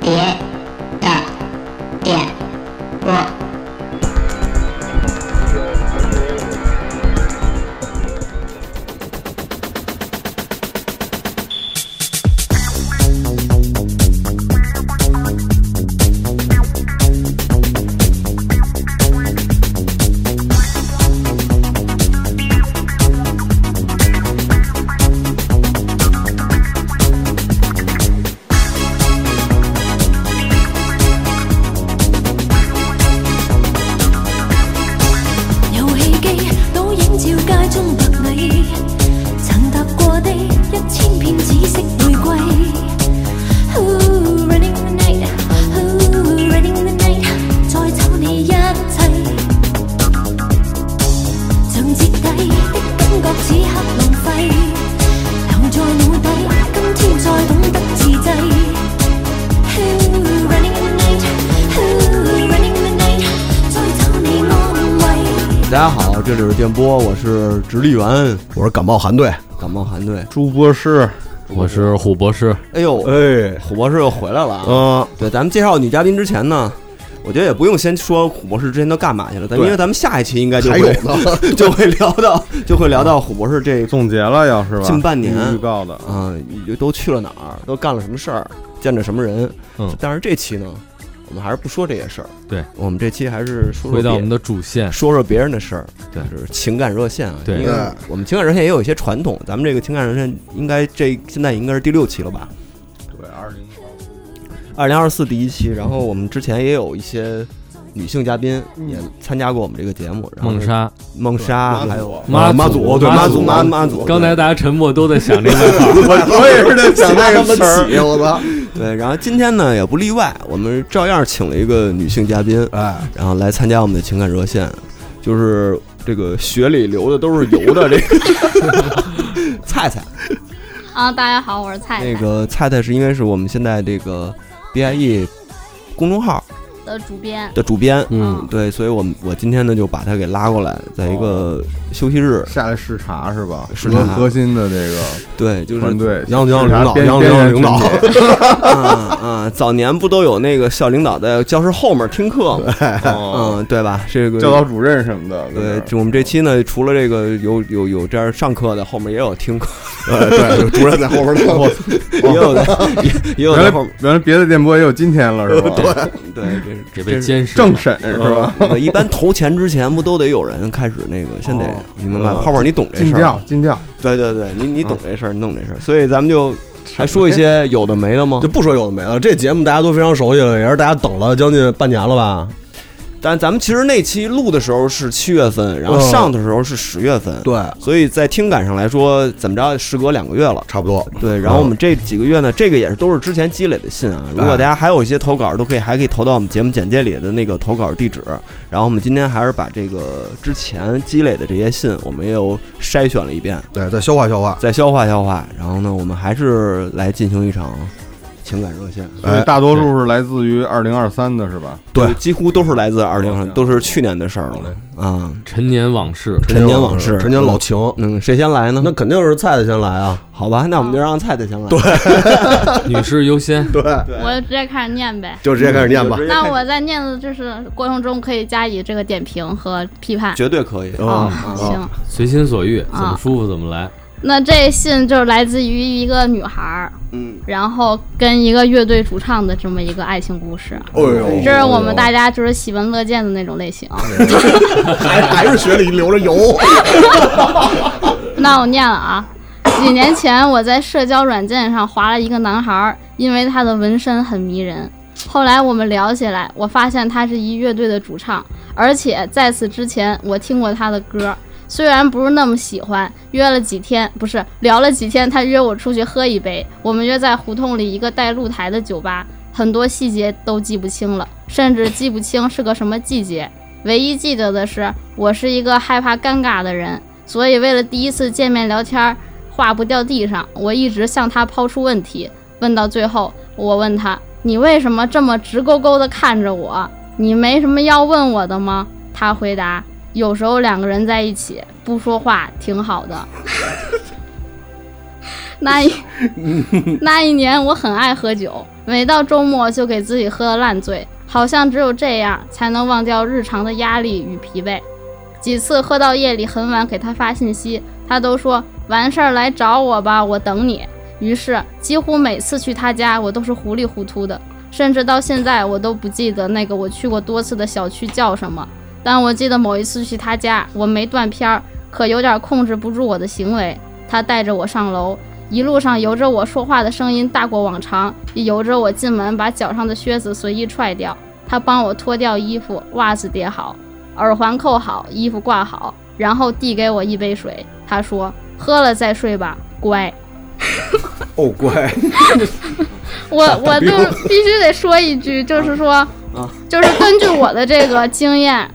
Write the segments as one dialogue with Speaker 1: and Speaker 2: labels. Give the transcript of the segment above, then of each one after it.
Speaker 1: 别的点播。
Speaker 2: 遊戲機倒映照街中百米，曾踏過的一千片紫色玫瑰。Ooh, running the night, ooh, running the night，再找你一切。像徹底的感覺，此刻浪費，留在腦底，今天再懂得自制。Ooh, running the night, ooh, running the night，再找你安慰。
Speaker 3: 大家好，这里是电波，我是直立员，
Speaker 4: 我是感冒韩队，
Speaker 3: 感冒韩队。
Speaker 4: 朱博士，
Speaker 5: 我是虎博士，
Speaker 3: 哎呦，
Speaker 4: 哎，
Speaker 3: 虎博士又回来了啊！
Speaker 4: 啊，
Speaker 3: 对，咱们介绍女嘉宾之前呢，我觉得也不用先说虎博士之前都干嘛去了，咱
Speaker 4: 对
Speaker 3: 因为咱们下一期应该就
Speaker 4: 还
Speaker 3: 会
Speaker 4: 有呢，
Speaker 3: 就会聊到就会聊到虎博士这
Speaker 6: 总结了，要是吧？
Speaker 3: 近半年
Speaker 6: 预告的，
Speaker 3: 啊、都去了哪儿，都干了什么事儿，见着什么人。
Speaker 5: 嗯
Speaker 3: 但是这期呢，我们还是不说这些事儿。
Speaker 5: 对，
Speaker 3: 我们这期还是说说
Speaker 5: 回到我
Speaker 3: 别
Speaker 5: 们的主线。
Speaker 3: 说说别人的事儿，
Speaker 5: 对
Speaker 3: 就是情感热线啊。
Speaker 5: 对
Speaker 3: 因为我们情感热线也有一些传统，咱们这个情感热线应该这现在应该是第六期了吧？
Speaker 6: 对，二零
Speaker 3: 二零二四第一期，然后我们之前也有一些女性嘉宾
Speaker 5: 嗯
Speaker 3: 也参加过我们这个节目，然后
Speaker 5: 梦莎，
Speaker 3: 梦莎，还有呃
Speaker 5: 妈
Speaker 3: 妈
Speaker 5: 祖
Speaker 3: 对
Speaker 5: 妈
Speaker 3: 祖
Speaker 5: 祖
Speaker 3: 妈妈祖，
Speaker 5: 刚才大家沉默都在想这个问
Speaker 4: 我
Speaker 5: 法。
Speaker 4: 我也是在想那
Speaker 3: 个词
Speaker 4: 个词
Speaker 3: 儿哎
Speaker 4: 儿，我操，
Speaker 3: 对，然后今天呢也不例外，我们照样请了一个女性嘉宾，
Speaker 4: 哎，
Speaker 3: 然后来参加我们的情感热线，就是这个血里流的都是油的这个 菜菜。
Speaker 7: 啊，大家好，我是菜
Speaker 3: 那
Speaker 7: 菜
Speaker 3: 个菜菜是因为是我们现在这个 BIE 公众号
Speaker 7: 的主编。
Speaker 3: 的主编，
Speaker 5: 嗯，
Speaker 3: 对，所以我们我今天呢就把他给拉过来，在一
Speaker 6: 哦
Speaker 3: 个休息日，
Speaker 6: 下来视察是吧？
Speaker 3: 视
Speaker 6: 核
Speaker 3: 察
Speaker 6: 核心的这个
Speaker 3: 对，就是
Speaker 6: 团队，
Speaker 3: 央央领
Speaker 6: 视察
Speaker 3: 导，
Speaker 6: 边
Speaker 3: 央央领 导，
Speaker 6: 边缘群体
Speaker 3: 嗯嗯，早年不都有那个校领导在教室后面听课吗？
Speaker 6: 哦
Speaker 3: 嗯，对吧？这个
Speaker 6: 教导主任什么的，
Speaker 3: 对，
Speaker 6: 就
Speaker 3: 就我们这期呢，除了这个有有有这样上课的，后面也有听课，
Speaker 4: 哎 对，主任在后边 等我，
Speaker 3: 也有的也也有
Speaker 6: 哦原
Speaker 3: 的
Speaker 6: 来
Speaker 3: 后面
Speaker 6: 原来别的电波也有今天了是吧？对，
Speaker 3: 对，这是
Speaker 5: 也被监视了
Speaker 6: 政审是吧？
Speaker 3: 对 一般投钱之前不都得有人开始那个，先得
Speaker 6: 哦
Speaker 3: 你明白吗？
Speaker 6: 嗯
Speaker 3: 泡泡，你懂这
Speaker 6: 尽
Speaker 3: 事儿
Speaker 6: 调？尽调，
Speaker 3: 对对对，你你懂这事儿，你懂这
Speaker 4: 嗯
Speaker 3: 事儿，所以咱们就还说一些有的没的吗
Speaker 4: 哎就？不说有的没了，这节目大家都非常熟悉了，也是大家等了将近半年了吧？
Speaker 3: 但咱们其实那期录的时候是七月份，然后
Speaker 4: 嗯
Speaker 3: 上的时候是十月份，
Speaker 4: 对，
Speaker 3: 所以在听感上来说，怎么着，时隔两个月了。
Speaker 4: 差不多，
Speaker 3: 对，然后我们这几个月呢，这个也是都是之前积累的信啊。如果大家还有一些投稿，都可以还可以投到我们节目简介里的那个投稿地址。然后我们今天还是把这个之前积累的这些信，我们又筛选了一遍，
Speaker 4: 对，再消化消化，
Speaker 3: 再消化消化。然后呢，我们还是来进行一场情感热线，
Speaker 6: 所以大多数是来自于二零二三的是吧？
Speaker 4: 对
Speaker 3: 就几乎都是来自二零，都是去年的事儿了啊。
Speaker 5: 陈年往事，
Speaker 3: 陈年往事
Speaker 4: 陈年老情，
Speaker 3: 嗯，谁先来呢？
Speaker 4: 那肯定是菜菜先来啊，
Speaker 3: 好吧，那我们就让菜菜先来。对，
Speaker 5: 女士优先。
Speaker 4: 对，
Speaker 7: 我就直接开始念呗。
Speaker 4: 就直接开始念吧，
Speaker 7: 那我在念的就是过程中可以加以这个点评和批判。
Speaker 3: 绝对 可以。
Speaker 7: 哦，行，
Speaker 5: 随心所欲，怎么
Speaker 7: 啊
Speaker 5: 舒服怎么来。
Speaker 7: 那这信就是来自于一个女孩儿，
Speaker 3: 嗯，
Speaker 7: 然后跟一个乐队主唱的这么一个爱情故事，
Speaker 4: 哎呦
Speaker 7: 这是我们大家就是喜闻乐见的那种类型。
Speaker 4: 还还是学里流着油，
Speaker 7: 那我念了啊。几年前，我在社交软件上划了一个男孩儿，因为他的纹身很迷人。后来我们聊起来，我发现他是一乐队的主唱，而且在此之前我听过他的歌，虽然不是那么喜欢。约了几天，不是聊了几天，他约我出去喝一杯，我们约在胡同里一个带露台的酒吧，很多细节都记不清了，甚至记不清是个什么季节。唯一记得的是，我是一个害怕尴尬的人，所以为了第一次见面聊天儿，话不掉地上，我一直向他抛出问题，问到最后，我问他：“你为什么这么直勾勾地看着我？你没什么要问我的吗？”他回答：“有时候两个人在一起不说话挺好的。” 那一那一年我很爱喝酒，每到周末就给自己喝得烂醉，好像只有这样才能忘掉日常的压力与疲惫。几次喝到夜里很晚，给他发信息，他都说完事儿来找我吧，我等你。于是几乎每次去他家，我都是糊里糊涂的，甚至到现在我都不记得那个我去过多次的小区叫什么。但我记得某一次去他家，我没断片儿，可有点控制不住我的行为。他带着我上楼，一路上由着我说话的声音大过往常，也由着我进门把脚上的靴子随意踹掉。他帮我脱掉衣服，袜子叠好，耳环扣好，衣服挂好，然后递给我一杯水。他说：“喝了再睡吧，乖。”
Speaker 4: 哦，乖，
Speaker 7: 我我就必须得说一句，就是说，就是根据我的这个经验，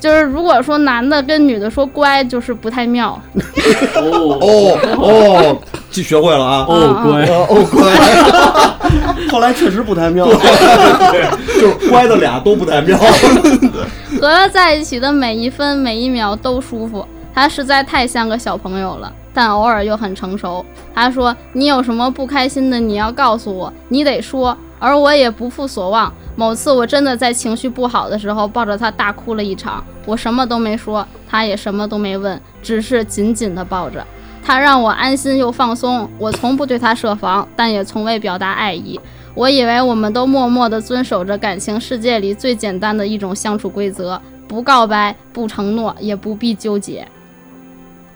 Speaker 7: 就是如果说男的跟女的说乖，就是不太妙。
Speaker 4: 哦哦，记学会了啊。
Speaker 5: 哦，乖，
Speaker 3: 哦，乖。 后来确实不太妙，
Speaker 4: 就是乖的俩都不太妙。
Speaker 7: 和他在一起的每一分每一秒都舒服，他实在太像个小朋友了，但偶尔又很成熟。他说：“你有什么不开心的，你要告诉我，你得说。”而我也不负所望，某次我真的在情绪不好的时候抱着他大哭了一场，我什么都没说，他也什么都没问，只是紧紧的抱着。他让我安心又放松，我从不对他设防，但也从未表达爱意。我以为我们都默默地遵守着感情世界里最简单的一种相处规则：不告白，不承诺，也不必纠结。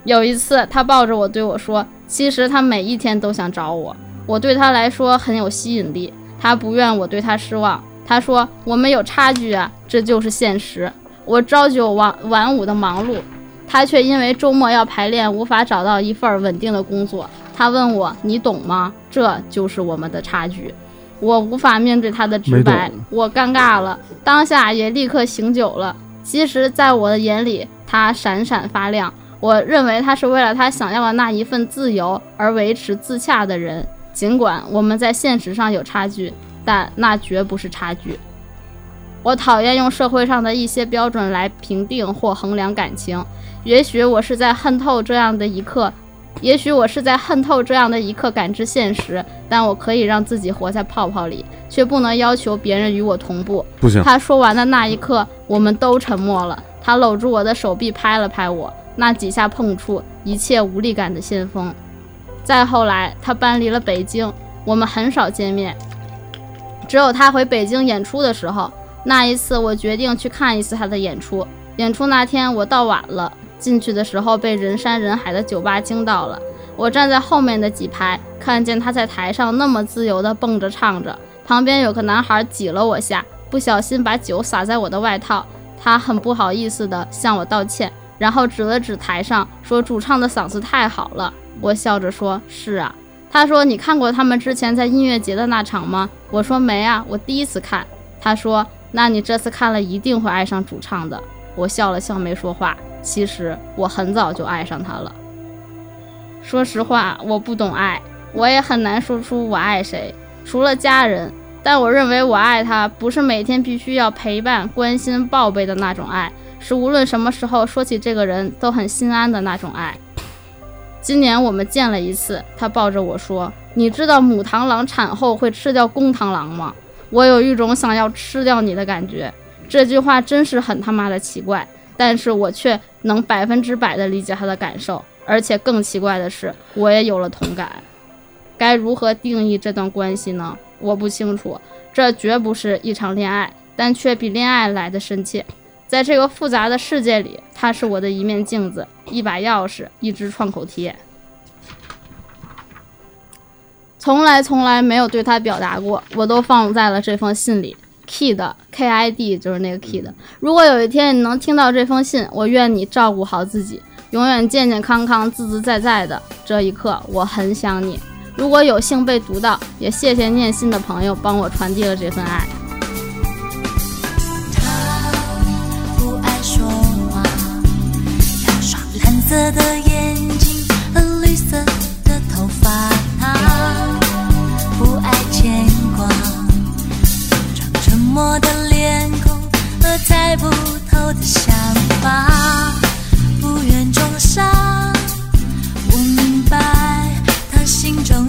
Speaker 7: 有一次，他抱着我对我说：“其实他每一天都想找我，我对他来说很有吸引力，他不愿我对他失望。”他说：“我们有差距啊，这就是现实。”我朝九晚晚五的忙碌，他却因为周末要排练，无法找到一份稳定的工作。他问我：“你懂吗？”这就是我们的差距。我无法面对他的直白
Speaker 6: 没，
Speaker 7: 我尴尬了，当下也立刻醒酒了。其实，在我的眼里，他闪闪发亮。我认为他是为了他想要的那一份自由而维持自洽的人，尽管我们在现实上有差距，但那绝不是差距。我讨厌用社会上的一些标准来评定或衡量感情。也许我是在恨透这样的一刻，也许我是在恨透这样的一刻感知现实，但我可以让自己活在泡泡里，却不能要求别人与我同步。
Speaker 6: 不行，
Speaker 7: 他说完的那一刻，我们都沉默了。他搂住我的手臂，拍了拍我，那几下碰触，一切无力感的先锋。再后来，他搬离了北京，我们很少见面，只有他回北京演出的时候。那一次，我决定去看一次他的演出。演出那天，我到晚了，进去的时候被人山人海的酒吧惊到了。我站在后面的几排，看见他在台上那么自由的蹦着唱着，旁边有个男孩挤了我下，不小心把酒洒在我的外套，他很不好意思的向我道歉，然后指了指台上，说主唱的嗓子太好了。我笑着说：“是啊。”他说：“你看过他们之前在音乐节的那场吗？”我说：“没啊，我第一次看。”他说：“那你这次看了一定会爱上主唱的。”我笑了笑，没说话。其实我很早就爱上他了。说实话，我不懂爱，我也很难说出我爱谁，除了家人。但我认为我爱他，不是每天必须要陪伴、关心、报备的那种爱，是无论什么时候说起这个人都很心安的那种爱。今年我们见了一次，他抱着我说：“你知道母螳螂产后会吃掉公螳螂吗？”我有一种想要吃掉你的感觉。这句话真是很他妈的奇怪，但是我却能百分之百的理解他的感受，而且更奇怪的是，我也有了同感。该如何定义这段关系呢？我不清楚。这绝不是一场恋爱，但却比恋爱来的深切。在这个复杂的世界里，它是我的一面镜子，一把钥匙，一支创口贴。从来从来没有对他表达过，我都放在了这封信里。Kid K I D 就是
Speaker 4: 嗯
Speaker 7: 那个 Kid。如果有一天你能听到这封信，我愿你照顾好自己，永远健健康康、自自在在的。这一刻，我很想你。如果有幸被读到，也谢谢念信的朋友帮我传递了这份爱。
Speaker 2: 他不爱说话，他双蓝色的眼睛和绿色的头发。他不爱牵挂，有张沉默的脸孔和猜不透的想法。不愿装傻，我明白他心中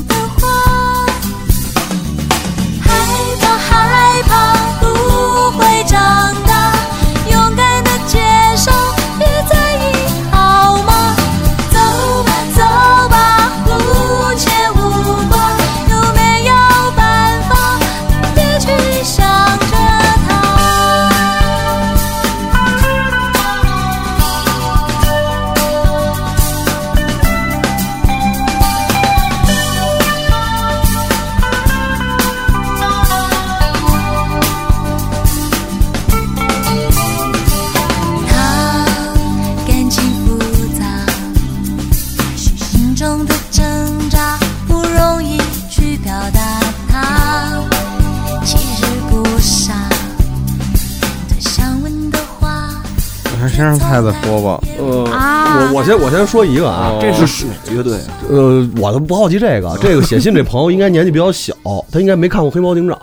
Speaker 6: 先让太太说吧。
Speaker 4: 呃，
Speaker 7: 啊
Speaker 4: 我我先我先说一个啊，
Speaker 3: 这是是哪乐队啊？
Speaker 4: 呃，我都不好奇这个，这个写信这朋友应该年纪比较小，他应该没看过《黑猫警长》，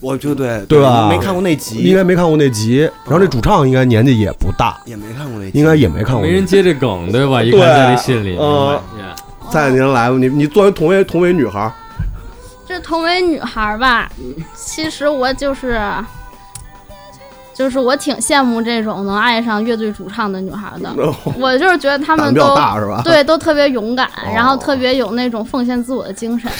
Speaker 3: 我就对
Speaker 4: 对吧
Speaker 3: 没看过那
Speaker 4: 应
Speaker 3: 集，
Speaker 4: 该没看过那集，然后这主唱应该年纪也不大，
Speaker 3: 也没看过那集，
Speaker 4: 应该也没看过
Speaker 5: 没
Speaker 4: 那
Speaker 5: 人
Speaker 4: 集。
Speaker 5: 接这梗，对吧？一看
Speaker 4: 对
Speaker 5: 在那信里，
Speaker 4: 呃
Speaker 5: 明白
Speaker 4: 再您来吧，你你作为同为同为女孩儿，
Speaker 7: 这同为女孩儿吧，
Speaker 4: 嗯
Speaker 7: 其实我就是，就是我挺羡慕这种能爱上乐队主唱的女孩儿的。 我就是觉得她
Speaker 4: 胆
Speaker 7: 们
Speaker 4: 比
Speaker 7: 都
Speaker 4: 较大是吧？哦
Speaker 7: 对，都特别勇敢，然后特别有那种奉献自我的精神。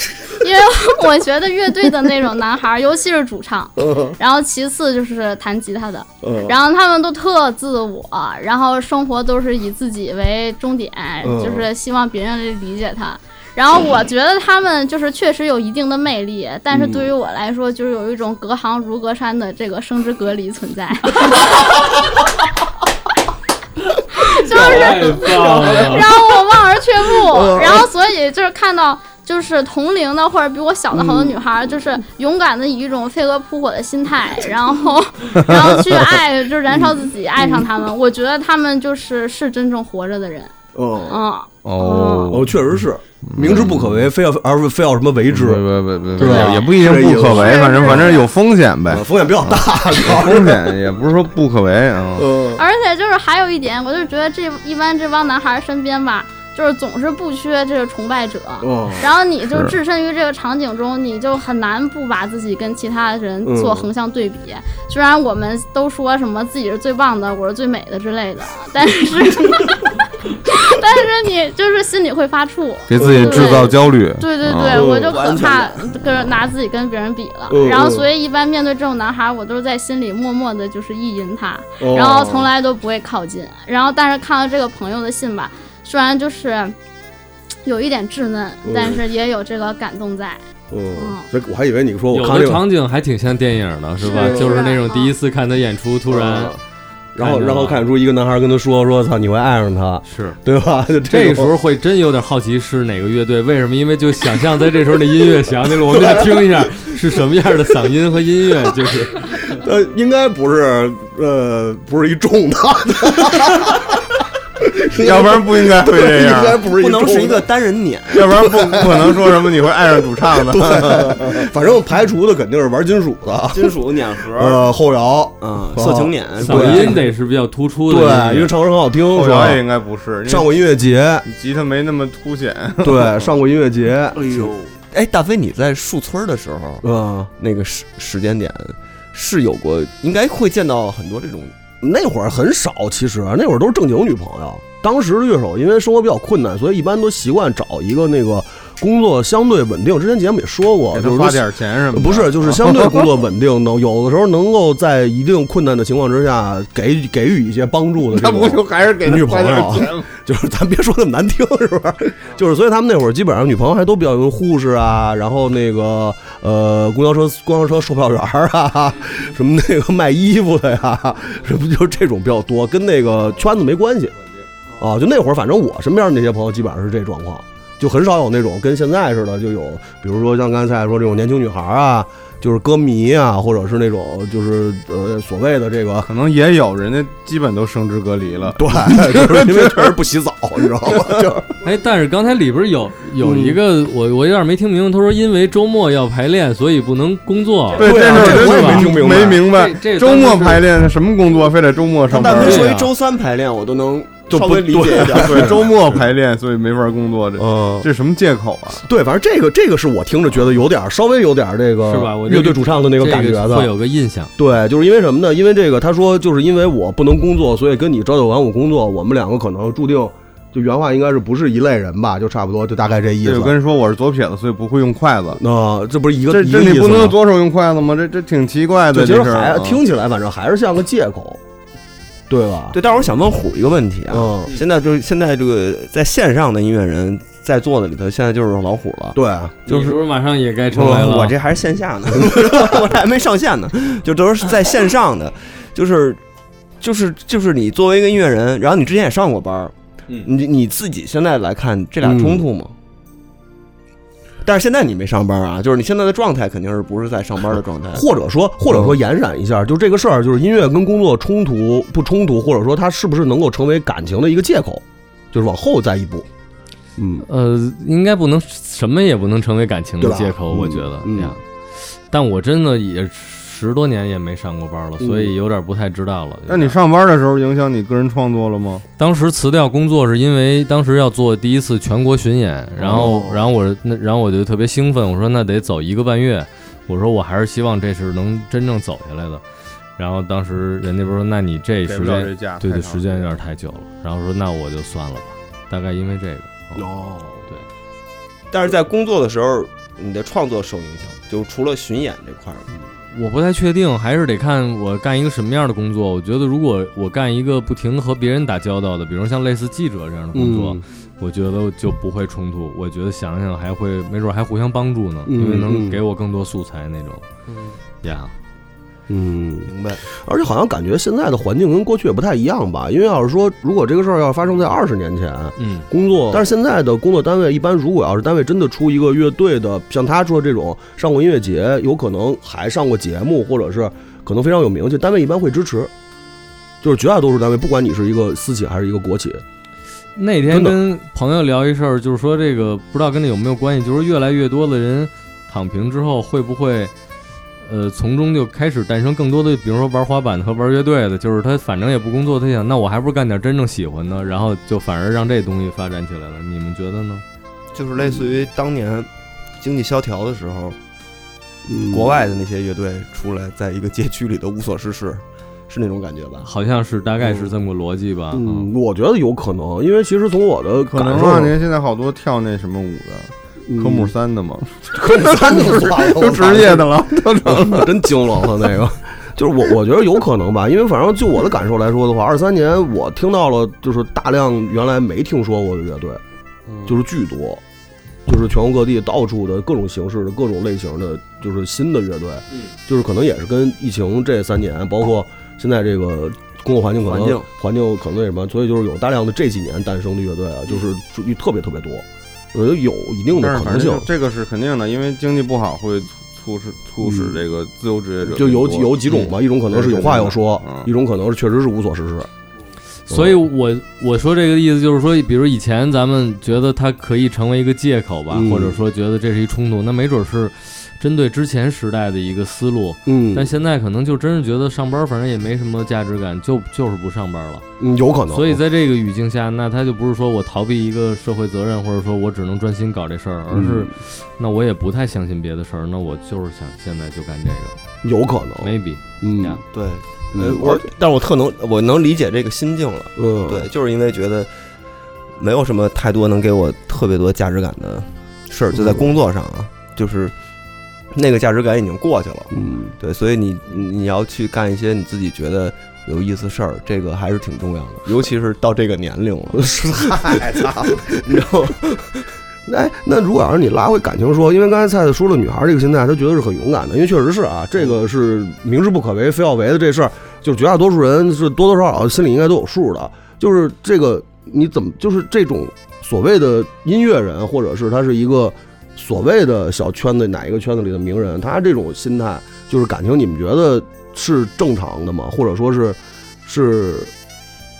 Speaker 7: 因为我觉得乐队的那种男 孩儿，尤其是主唱，
Speaker 3: 嗯
Speaker 7: 然后其次就是弹吉他的，
Speaker 4: 哦嗯
Speaker 7: 然后他们都特自我，然后生活都是以自己为终点，
Speaker 4: 哦
Speaker 7: 就是希望别人理解他。然后我觉得他们就是确实有一定的魅力，但是对于我来说，就是有一种隔行如隔山的这个生之隔离存 在。 就是
Speaker 5: 哎太棒 了！
Speaker 7: 然后我望而却步，然后所以就是看到就是同龄的或者比我小的好多女孩儿，就是勇敢的以一种飞蛾扑火的心态，然后然后去爱，就燃烧自己，爱上他们。我觉得他们就是是真正活着的人，
Speaker 4: 嗯，
Speaker 7: 嗯，
Speaker 6: 哦，
Speaker 4: 哦，确实是，明知不可为，非要而不非要什么为
Speaker 6: 别
Speaker 4: 之，
Speaker 6: 别别别
Speaker 4: 啊是吧
Speaker 6: 别，也不一定不可为，反正反正有风险呗
Speaker 4: 呃，风险比较大。
Speaker 6: 风险也不是说不可为啊。
Speaker 4: 嗯，
Speaker 7: 而且就是还有一点，我就觉得这一般这帮男孩儿身边吧，就是总是不缺这个崇拜者。
Speaker 4: 哦
Speaker 7: 然后你就是置身于这个场景中，你就很难不把自己跟其他人做横向对比。虽然我们都说什么自己是最棒的，我是最美的之类的，但是 但是你就是心里会发怵。
Speaker 6: 给自己制造焦虑，
Speaker 7: 对对
Speaker 6: 啊
Speaker 7: 对，我就
Speaker 3: 不安
Speaker 7: 可
Speaker 3: 全
Speaker 7: 怕
Speaker 3: 感
Speaker 7: 跟拿自己跟别人比了，
Speaker 4: 哦嗯
Speaker 7: 然后
Speaker 4: 嗯
Speaker 7: 所以一般面对这种男孩，我都是在心里默默的就是意淫他，
Speaker 4: 哦
Speaker 7: 然后从来都不会靠近。然后但是看到这个朋友的信吧，虽然就是嘖有一点稚嫩，但是也有这个感动在。
Speaker 4: 嗯，所以我还以为你说我
Speaker 5: 有
Speaker 4: 看这
Speaker 5: 的
Speaker 4: 个，
Speaker 5: 场景还挺像电影的，是吧？
Speaker 4: 是
Speaker 5: 就是那种
Speaker 7: 是
Speaker 5: 第一次看他演出，突然
Speaker 4: 嗯然后然后看出一个男孩跟他说说操你会爱上他，
Speaker 5: 是。
Speaker 4: 对吧？ 就
Speaker 5: 这
Speaker 4: 种
Speaker 5: 个时候会真有点好奇是哪个乐队，为什么？因为就想象在这时候那音乐响起来，我们就听一下是什么样的嗓音和音乐，就是
Speaker 4: 呃，应该不是，呃，不是一重的，
Speaker 6: 要不然不应该会这
Speaker 4: 应该
Speaker 6: 样，
Speaker 4: 不是
Speaker 3: 不
Speaker 4: 一重
Speaker 3: 能
Speaker 4: 的
Speaker 3: 是一个，单人碾，
Speaker 6: 要不然不不可能说什么你会爱上主 唱的。
Speaker 4: 啊 反正排除的肯定是玩金属的，
Speaker 3: 金属碾盒，
Speaker 4: 呃，后摇，
Speaker 3: 嗯，色情碾，
Speaker 5: 嗓音得是比较突出的音乐。
Speaker 4: 哎对，因为唱歌很好听，
Speaker 6: 后
Speaker 4: 是
Speaker 6: 摇
Speaker 4: 吧
Speaker 6: 也？应该不是，
Speaker 4: 上过哦音乐节，
Speaker 6: 你吉他没那么凸显。
Speaker 4: 对，上过音乐节，
Speaker 3: 哎呦，哎，大飞，你在树村的时候，
Speaker 4: 嗯，
Speaker 3: 那个时时间点是有过，应该会见到很多这种
Speaker 4: 那会儿很少，其实那会儿都是正经女朋友。当时的乐手因为生活比较困难，所以一般都习惯找一个那个工作相对稳定。之前节目也说过，
Speaker 6: 给
Speaker 4: 就
Speaker 6: 他
Speaker 4: 是
Speaker 6: 花
Speaker 4: 说
Speaker 6: 点钱什么的？
Speaker 4: 不是，就是相对工作稳定，能有的时候能够在一定困难的情况之下给予给予一些帮助的这
Speaker 6: 那
Speaker 4: 种。
Speaker 6: 不就还是给他
Speaker 4: 女
Speaker 6: 花
Speaker 4: 朋友
Speaker 6: 点
Speaker 4: 啊
Speaker 6: 钱吗？
Speaker 4: 就是咱别说那么难听，是不是？就是所以他们那会儿基本上女朋友还都比较有护士啊，然后那个呃公交车公交车售票员儿啊，什么那个卖衣服的呀，什么就是这种比较多，跟那个圈子没关系啊。就那会儿，反正我身边那些朋友基本上是这状况，就很少有那种跟现在似的，就有比如说像刚才说这种年轻女孩儿啊。就是歌迷啊，或者是那种就是呃所谓的这个
Speaker 6: 可能也有人家基本都生殖隔离了。
Speaker 4: 对， 就是因为确实不洗澡，你知道吗？就是
Speaker 5: 哎，但是刚才里边有有一个我我有点没听明白，他说因为周末要排练，所以不能工作。
Speaker 6: 对，
Speaker 4: 对
Speaker 6: 这事
Speaker 4: 啊这
Speaker 6: 儿
Speaker 4: 我也
Speaker 6: 真
Speaker 4: 没
Speaker 6: 是
Speaker 4: 听明白
Speaker 6: 没明白。
Speaker 5: 这这
Speaker 6: 周末
Speaker 5: 当时是
Speaker 6: 排练什么工作，非得周末上班
Speaker 3: 大
Speaker 6: 儿？
Speaker 3: 飞
Speaker 5: 对
Speaker 3: 说
Speaker 5: 啊
Speaker 3: 一周三排练，我都能
Speaker 4: 就
Speaker 3: 稍
Speaker 4: 不
Speaker 3: 微理解一点。
Speaker 6: 对，周末排练，所以没法工作，这
Speaker 4: 嗯，
Speaker 6: 这什么借口啊？
Speaker 4: 对，反正这个这个是我听着觉得有点儿稍微有点儿这个
Speaker 5: 是吧我就
Speaker 4: 乐队主唱的那
Speaker 5: 这
Speaker 4: 个感觉的。
Speaker 5: 会有个印象。
Speaker 4: 对，就是因为什么呢？因为这个，他说就是因为我不能工作，所以跟你朝九晚五工作，我们两个可能注定就原话应该是不是一类人吧，就差不多，就大概这意
Speaker 6: 这
Speaker 4: 思
Speaker 6: 有。跟人说我是左撇子，所以不会用筷子。
Speaker 4: 那、这不是一个
Speaker 6: 这
Speaker 4: 一
Speaker 6: 这
Speaker 4: 个意
Speaker 6: 你
Speaker 4: 思
Speaker 6: 不能
Speaker 4: 吗
Speaker 6: 左手用筷子吗？这这挺奇怪
Speaker 4: 就
Speaker 6: 的，
Speaker 4: 其
Speaker 6: 这
Speaker 4: 实
Speaker 6: 事儿
Speaker 4: 还
Speaker 6: 啊
Speaker 4: 听起来反正还是像个借口，对吧？
Speaker 3: 对，但是我想问虎一个问题啊，
Speaker 4: 嗯，
Speaker 3: 现在就是现在这个在线上的音乐人在座的里头，现在就是老虎了。
Speaker 4: 对，
Speaker 5: 你不是马上也该成为了？
Speaker 3: 我我这还是线下呢， 我这还没上线呢，就都是在线上的，就是就是就是你作为一个音乐人，然后你之前也上过班儿，
Speaker 5: 嗯
Speaker 3: 嗯你你自己现在来看这俩冲突吗？但是现在你没上班啊，就是你现在的状态肯定是不是在上班的状态。
Speaker 4: 或者说，或者说延展一下，就这个事儿，就是音乐跟工作冲突不冲突，或者说它是不是能够成为感情的一个借口，就是往后再一步。嗯，
Speaker 5: 呃，应该不能什么也不能成为感情的
Speaker 4: 对吧
Speaker 5: 借口，我觉得
Speaker 4: 嗯
Speaker 5: 呀。但我真的也十多年也没上过班了，所以有点不太知道了。
Speaker 6: 那你上班的时候影响你个人创作了吗？
Speaker 5: 当时辞掉工作是因为当时要做第一次全国巡演，然后，
Speaker 6: 哦
Speaker 5: 然后我那，然后我就特别兴奋，我说那得走一个半月，我说我还是希望这是能真正走下来的。然后当时人家不是说，那你这
Speaker 6: 给
Speaker 5: 时
Speaker 6: 不了这
Speaker 5: 间
Speaker 6: 价，
Speaker 5: 对
Speaker 6: 太
Speaker 5: 对
Speaker 6: 长
Speaker 5: 时间有点太久了，然后说那我就算了吧，大概因为这个。
Speaker 3: 啊
Speaker 4: 哦，
Speaker 3: 但是在工作的时候，你的创作受影响，就除了巡演这块儿，
Speaker 5: 我不太确定，还是得看我干一个什么样的工作。我觉得如果我干一个不停和别人打交道的，比如像类似记者这样的工作，
Speaker 4: 嗯
Speaker 5: 我觉得就不会冲突。我觉得想想还会，没准还互相帮助呢，
Speaker 4: 嗯
Speaker 5: 因为能
Speaker 4: 嗯
Speaker 5: 给我更多素材那种。呀，
Speaker 4: 嗯，
Speaker 3: 明白？
Speaker 4: 而且好像感觉现在的环境跟过去也不太一样吧？因为要是说，如果这个事儿要是发生在二十年前，
Speaker 5: 嗯，
Speaker 4: 工作，但是现在的工作单位一般，如果要是单位真的出一个乐队的，像他说这种上过音乐节，有可能还上过节目，或者是可能非常有名气，单位一般会支持。就是绝大多数单位，不管你是一个私企还是一个国企，
Speaker 5: 那天
Speaker 4: 真的
Speaker 5: 跟朋友聊一事儿，就是说这个不知道跟这有没有关系，就是越来越多的人躺平之后会不会？呃，从中就开始诞生更多的，比如说玩滑板的和玩乐队的，就是他反正也不工作，他想，那我还不如干点真正喜欢的，然后就反而让这东西发展起来了。你们觉得呢？
Speaker 3: 就是类似于当年经济萧条的时候，国
Speaker 4: 国外
Speaker 3: 外的那些乐队出来，在一个街区里头无所事事，是那种感觉 吧？
Speaker 5: 好像是大概是这么个逻辑吧。
Speaker 4: 嗯，我觉得有可能，因为其实从我的
Speaker 6: 可
Speaker 4: 感
Speaker 6: 能
Speaker 4: 受，嗯
Speaker 6: 啊，您现在好多跳那什么舞的，科目三的嘛，
Speaker 4: 科目 三就哦算了，
Speaker 6: 都职业的 了。
Speaker 4: 我真惊了，我那个。 就是我，我觉得有可能吧，因为反正就我的感受来说的话，二三年我听到了就是大量原来没听说过的乐队，就是巨多，就是全国各地到处的各种形式的各种类型的，就是新的乐队，就是可能也是跟疫情这三年，包括现在这个工作环境可能
Speaker 3: 环境
Speaker 4: 可能那什么，所以就是有大量的这几年诞生的乐队啊，就是就特别特别多，我觉得有一定
Speaker 6: 但
Speaker 4: 的
Speaker 6: 是
Speaker 4: 可
Speaker 6: 反
Speaker 4: 能
Speaker 6: 正
Speaker 4: 性
Speaker 6: 就，这个是肯定的，因为经济不好会促使促使这个自由职业者
Speaker 4: 嗯就有几
Speaker 6: 更多
Speaker 4: 有几种吧，一种可能是有话要说
Speaker 6: 嗯，
Speaker 4: 一种可能是确实是无所事事。
Speaker 5: 所以我我说这个意思就是说，比如以前咱们觉得它可以成为一个借口吧，
Speaker 4: 嗯
Speaker 5: 或者说觉得这是一冲突，那没准是针对之前时代的一个思路。
Speaker 4: 嗯
Speaker 5: 但现在可能就真是觉得上班反正也没什么价值感，就就是不上班了。
Speaker 4: 嗯有可能，
Speaker 5: 所以在这个语境下，那他就不是说我逃避一个社会责任，或者说我只能专心搞这事儿，而
Speaker 4: 嗯
Speaker 5: 是那我也不太相信别的事儿，那我就是想现在就干这个
Speaker 4: 有可能，
Speaker 5: ，maybe。
Speaker 4: 嗯
Speaker 5: 呀
Speaker 3: 对，呃
Speaker 4: 嗯，
Speaker 3: 我但是我特能，我能理解这个心境了。
Speaker 4: 嗯
Speaker 3: 对，就是因为觉得没有什么太多能给我特别多价值感的事儿，就在工作上啊，就是那个价值感已经过去了。
Speaker 4: 嗯
Speaker 3: 对，所以你你你要去干一些你自己觉得有意思事儿，这个还是挺重要的，尤其是到这个年龄了。
Speaker 4: 是太操，然后。 哎，那如果要是你拉回感情说，因为刚才菜菜说了女孩这个心态，她觉得是很勇敢的，因为确实是啊，这个是明知不可为非要为的这事儿，就是绝大多数人是多多少少心里应该都有数的。就是这个你怎么就是这种所谓的音乐人，或者是他是一个所谓的小圈子哪一个圈子里的名人，他这种心态就是感情，你们觉得是正常的吗？或者说是是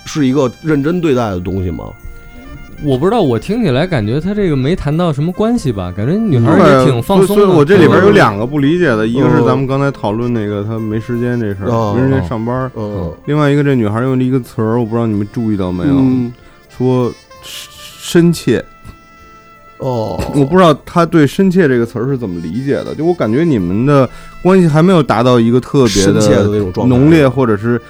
Speaker 4: 是一个认真对待的东西吗？
Speaker 5: 我不知道，我听起来感觉他这个没谈到什么关系吧？感觉女孩
Speaker 6: 嗯对
Speaker 5: 儿也挺放松
Speaker 6: 所
Speaker 5: 的。
Speaker 6: 以我这里边有
Speaker 5: 嗯
Speaker 6: 两个不理解的，一个是
Speaker 4: 嗯
Speaker 6: 咱们刚才讨论那个他没时间这事
Speaker 4: 哦
Speaker 6: 儿，没时间上班儿；
Speaker 4: 嗯
Speaker 6: 另外一个这女孩用了一个词儿，我不知道你们注意到
Speaker 3: 哎
Speaker 6: 没有，
Speaker 4: 嗯
Speaker 6: 说深切。
Speaker 4: 哦，
Speaker 6: 我不知道他对“深切”这个词儿是怎么理解的，就我感觉你们的关系还没有达到一个特别
Speaker 4: 深切的那种状态
Speaker 6: 浓烈，或者是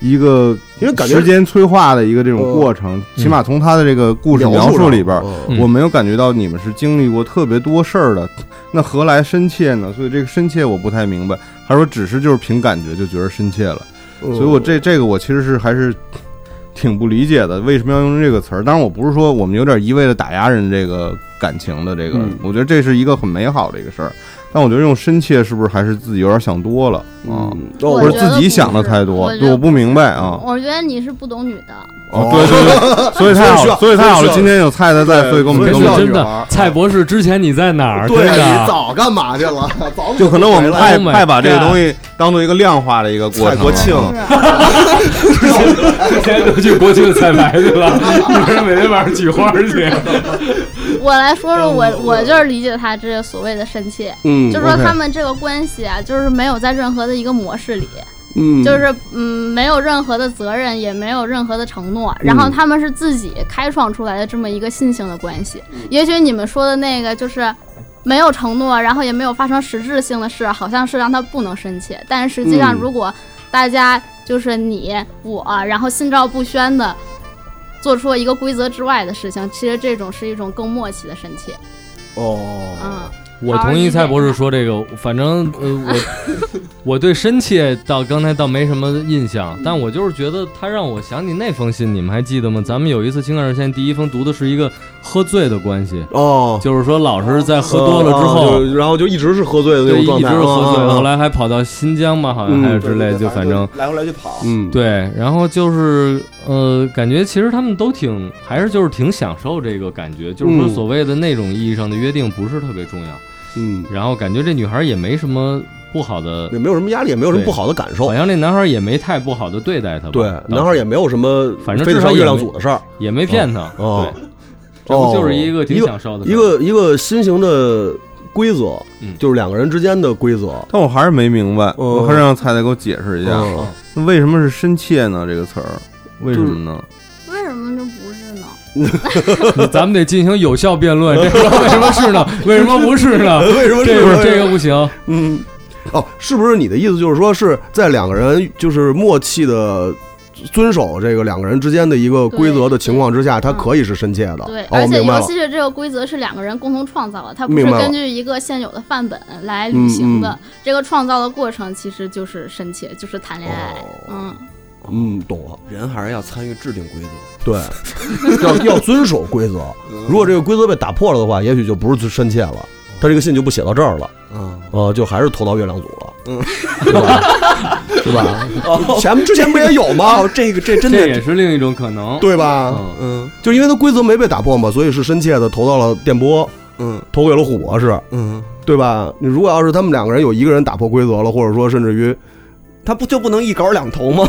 Speaker 6: 一个
Speaker 4: 因为感觉
Speaker 6: 时间催化的一个这种过程。起码从他的这个故事描述里边儿，
Speaker 4: 嗯
Speaker 5: 嗯
Speaker 6: 我没有感觉到你们是经历过特别多事儿的，那何来深切呢？所以这个深切我不太明白，还是说只是就是凭感觉就觉得深切了？
Speaker 4: 嗯
Speaker 6: 所以我这这个我其实是还是挺不理解的，为什么要用这个词儿？当然，我不是说我们有点一味的打压人这个感情的这个，
Speaker 4: 嗯
Speaker 6: 我觉得这是一个很美好的一个事儿。但我觉得用深切是不是还是自己有点想多了啊？
Speaker 3: 哦
Speaker 4: 嗯，
Speaker 7: 我
Speaker 6: 或
Speaker 7: 觉
Speaker 6: 者
Speaker 7: 得
Speaker 6: 自己想的
Speaker 7: 不是
Speaker 6: 太多
Speaker 7: 我，觉
Speaker 6: 对，
Speaker 7: 得
Speaker 6: 我不明白啊。
Speaker 7: 嗯我觉得你是不懂女的，
Speaker 6: 哦，对对对，所以太 好了，所
Speaker 4: 所
Speaker 6: 以
Speaker 4: 以需要
Speaker 6: 太好
Speaker 4: 所以需
Speaker 6: 了，
Speaker 4: 要
Speaker 6: 今天有菜菜在，
Speaker 4: 对
Speaker 6: 所以给我们
Speaker 4: 所以
Speaker 6: 整
Speaker 4: 需
Speaker 5: 真
Speaker 4: 要
Speaker 5: 的
Speaker 6: 了
Speaker 5: 真
Speaker 6: 女孩
Speaker 5: 的
Speaker 6: 儿，啊
Speaker 5: 蔡博士之前你在哪儿？
Speaker 4: 对
Speaker 5: 真
Speaker 6: 你
Speaker 5: 的，
Speaker 6: 早干嘛去 了？早
Speaker 4: 就
Speaker 6: 就可能我们太
Speaker 5: Oh my
Speaker 6: 太把这个
Speaker 5: God
Speaker 6: 东西当做一个量化的一个过
Speaker 4: 蔡
Speaker 6: 程。啊
Speaker 4: 国庆，
Speaker 5: 之前都去国庆 彩排去了，你不是每 天晚上取花去？
Speaker 7: 我来说说我，我就是理解他这所谓的深切，
Speaker 4: 嗯
Speaker 7: 就是说
Speaker 6: OK
Speaker 7: 他们这个关系啊，就是没有在任何的一个模式里，
Speaker 4: 嗯，
Speaker 7: 就是嗯，没有任何的责任，也没有任何的承诺，
Speaker 4: 嗯
Speaker 7: 然后他们是自己开创出来的这么一个新型的关系。
Speaker 4: 嗯
Speaker 7: 也许你们说的那个就是没有承诺，然后也没有发生实质性的事，好像是让他不能深切，但实际上
Speaker 4: 嗯
Speaker 7: 如果大家就是你我，然后心照不宣的。做出了一个规则之外的事情，其实这种是一种更默契的深切，
Speaker 4: 哦，
Speaker 7: 嗯，
Speaker 5: 我同意蔡博士说这个，反正呃我我对深切到刚才倒没什么印
Speaker 4: 嗯
Speaker 5: 象，但我就是觉得他让我想起那封信，你们还记得吗？咱们有一次情感热线第一封读的是一个喝醉的关系，
Speaker 4: 哦，
Speaker 5: 就是说老是在喝多了之
Speaker 4: 啊
Speaker 5: 后，
Speaker 4: 就是然后就一直是喝醉的那
Speaker 5: 对
Speaker 4: 种
Speaker 5: 一
Speaker 4: 状
Speaker 5: 直
Speaker 4: 态，
Speaker 5: 喝醉，
Speaker 4: 啊
Speaker 5: 后，来还跑到新疆吧，好像还是之类，就反正
Speaker 3: 来回来去跑，
Speaker 4: 嗯，
Speaker 5: 对，然后就是呃，感觉其实他们都挺，还是就是挺享受这个感觉，就是说
Speaker 4: 嗯
Speaker 5: 所谓的那种意义上的约定不是特别重要。
Speaker 4: 嗯，
Speaker 5: 然后感觉这女孩也没什么不好的
Speaker 4: 也，没有什么压力，也没有什么
Speaker 5: 对
Speaker 4: 不好的感受
Speaker 5: 好，像那男孩也没太不好的对待她吧。
Speaker 4: 对，男孩也没有什么
Speaker 5: 反正
Speaker 4: 非得
Speaker 5: 至少
Speaker 4: 上
Speaker 5: 也
Speaker 4: 月亮
Speaker 5: 没
Speaker 4: 组的事儿，
Speaker 5: 也没骗她。
Speaker 4: 哦
Speaker 5: 对，这不就是一个挺
Speaker 4: 哦
Speaker 5: 享受的事儿
Speaker 4: 一个一个新型的规则
Speaker 5: 嗯，
Speaker 4: 就是两个人之间的规则。
Speaker 6: 但我还是没明白，
Speaker 4: 嗯
Speaker 6: 我还是让蔡蔡给我解释一下，
Speaker 4: 嗯
Speaker 6: 那为什么是深切呢？这个词儿为什么呢？
Speaker 7: 为什么就不是呢？
Speaker 5: 咱们得进行有效辩论，这个为什么是呢？为什么不是呢？
Speaker 4: 为什么
Speaker 5: 啊这
Speaker 4: 个
Speaker 5: 个这个不行，
Speaker 4: 嗯，哦，是不是你的意思就是说是在两个人就是默契的遵守这个两个人之间的一个规则的情况之下，它可以是深切的？
Speaker 7: 嗯对，
Speaker 4: 哦，
Speaker 7: 而且
Speaker 4: 明白
Speaker 7: 游
Speaker 4: 了
Speaker 7: 戏的这个规则是两个人共同创造的，它不
Speaker 4: 明
Speaker 7: 是
Speaker 4: 白了
Speaker 7: 根据一个现有的范本来履行的。
Speaker 4: 嗯
Speaker 7: 这个创造的过程其实就是深切，就是谈恋爱。
Speaker 4: 哦
Speaker 7: 嗯，
Speaker 4: 嗯，懂了，
Speaker 3: 人还是要参与制定规则。
Speaker 4: 对，要要遵守规则。如果这个规则被打破了的话，也许就不是深切了。他这个信就不写到这儿了，
Speaker 3: 嗯，
Speaker 4: 呃，就还是投到月亮组了，嗯，是吧？前面之前不也有吗？
Speaker 3: 哦，这个这真
Speaker 5: 这
Speaker 3: 的
Speaker 5: 也是另一种可能。
Speaker 4: 对吧？
Speaker 3: 嗯
Speaker 4: 就因为它规则没被打破嘛，所以是深切的投到了电波，
Speaker 3: 嗯
Speaker 4: 投给了虎博士，
Speaker 3: 嗯，
Speaker 4: 对吧？你如果要是他们两个人有一个人打破规则了，或者说甚至于
Speaker 3: 他不就不能一稿两头 吗？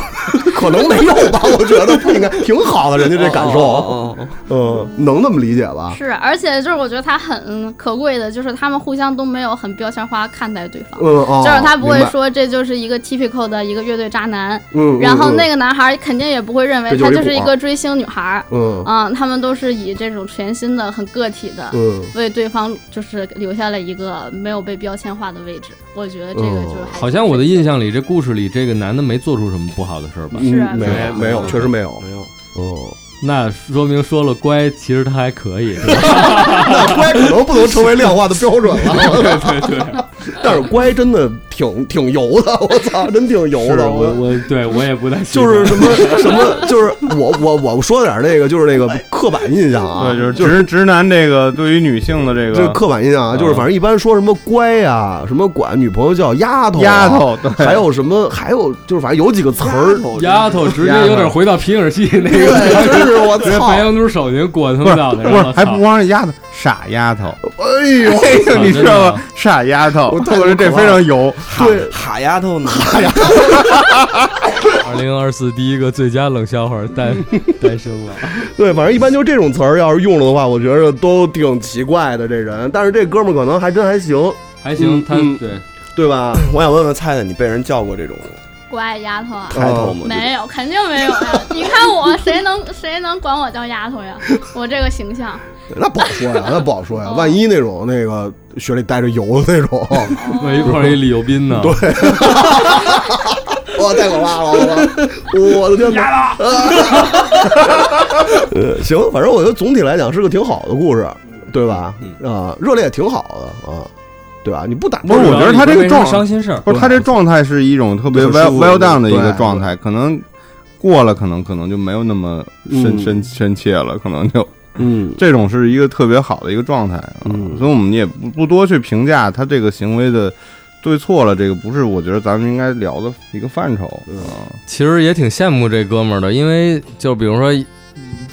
Speaker 4: 可能没有 吧，我觉得不应该，挺好的，人家这感受，
Speaker 3: 哦哦
Speaker 4: 嗯，能那么理解吧？
Speaker 7: 是，啊而且就是我觉得它很可贵的，就是他们互相都没有很标签化看待对方。
Speaker 4: 嗯哦，
Speaker 7: 就是他不会
Speaker 4: 明白，
Speaker 7: 说这就是一个 typical 的一个乐队渣男，
Speaker 4: 嗯，
Speaker 7: 然后那
Speaker 4: 个，
Speaker 7: 个男孩肯定也不会认为
Speaker 4: 这就
Speaker 7: 他
Speaker 4: 是一
Speaker 7: 就是一
Speaker 4: 股儿啊
Speaker 7: 个追星女孩，
Speaker 4: 嗯
Speaker 7: 嗯，他们都是以这种全新的、很个体的，
Speaker 4: 嗯，
Speaker 7: 为对方就是留下了一个没有被标签化的位置。我觉得这个就是还是
Speaker 5: 哦好像我的印象里，这故事里这个男的没做出什么不好的事儿吧？
Speaker 7: 是啊
Speaker 4: 嗯没
Speaker 7: 是啊
Speaker 4: 有没有，确实没有
Speaker 3: 哦，没有，
Speaker 4: 嗯，
Speaker 5: 那说明说了乖，其实他还可以。
Speaker 4: 那乖可能不能成为量化的标准了，对对对， 但是乖真的挺挺油的， 我操，真挺油
Speaker 5: 是
Speaker 4: 的，
Speaker 5: 我我对我也不太喜
Speaker 4: 就
Speaker 5: 欢
Speaker 4: 是什么什么，就是我我我说点儿那个，就是那个刻板印象啊，
Speaker 6: 对，就是直直男这个对于女性的这
Speaker 4: 这
Speaker 6: 个
Speaker 4: 刻板印象啊，就是反正一般说什么乖呀、什么管女朋友叫丫头、 啊
Speaker 6: 丫，头，对
Speaker 4: 还有什么，还有就是反正有几个词儿，
Speaker 5: 丫头直接有点回到皮影戏那
Speaker 4: 对，
Speaker 5: 个，
Speaker 4: 真是我
Speaker 5: 直接
Speaker 4: 操，
Speaker 5: 白
Speaker 4: 哎
Speaker 5: 羊肚手巾裹他
Speaker 6: 不是
Speaker 5: 们脑袋
Speaker 6: 不是
Speaker 5: 上，
Speaker 6: 还不光是丫头，傻丫头，
Speaker 4: 呦，
Speaker 6: 哎呦，你
Speaker 5: 真
Speaker 6: 知道
Speaker 5: 的
Speaker 6: 吗？傻丫头，
Speaker 4: 我
Speaker 6: 我
Speaker 4: 太
Speaker 6: 觉得这
Speaker 4: 可怕
Speaker 6: 非常油，
Speaker 4: 对，哎
Speaker 3: 哈丫头呢？
Speaker 5: 二零二四第一个最佳冷笑话诞诞生了。
Speaker 4: 对，反正一般就这种词儿，要是用了的话，我觉得都挺奇怪的这人，但是这哥们儿可能还真还行，
Speaker 5: 还行，他
Speaker 4: 嗯
Speaker 5: 对
Speaker 4: 对吧？
Speaker 3: 我想问问菜菜，你被人叫过这种
Speaker 7: 乖丫头啊。
Speaker 3: 抬头吗？
Speaker 4: 嗯
Speaker 7: 没有，肯定没有 呀！你看我，谁能谁能管我叫丫头呀？我这个形象，
Speaker 4: 那不好说呀，那不好说呀，万一那种那个血里带着油的那 种。
Speaker 5: 我一块儿一李幼斌呢，
Speaker 4: 哇，太可怕了！我我的天哪！ 呃，行，反正我觉得总体来讲是个挺好的故事，对吧？ 啊，热烈也挺好的啊，对吧？你不打
Speaker 6: 不是我觉得他这个
Speaker 5: 没什么
Speaker 6: 状
Speaker 5: 伤心事儿，
Speaker 6: 不是他这状态是一种特别 well
Speaker 4: 舒服
Speaker 6: well down 的一个
Speaker 4: 对
Speaker 6: 状态，可能过了，可能可能就没有那么深
Speaker 4: 嗯
Speaker 6: 深深切了，可能就
Speaker 3: 嗯
Speaker 6: 这种是一个特别好的一个状态啊。
Speaker 3: 嗯
Speaker 6: 所以我们也不不多去评价他这个行为的对错了，这个不是我觉得咱们应该聊的一个范畴啊。
Speaker 5: 其实也挺羡慕这哥们儿的，因为就比如说，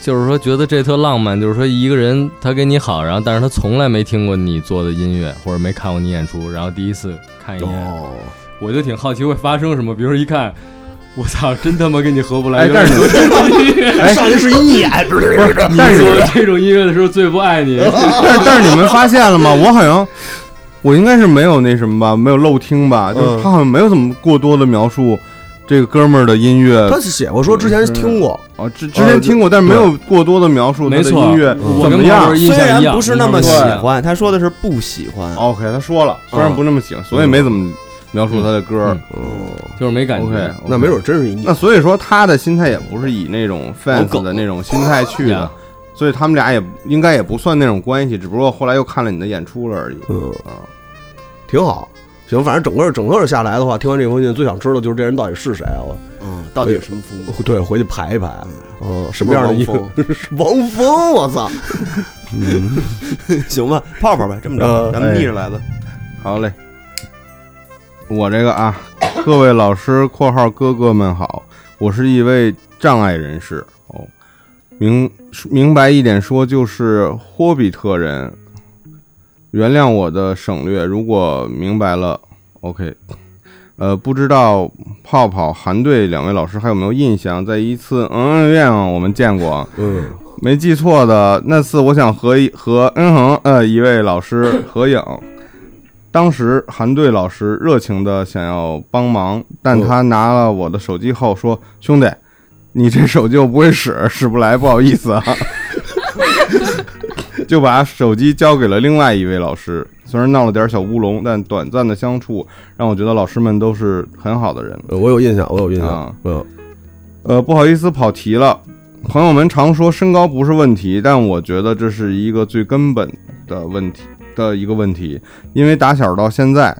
Speaker 5: 就是说觉得这特浪漫，就是说一个人他给你好，然后但是他从来没听过你做的音乐，或者没看过你演出，然后第一次看一眼，
Speaker 3: 哦，
Speaker 5: 我就挺好奇会发生什么。比如一看，我操，真他妈跟你合不来。
Speaker 6: 哎，但是 哎你
Speaker 4: 上去是一眼，
Speaker 5: 但是做这种音乐的时候最不爱你，
Speaker 6: 但 是但是你们发现了吗？我好像我应该是没有那什么吧，没有漏听吧，
Speaker 5: 嗯
Speaker 6: 就是他好像没有怎么过多的描述这个哥们儿的音乐
Speaker 4: 他写过说之前听过，
Speaker 6: 啊，之之前听过，但是没有过多的描述他
Speaker 5: 呃没
Speaker 6: 的
Speaker 5: 错，嗯
Speaker 6: 音乐
Speaker 5: 我
Speaker 6: 怎
Speaker 5: 跟
Speaker 6: 么
Speaker 5: 胖
Speaker 6: 样
Speaker 5: 哥。
Speaker 4: 嗯
Speaker 5: 印
Speaker 3: 虽
Speaker 5: 象一
Speaker 3: 然
Speaker 5: 样，
Speaker 3: 不是那么
Speaker 5: 你
Speaker 3: 喜
Speaker 5: 说对
Speaker 3: 欢，他说的是不喜欢。
Speaker 4: 哦
Speaker 6: OK，他说了，虽然不那么
Speaker 5: 嗯
Speaker 6: 喜欢，所以没怎么描述他的歌儿。
Speaker 5: 就是没嗯感
Speaker 6: OK，
Speaker 5: 觉。
Speaker 4: 那没准真是一
Speaker 6: 那所以说他的心态也不是以那种 fans 的那种心态去的
Speaker 5: 哦 Yeah，
Speaker 6: 所以他们俩也应该也不算那种关系，只不过后来又看了你的演出了而已。
Speaker 4: 嗯
Speaker 6: 啊，
Speaker 4: 挺好。行，反正整个整个下来的话，听完这封信，最想知道就是这人到底是谁啊？我
Speaker 3: 嗯，到底是什么风格？
Speaker 4: 对，回去排一排，嗯，什么样的一个
Speaker 3: 王
Speaker 4: 是 王峰？我 操！
Speaker 3: 行吧，泡泡吧，这么着，
Speaker 4: 呃
Speaker 3: 咱们逆着来吧。
Speaker 6: 好嘞，我这个啊，各位老师（括号哥哥们好），我是一位障碍人士哦。明明白一点说，就是霍比特人。原谅我的省略，如果明白了，OK。呃，不知道泡泡、韩队两位老师还有没有印象？在一次嗯嗯院啊我们见过啊，
Speaker 4: 嗯，
Speaker 6: 没记错的，那次我想和一和嗯哼呃一位老师合影，当时韩队老师热情的想要帮忙，但他拿了我的手机后说：“兄弟，你这手机我不会使，使不来，不好意思啊。”就把手机交给了另外一位老师。虽然闹了点小乌龙，但短暂的相处让我觉得老师们都是很好的人。
Speaker 4: 呃我有印象，我有印象嗯
Speaker 6: 啊，
Speaker 4: 我有。
Speaker 6: 呃，不好意思，跑题了。朋友们常说身高不是问题，但我觉得这是一个最根本的问题的一个问题，因为打小到现在，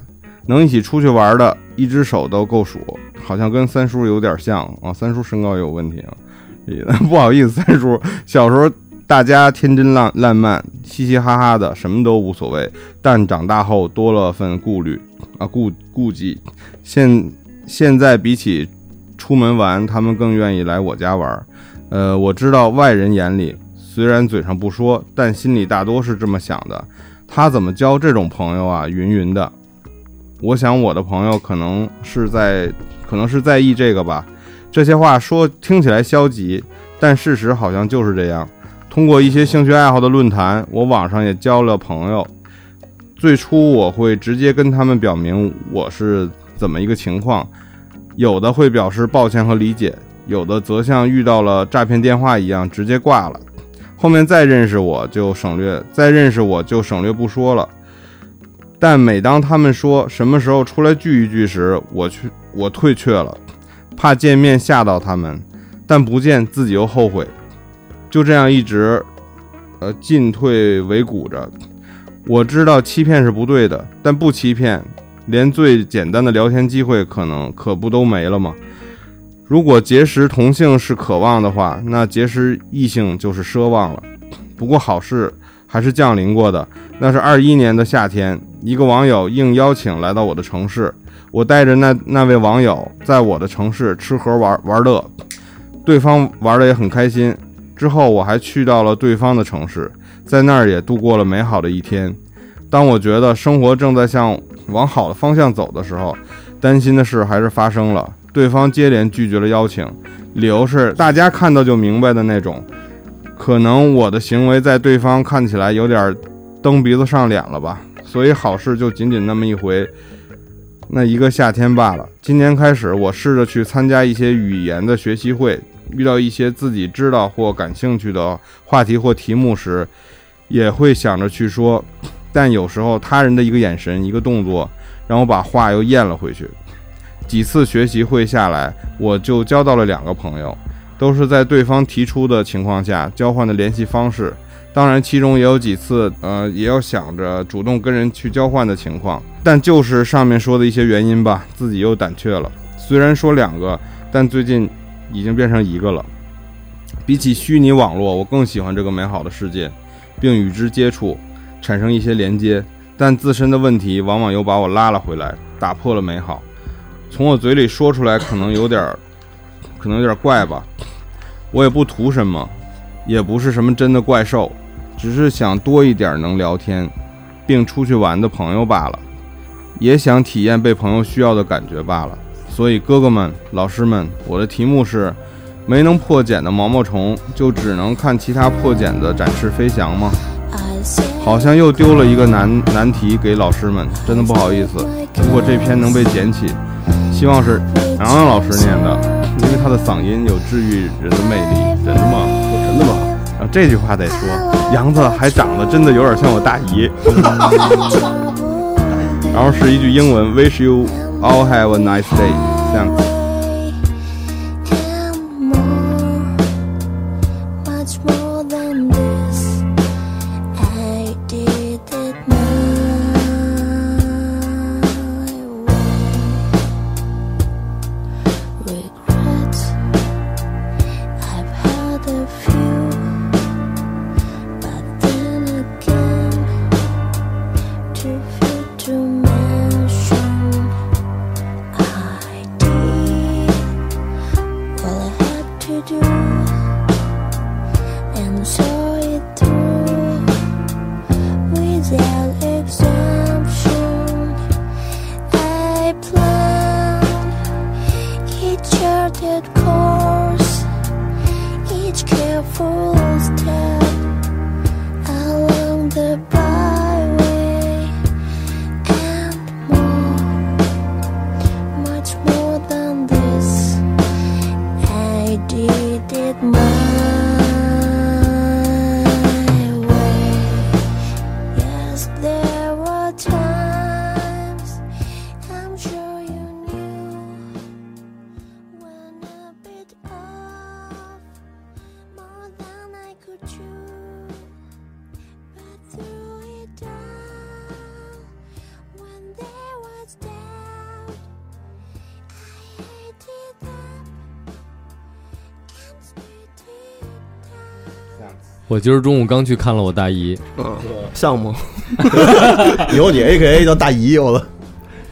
Speaker 6: 能一起出去玩的，一只手都够数，好像跟三叔有点像啊。三叔身高也有问题啊，也 不好意思，三叔，小时候大家天真烂烂漫，嘻嘻哈哈的，什么都无所谓，但长大后多了份顾虑啊顾顾忌，现现在比起出门玩，他们更愿意来我家玩儿。呃，我知道外人眼里虽然嘴上不说，但心里大多是这么想的：他怎么交这种朋友啊？云云的。我想我的朋友可能是在，可能是在意这个吧。这些话说听起来消极，但事实好像就是这样。通过一些兴趣爱好的论坛，我网上也交了朋友。最初我会直接跟他们表明我是怎么一个情况，有的会表示抱歉和理解，有的则像遇到了诈骗电话一样直接挂了。后面再认识我就省略，再认识我就省略不说了。但每当他们说什么时候出来聚一聚时，我去我退却了，怕见面吓到他们，但不见自己又后悔，就这样一直，呃，进退维谷着。我知道欺骗是不对的，但不欺骗连最简单的聊天机会可能可不都没了吗？如果结识同性是渴望的话，那结识异性就是奢望了。不过好事还是降临过的，那是二一年的夏天，一个网友应邀请来到我的城市，我带着那那位网友在我的城市吃喝玩玩乐，对方玩的也很开心。之后我还去到了对方的城市，在那儿也度过了美好的一天。当我觉得生活正在向往好的方向走的时候，担心的事还是发生了。对方接连拒绝了邀请，理由是大家看到就明白的那种。可能我的行为在对方看起来有点蹬鼻子上脸了吧，所以好事就仅仅那么一回，那一个夏天罢了。今年开始，我试着去参加一些语言的学习会，遇到一些自己知道或感兴趣的话题或题目时，也会想着去说，但有时候他人的一个眼神、一个动作，让我把话又咽了回去。几次学习会下来，我就交到了两个朋友，都是在对方提出的情况下交换的联系方式。当然，其中也有几次，呃，也要想着主动跟人去交换的情况，但就是上面说的一些原因吧，自己又胆怯了。虽然说两个，但最近已经变成一个了。比起虚拟网络，我更喜欢这个美好的世界，并与之接触，产生一些连接。但自身的问题往往又把我拉了回来，打破了美好。从我嘴里说出来，可能有点儿， 可能有点怪吧。我也不图什么，也不是什么真的怪兽，只是想多一点能聊天，并出去玩的朋友罢了，也想体验被朋友需要的感觉罢了。所以，哥哥们、老师们，我的题目是：没能破茧的毛毛虫，就只能看其他破茧的展翅飞翔吗？好像又丢了一个难难题给老师们，真的不好意思。如果这篇能被捡起，希望是洋洋老师念的，因为他的嗓音有治愈人的魅力。真的吗？真的吗？啊，这句话得说，杨子还长得真的有点像我大姨。 然后是一句英文，Wish you all have a nice day。Thanks。
Speaker 8: Much more than this, I did it my way. Regret, I've had a few, but then again, too few to mention. I did all I had to do and saw it through without exemption. I planned each charted course, each careful step along the byway, and more, much more than this. I did it my way. Yes, there were times I'm sure you knew when a bit off more than I could chew. But through it all, when there was doubt, I hated that. Thanks.
Speaker 5: 我今儿中午刚去看了我大姨，
Speaker 3: 项 目。
Speaker 4: 以后你 A K A 叫大姨，我了。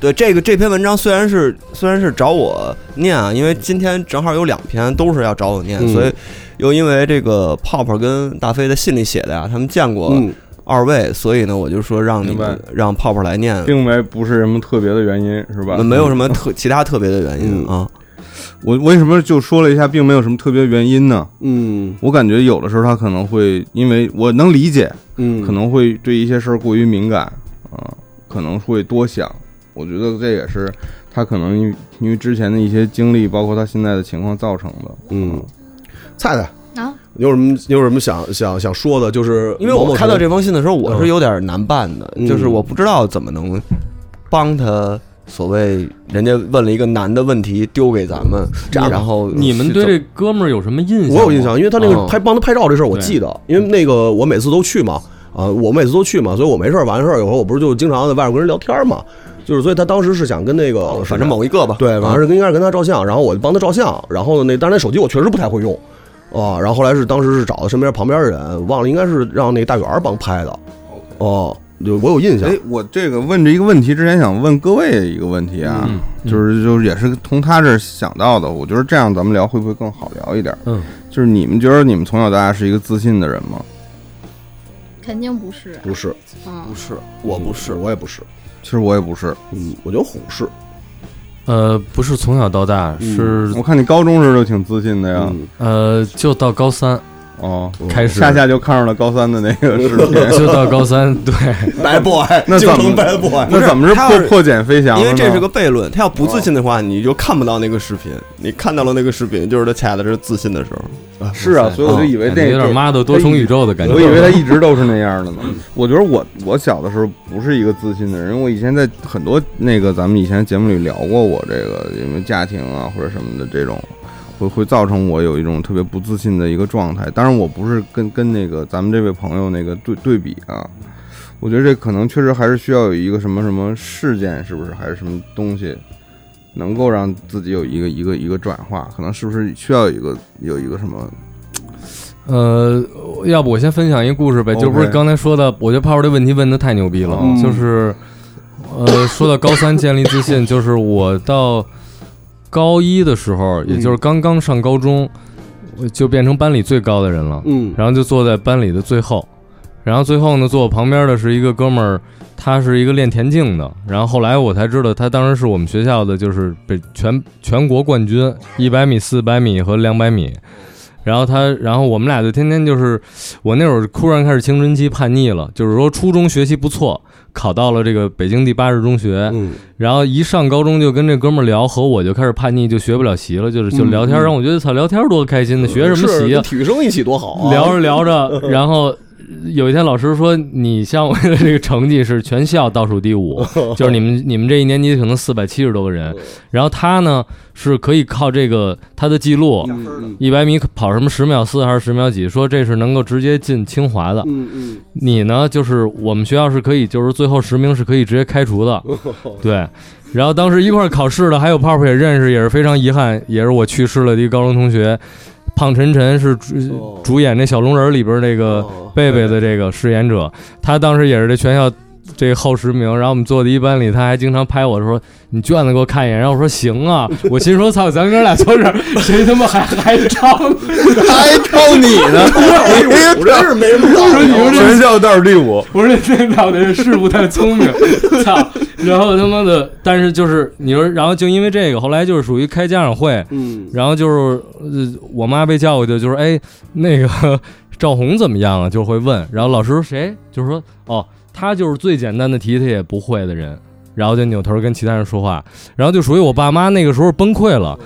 Speaker 3: 对这个这篇文章虽然是虽然是找我念啊，因为今天正好有两篇都是要找我念，
Speaker 4: 嗯
Speaker 3: 所以又因为这个泡泡跟大飞的信里写的呀、他们见过
Speaker 4: 嗯
Speaker 3: 二位，所以呢，我就说让你
Speaker 6: 明
Speaker 3: 们
Speaker 6: 白
Speaker 3: 让泡泡来念，
Speaker 6: 并为不是什么特别的原因，是吧？
Speaker 3: 没有什么特其他特别的原因
Speaker 4: 嗯
Speaker 3: 啊。
Speaker 6: 我为什么就说了一下，并没有什么特别原因呢？
Speaker 4: 嗯
Speaker 6: 我感觉有的时候他可能会，因为我能理解，
Speaker 4: 嗯
Speaker 6: 可能会对一些事儿过于敏感啊，可能会多想。我觉得这也是他可能因为因为之前的一些经历，包括他现在的情况造成的。
Speaker 4: 嗯，菜菜，
Speaker 7: 啊，
Speaker 4: 你有什么你有什么想想想说的？就是
Speaker 3: 因为我看到这
Speaker 4: 毛
Speaker 3: 封信的时候，我
Speaker 5: 嗯
Speaker 3: 是有点难办的，
Speaker 4: 嗯
Speaker 3: 就是我不知道怎么能帮他。所谓人家问了一个难的问题丢给咱们，然后
Speaker 5: 你们对这哥们儿有什么印象
Speaker 4: 毛
Speaker 5: 吗？
Speaker 4: 虫，我有印象，因为他那个
Speaker 3: 嗯
Speaker 4: 拍帮他拍照这事儿我记得，因为那个我每次都去嘛，啊，我每次都去嘛，所以我没事儿完事儿，有时候我不是就经常在外国人聊天嘛，就是所以他当时是想跟那个
Speaker 3: 反正某一个吧，
Speaker 4: 对，完事儿应该是跟他照相，然后我就帮他照相，然后呢，那当然那手机我确实不太会用，啊，然后后来是当时是找的身边旁边的人，忘了应该是让那大圆儿帮拍的，哦，就我有印象
Speaker 6: 哎，，我这个问这一个问题之前，想问各位一个问题啊，
Speaker 5: 嗯
Speaker 6: 就是就是也是从他这儿想到的，我觉得这样咱们聊会不会更好聊一点？
Speaker 5: 嗯，
Speaker 6: 就是你们觉得你们从小到大是一个自信的人吗？
Speaker 7: 肯定不是，
Speaker 4: 不是，
Speaker 7: 嗯，
Speaker 4: 是，我不是，我也不是，
Speaker 6: 其实我也不是，
Speaker 4: 嗯，我觉得虎是，
Speaker 5: 呃，不是从小到大，
Speaker 6: 嗯
Speaker 5: 是
Speaker 6: 我看你高中时候就挺自信的呀。
Speaker 4: 嗯，
Speaker 5: 呃，就到高 三
Speaker 6: 哦，
Speaker 5: 开始，
Speaker 6: 夏夏就看上了高三的那个视频，
Speaker 5: 就到高三，对，
Speaker 3: 哎
Speaker 4: 白 boy，
Speaker 6: 那
Speaker 4: 京
Speaker 6: 怎
Speaker 4: 城
Speaker 6: 么
Speaker 4: 白 boy，
Speaker 6: 那怎么
Speaker 3: 他
Speaker 6: 破
Speaker 3: 要是
Speaker 6: 破茧飞翔了
Speaker 3: 因
Speaker 6: 呢？
Speaker 3: 为这是个悖论，他要不
Speaker 5: 哦
Speaker 3: 自信的话，你就看不到那个视频。你看到了那个视频，就是他恰恰是自信的时候。
Speaker 6: 是 啊，所以我就以为
Speaker 5: 感觉
Speaker 6: 那
Speaker 5: 有
Speaker 6: 个
Speaker 5: 点妈的多重宇宙的感觉。
Speaker 6: 我以为他一直都是那样的呢。我觉得我我小的时候不是一个自信的人，因为我以前在很多那个咱们以前节目里聊过我这个因为家庭啊或者什么的这种，会会造成我有一种特别不自信的一个状态。当然我不是跟跟那个咱们这位朋友那个对对比啊。我觉得这可能确实还是需要有一个什么什么事件，是不是还是什么东西，能够让自己有一个一个一个转化？可能是不是需要有一个有一个什么
Speaker 5: 呃，要不我先分享一个故事呗，就不是
Speaker 6: OK
Speaker 5: 刚才说的，我觉得泡泡这问题问的太牛逼了，
Speaker 6: 哦嗯
Speaker 5: 就是，呃，说到高三建立自信，就是我到高一的时候，也
Speaker 6: 嗯
Speaker 5: 就是刚刚上高中，我就变成班里最高的人了，
Speaker 4: 嗯
Speaker 5: 然后就坐在班里的最后，然后最后呢，坐我旁边的是一个哥们儿，他是一个练田径的，然后后来我才知道，他当时是我们学校的就是北全全国冠军，一百米、四百米和两百米。然后他，然后我们俩就天天就是，我那会儿突然开始青春期叛逆了，就是说初中学习不错，考到了这个北京第八十中学，
Speaker 4: 嗯
Speaker 5: 然后一上高中就跟这哥们儿聊，和我就开始叛逆，就学不了习了，就是就聊天，让我觉得操，聊天多开心的，学什么
Speaker 4: 嗯是
Speaker 5: 习啊
Speaker 4: 跟？体育生一起多好啊！
Speaker 5: 聊着聊着， 然后有一天老师说：“你像我的这个成绩是全校倒数第 五，就是你们你们这一年级可能四百七十多个人，
Speaker 4: 嗯
Speaker 5: 然后他呢是可以靠这个他的记录，
Speaker 4: 嗯
Speaker 5: 一百米跑什么十秒四还是十秒几，说这是能够直接进清华的。
Speaker 4: 嗯嗯
Speaker 5: 你呢，就是我们学校是可以，就是最后十名是可以直接开除 的。对，然后当时一块儿考试的还有泡泡也认识，也是非常遗憾，也是我去世了的一个高中同学，胖晨晨是主呃
Speaker 4: 哦
Speaker 5: 主演那小龙人里边那个
Speaker 4: 哦
Speaker 5: 贝贝的这个饰演者，他当时也是这全校。这个后十名，然后我们坐在一班里，他还经常拍我说：“你卷子给我看一眼。”然后我说：“行啊。” 我心说：“操，咱哥俩坐这儿， 谁他妈还还抄呢？
Speaker 6: 还抽你呢？
Speaker 4: 我真是没什么道 理。
Speaker 6: 全校倒数第五，
Speaker 5: 不是这脑袋是不太聪明，操！然后他妈的，但是就是你说，然后就因为这个，后来就是属于开家长会，
Speaker 4: 嗯
Speaker 5: 然后就是呃，我妈被叫过去，就是哎，那个赵红怎么样了，就会问，然后老师说谁，就是说哦，他就是最简单的题他也不会的人，然后就扭头跟其他人说话，然后就属于我爸妈那个时候崩溃了，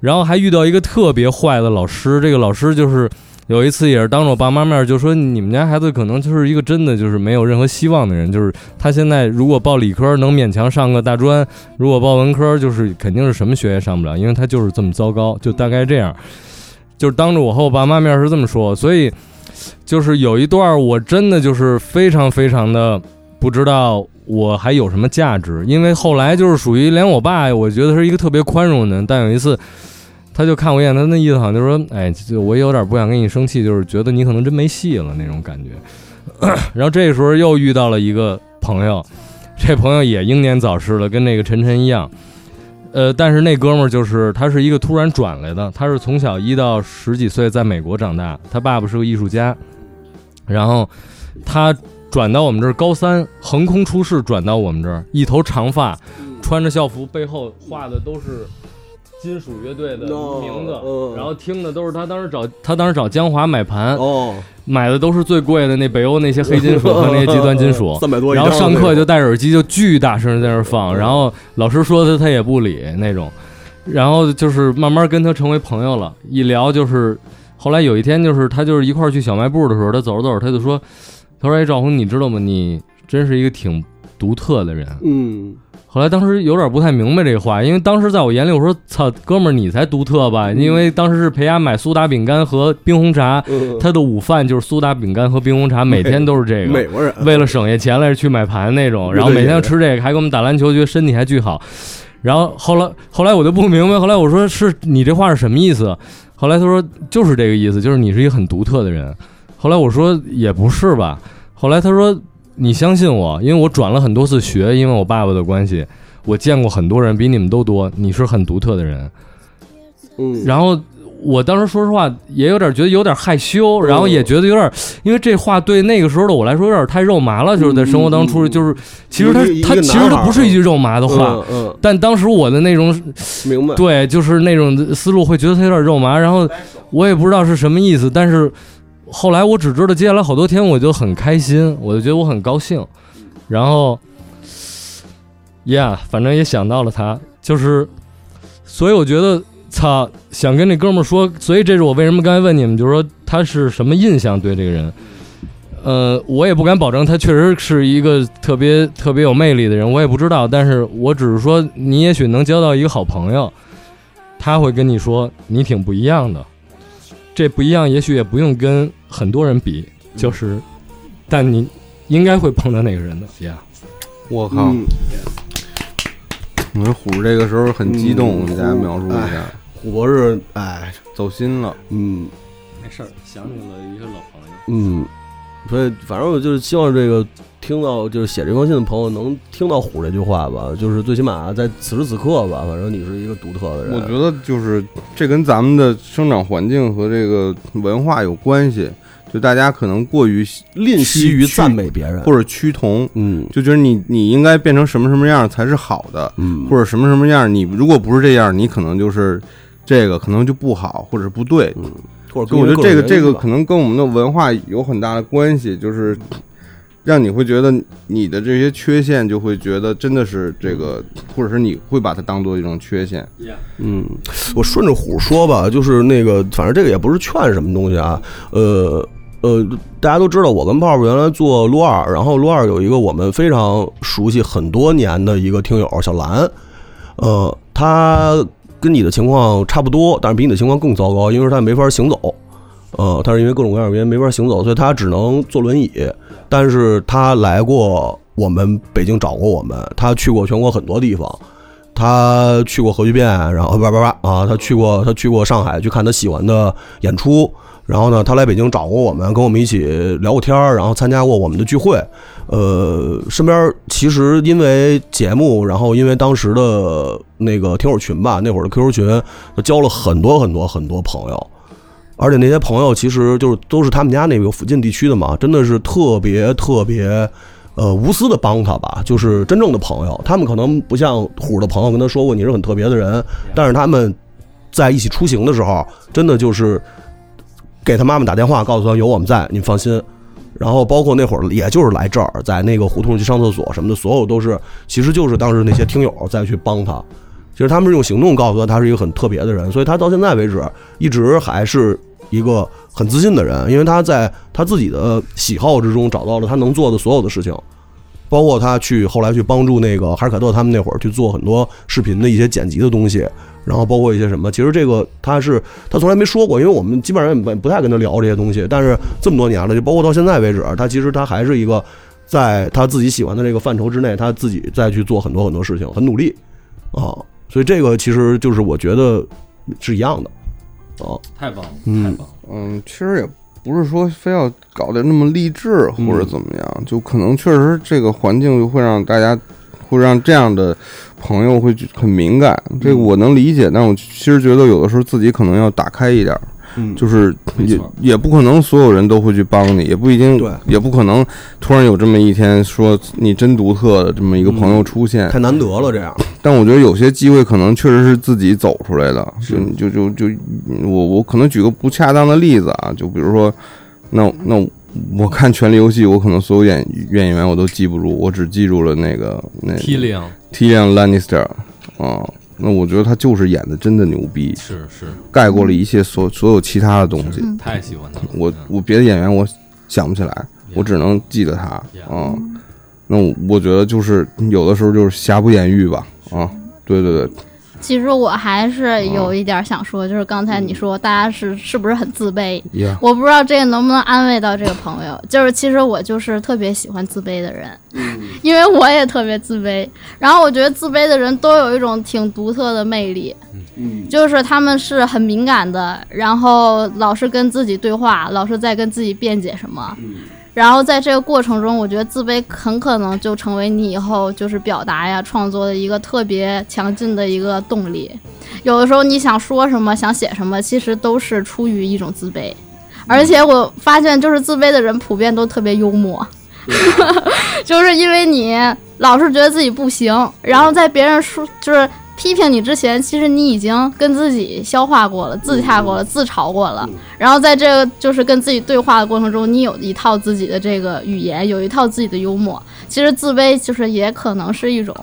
Speaker 5: 然后还遇到一个特别坏的老师，这个老师就是。有一次也是当着我爸妈面就说你们家孩子可能就是一个真的就是没有任何希望的人，就是他现在如果报理科能勉强上个大专，如果报文科，就是肯定是什么学也上不了，因为他就是这么糟糕，就大概这样。就是当着我和我爸妈面是这么说，所以就是有一段我真的就是非常非常的不知道我还有什么价值，因为后来就是属于连我爸，我觉得是一个特别宽容的人，但有一次。他就看我一眼，他那意思好像就是说，哎，就我有点不想跟你生气，就是觉得你可能真没戏了那种感觉。 然后这时候又遇到了一个朋友，这朋友也英年早逝了，跟那个晨晨一样。呃，但是那哥们儿就是他是一个突然转来的，他是从小一到十几岁在美国长大，他爸爸是个艺术家，然后他转到我们这儿高三横空出世，转到我们这儿，一头长发，穿着校服，背后画的都是金属乐队的
Speaker 4: No，
Speaker 5: 名字，
Speaker 4: 嗯
Speaker 5: 然后听的都是他当时找他当时找江华买盘，
Speaker 4: 哦，
Speaker 5: 买的都是最贵的那北欧那些黑金属和那些极端金 属，
Speaker 3: 哦
Speaker 4: 三百多一
Speaker 5: 然
Speaker 4: 张
Speaker 5: 后
Speaker 4: 那个，
Speaker 5: 上课就戴着耳机，就巨大声在那儿放，然后老师说他他也不理那种，然后就是慢慢跟他成为朋友了，一聊就是，后来有一天就是他就是一块儿去小卖部的时候，他走着走着他就说，他说哎赵红你知道吗？你真是一个挺独特的人。
Speaker 4: 嗯
Speaker 5: 后来当时有点不太明白这个话，因为当时在我眼里我说操哥们儿你才独特吧，因为当时是陪他买苏打饼干和冰红茶，
Speaker 4: 嗯，
Speaker 5: 他的午饭就是苏打饼干和冰红茶，每天都是这个。
Speaker 4: 美国人
Speaker 5: 为了省下钱来去买盘那种，然后每天吃这个，还给我们打篮球，觉得身体还巨好。然后后来后来我就不明白，后来我说是你这话是什么意思？后来他说就是这个意思，就是你是一个很独特的人。后来我说也不是吧。后来他说你相信我，因为我转了很多次学，因为我爸爸的关系，我见过很多人比你们都多，你是很独特的人。
Speaker 4: 嗯，
Speaker 5: 然后我当时说实话也有点觉得有点害羞，
Speaker 4: 嗯
Speaker 5: 然后也觉得有点，因为这话对那个时候的我来说有点太肉麻了，就是在生活当中就是，其实他
Speaker 4: 一个
Speaker 5: 他
Speaker 4: 嗯一个
Speaker 5: 其实
Speaker 4: 男
Speaker 5: 他
Speaker 4: 孩
Speaker 5: 不是一句肉麻的
Speaker 4: 嗯
Speaker 5: 话。
Speaker 4: 嗯，
Speaker 5: 但当时我的那种
Speaker 4: 明白，
Speaker 5: 对，就是那种思路会觉得他有点肉麻，然后我也不知道是什么意思。但是后来我只知道接下来好多天我就很开心，我就觉得我很高兴。然后，yeah，反正也想到了他，就是，所以我觉得，操，想跟这哥们儿说，所以这是我为什么刚才问你们，就是说他是什么印象对这个人。呃，我也不敢保证他确实是一个特别特别有魅力的人，我也不知道。但是我只是说，你也许能交到一个好朋友，他会跟你说你挺不一样的。这不一样，也许也不用跟很多人比，
Speaker 6: 嗯
Speaker 5: 就是，但你应该会碰到那个人的呀。
Speaker 6: 我靠！
Speaker 4: 嗯，
Speaker 6: 我们虎这个时候很激动，
Speaker 4: 嗯
Speaker 6: 我给大家描述一下，
Speaker 4: 虎博士，哎，
Speaker 6: 走心了。
Speaker 4: 嗯，
Speaker 5: 没事儿，想起了一个老朋友。
Speaker 4: 嗯，所以反正我就是希望这个听到就是写这封信的朋友能听到虎这句话吧，就是最起码在此时此刻吧，反正你是一个独特的人。
Speaker 6: 我觉得就是这跟咱们的生长环境和这个文化有关系，就大家可能过于
Speaker 4: 吝惜于赞美别人，
Speaker 6: 或者趋同，
Speaker 4: 嗯
Speaker 6: 就觉得你你应该变成什么什么样才是好的，
Speaker 4: 嗯，
Speaker 6: 或者什么什么样，你如果不是这样，你可能就是这个可能就不好或者不对。
Speaker 4: 或
Speaker 6: 所
Speaker 4: 者跟
Speaker 6: 以我觉得这个
Speaker 4: 人
Speaker 6: 这个
Speaker 4: 吧
Speaker 6: 可能跟我们的文化有很大的关系，就是让你会觉得你的这些缺陷，就会觉得真的是这个，或者是你会把它当做一种缺陷。
Speaker 4: 嗯，我顺着虎说吧，就是那个，反正这个也不是劝什么东西啊，呃。呃，大家都知道，我跟泡泡原来做撸二，然后撸二有一个我们非常熟悉很多年的一个听友小兰，呃，她跟你的情况差不多，但是比你的情况更糟糕，因为她没法行走，呃，她是因为各种各样的原因没法行走，所以她只能坐轮椅。但是她来过我们北京找过我们，她去过全国很多地方，他去过核聚变，然后叭叭叭啊，他去过他去过上海去看他喜欢的演出，然后呢，他来北京找过我们，跟我们一起聊过天儿，然后参加过我们的聚会。呃，身边其实因为节目，然后因为当时的那个听友群吧，那会儿的 QQ 群，交了很多很多很多朋友。而且那些朋友其实就是都是他们家那个附近地区的嘛，真的是特别特别，呃，无私的帮他吧，就是真正的朋友。他们可能不像虎的朋友跟他说过你是很特别的人，但是他们在一起出行的时候，真的就是给他妈妈打电话，告诉他有我们在，您放心。然后包括那会儿，也就是来这儿，在那个胡同去上厕所什么的，所有都是，其实就是当时那些听友再去帮他。其实他们是用行动告诉他，他是一个很特别的人，所以他到现在为止一直还是一个很自信的人，因为他在他自己的喜好之中找到了他能做的所有的事情，包括他去后来去帮助那个哈尔凯特他们那会儿去做很多视频的一些剪辑的东西，然后包括一些什么，其实这个他是他从来没说过，因为我们基本上也不不太跟他聊这些东西，但是这么多年了，就包括到现在为止，他其实他还是一个在他自己喜欢的这个范畴之内，他自己再去做很多很多事情，很努力啊，所以这个其实就是我觉得是一样的。哦，
Speaker 5: 太棒了，
Speaker 4: 嗯
Speaker 5: 太棒了！
Speaker 6: 嗯，其实也不是说非要搞得那么励志或者怎么样，就可能确实这个环境就会让大家会让这样的朋友会很敏感，这个我能理解。但我其实觉得有的时候自己可能要打开一点儿，
Speaker 3: 嗯
Speaker 6: 就是
Speaker 5: 没
Speaker 6: 也
Speaker 5: 错
Speaker 6: 也不可能所有人都会去帮你，也不一定
Speaker 4: 对，
Speaker 6: 也不可能突然有这么一天说你真独特的这么一个朋友出现。
Speaker 4: 太难得了，这样。
Speaker 6: 但我觉得有些机会可能确实是自己走出来的，就就就就我我可能举个不恰当的例子啊，就比如说，那那我看《权力游戏》，我可能所有演演员我都记不住，我只记住了那个那
Speaker 5: 体谅
Speaker 6: 体谅 Lannister 啊，那我觉得他就是演的真的牛逼，
Speaker 5: 是是
Speaker 6: 盖过了一切所所有其他的东西。
Speaker 7: 嗯
Speaker 5: 太喜欢他了。
Speaker 6: 我
Speaker 5: 嗯
Speaker 6: 我别的演员我想不起来，我只能记得他
Speaker 5: Yeah
Speaker 6: 啊。那我我觉得就是有的时候就是瑕不掩瑜吧啊，对对对，
Speaker 7: 其实我还是有
Speaker 5: 哦
Speaker 7: 一点想说，就是刚才你说大家是是不是很自卑？
Speaker 6: Yeah
Speaker 7: 我不知道这个能不能安慰到这个朋友。就是其实我就是特别喜欢自卑的人，因为我也特别自卑。然后我觉得自卑的人都有一种挺独特的魅力，就是他们是很敏感的，然后老是跟自己对话，老是在跟自己辩解什么。然后在这个过程中，我觉得自卑很可能就成为你以后就是表达呀、创作的一个特别强劲的一个动力。有的时候你想说什么、想写什么，其实都是出于一种自卑。而且我发现，就是自卑的人普遍都特别幽默， 就是因为你老是觉得自己不行，然后在别人说就是批评你之前，其实你已经跟自己消化过了、自洽过了、自嘲过了。然后在这个就是跟自己对话的过程中，你有一套自己的这个语言，有一套自己的幽默。其实自卑就是也可能是一种，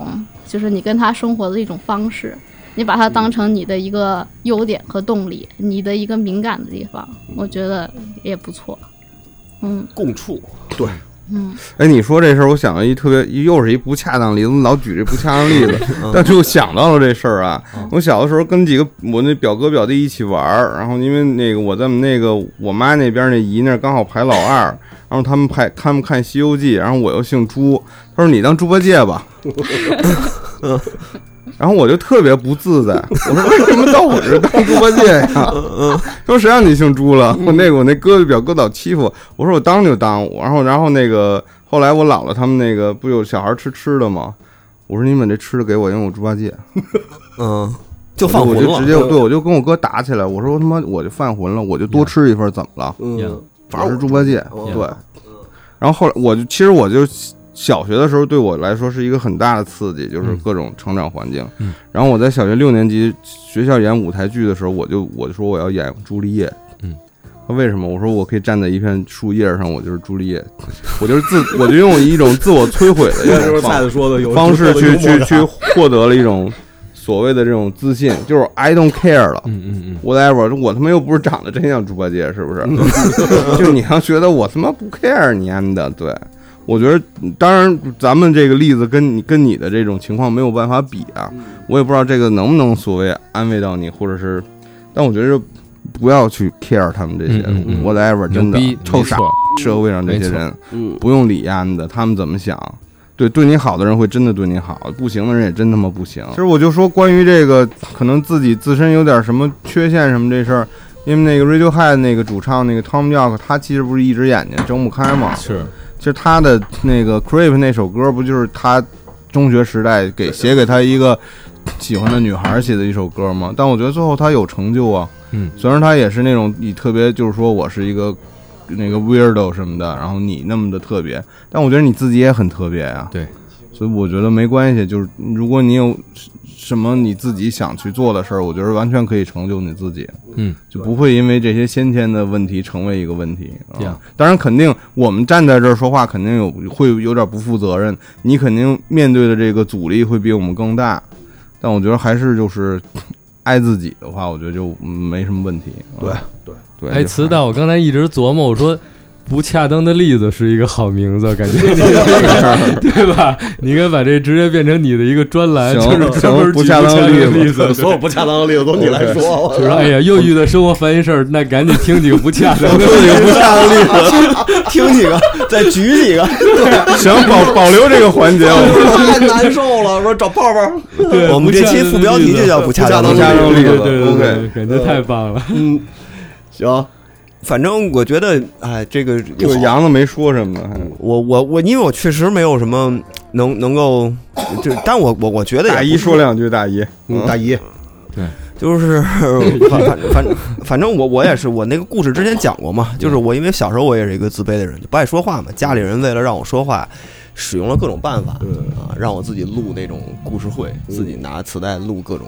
Speaker 7: 就是你跟他生活的一种方式，你把它当成你的一个优点和动力，你的一个敏感的地方，我觉得也不错。嗯，
Speaker 3: 共处，
Speaker 6: 哎，你说这事儿，我想到一特别，又是一不恰当例子，我老举这不恰当例子，但是我想到了这事儿啊。我小的时候跟几个我那表哥表弟一起玩儿，然后因为那个我在我们那个我妈那边那姨那儿刚好排老二，然后他们排他们看《西游记》，然后我又姓朱，他说你当猪八戒吧。然后我就特别不自在，我说为什么到我这儿当猪八戒呀？说谁让你姓朱了？我那个我那哥哥表哥老欺负我，我说我当就当，然后然后那个后来我姥姥他们那个不有小孩吃吃的吗？我说你们这吃的给我，因为我猪八戒，
Speaker 3: 嗯，就放
Speaker 6: 我
Speaker 3: 浑
Speaker 6: 就我就直接
Speaker 3: 了。
Speaker 6: 对我就跟我哥打起来，我说他妈我就犯浑了，我就多吃一份怎么了？
Speaker 4: 嗯，
Speaker 6: 我是猪八戒，
Speaker 4: 哦
Speaker 6: 对。然后后来我就其实我就小学的时候对我来说是一个很大的刺激，就是各种成长环境。
Speaker 5: 嗯
Speaker 6: 然后我在小学六年级学校演舞台剧的时候，我就我就说我要演朱丽叶。
Speaker 5: 嗯。
Speaker 6: 为什么？我说我可以站在一片树叶上，我就是朱丽叶， 我就是自，我就用一种自我摧毁的一
Speaker 4: 这就
Speaker 6: 种
Speaker 4: 是
Speaker 6: 方
Speaker 4: 菜子说的有
Speaker 6: 方式去去去
Speaker 4: 有
Speaker 6: 获得了一种所谓的这种自信，就是 I don't care 了。
Speaker 5: 嗯嗯嗯，
Speaker 6: whatever，我他妈又不是长得真像猪八戒，是 不是？就你要觉得我他妈不 care 你安的，对我觉得，当然咱们这个例子跟你跟你的这种情况没有办法比啊，
Speaker 5: 嗯
Speaker 6: 我也不知道这个能不能所谓安慰到你，或者是，但我觉得不要去 care 他们这些、
Speaker 5: 嗯嗯嗯
Speaker 6: whatever，真
Speaker 5: 牛
Speaker 6: 的
Speaker 5: 逼
Speaker 6: 臭傻
Speaker 5: 没错，
Speaker 6: 社会上这些
Speaker 5: 没错
Speaker 6: 人
Speaker 3: 嗯，
Speaker 6: 不用理安的，他们怎么想。对，对你好的人会真的对你好，不行的人也真他妈不行。其实我就说关于这个，可能自己自身有点什么缺陷什么这事儿，因为那个 Radiohead 那个主唱那个 Tom York，他其实不是一只眼睛睁不开嘛。
Speaker 5: 是
Speaker 6: 其实他的那个 Creep 那首歌，不就是他中学时代给写给他一个喜欢的女孩写的一首歌吗？但我觉得最后他有成就啊。
Speaker 5: 嗯
Speaker 6: 虽然他也是那种以特别，就是说我是一个那个 weirdo 什么的，然后你那么的特别，但我觉得你自己也很特别啊。
Speaker 5: 对，
Speaker 6: 所以我觉得没关系，就是如果你有什么你自己想去做的事儿，我觉得完全可以成就你自己。
Speaker 5: 嗯，
Speaker 6: 就不会因为这些先天的问题成为一个问题。啊
Speaker 5: Yeah
Speaker 6: 当然，肯定我们站在这儿说话，肯定有会有点不负责任。你肯定面对的这个阻力会比我们更大，但我觉得还是就是爱自己的话，我觉得就没什么问题。啊
Speaker 4: 对
Speaker 6: 对对，
Speaker 5: 哎，
Speaker 6: 就
Speaker 5: 词
Speaker 6: 还
Speaker 5: 大，我刚才一直琢磨，我说不恰当的例子是一个好名字，感觉 对吧？你应该把这直接变成你的一个专栏，
Speaker 6: 行
Speaker 5: 就是专门
Speaker 6: 行
Speaker 5: 举
Speaker 6: 不恰当的
Speaker 5: 的
Speaker 6: 例子
Speaker 5: 例
Speaker 4: 有所
Speaker 5: 对
Speaker 4: 有不恰当的例子都你来说，
Speaker 5: 就说哎呀，又遇到生活烦心事儿，那赶紧听几个不恰 当的。
Speaker 4: 这个不恰当的例子，
Speaker 3: 听几个，再举 几个，
Speaker 6: 想保保留这个环 节，我
Speaker 4: 太难受了。说找泡泡，
Speaker 5: 对
Speaker 3: 我们这期副标题就叫不恰当的
Speaker 4: 呃不恰当的
Speaker 5: 对
Speaker 6: 例
Speaker 5: 对
Speaker 6: 子
Speaker 5: 对对，
Speaker 6: OK
Speaker 5: 感觉太棒了。
Speaker 4: 嗯，行，
Speaker 3: 反正我觉得，哎，这个
Speaker 6: 这个
Speaker 3: 有
Speaker 6: 杨子没说什么呢，还
Speaker 3: 我我我，因为我确实没有什么能能够，就但我我我觉得 也
Speaker 6: 大
Speaker 3: 不
Speaker 6: 姨说两句，大姨，
Speaker 4: 嗯，大姨，
Speaker 3: 就是反反反反正我我也是我那个故事之前讲过嘛，就是我因为小时候我也是一个自卑的人，就不爱说话嘛，家里人为了让我说话，使用了各种办法啊，让我自己录那种故事会，自己拿磁带录各种。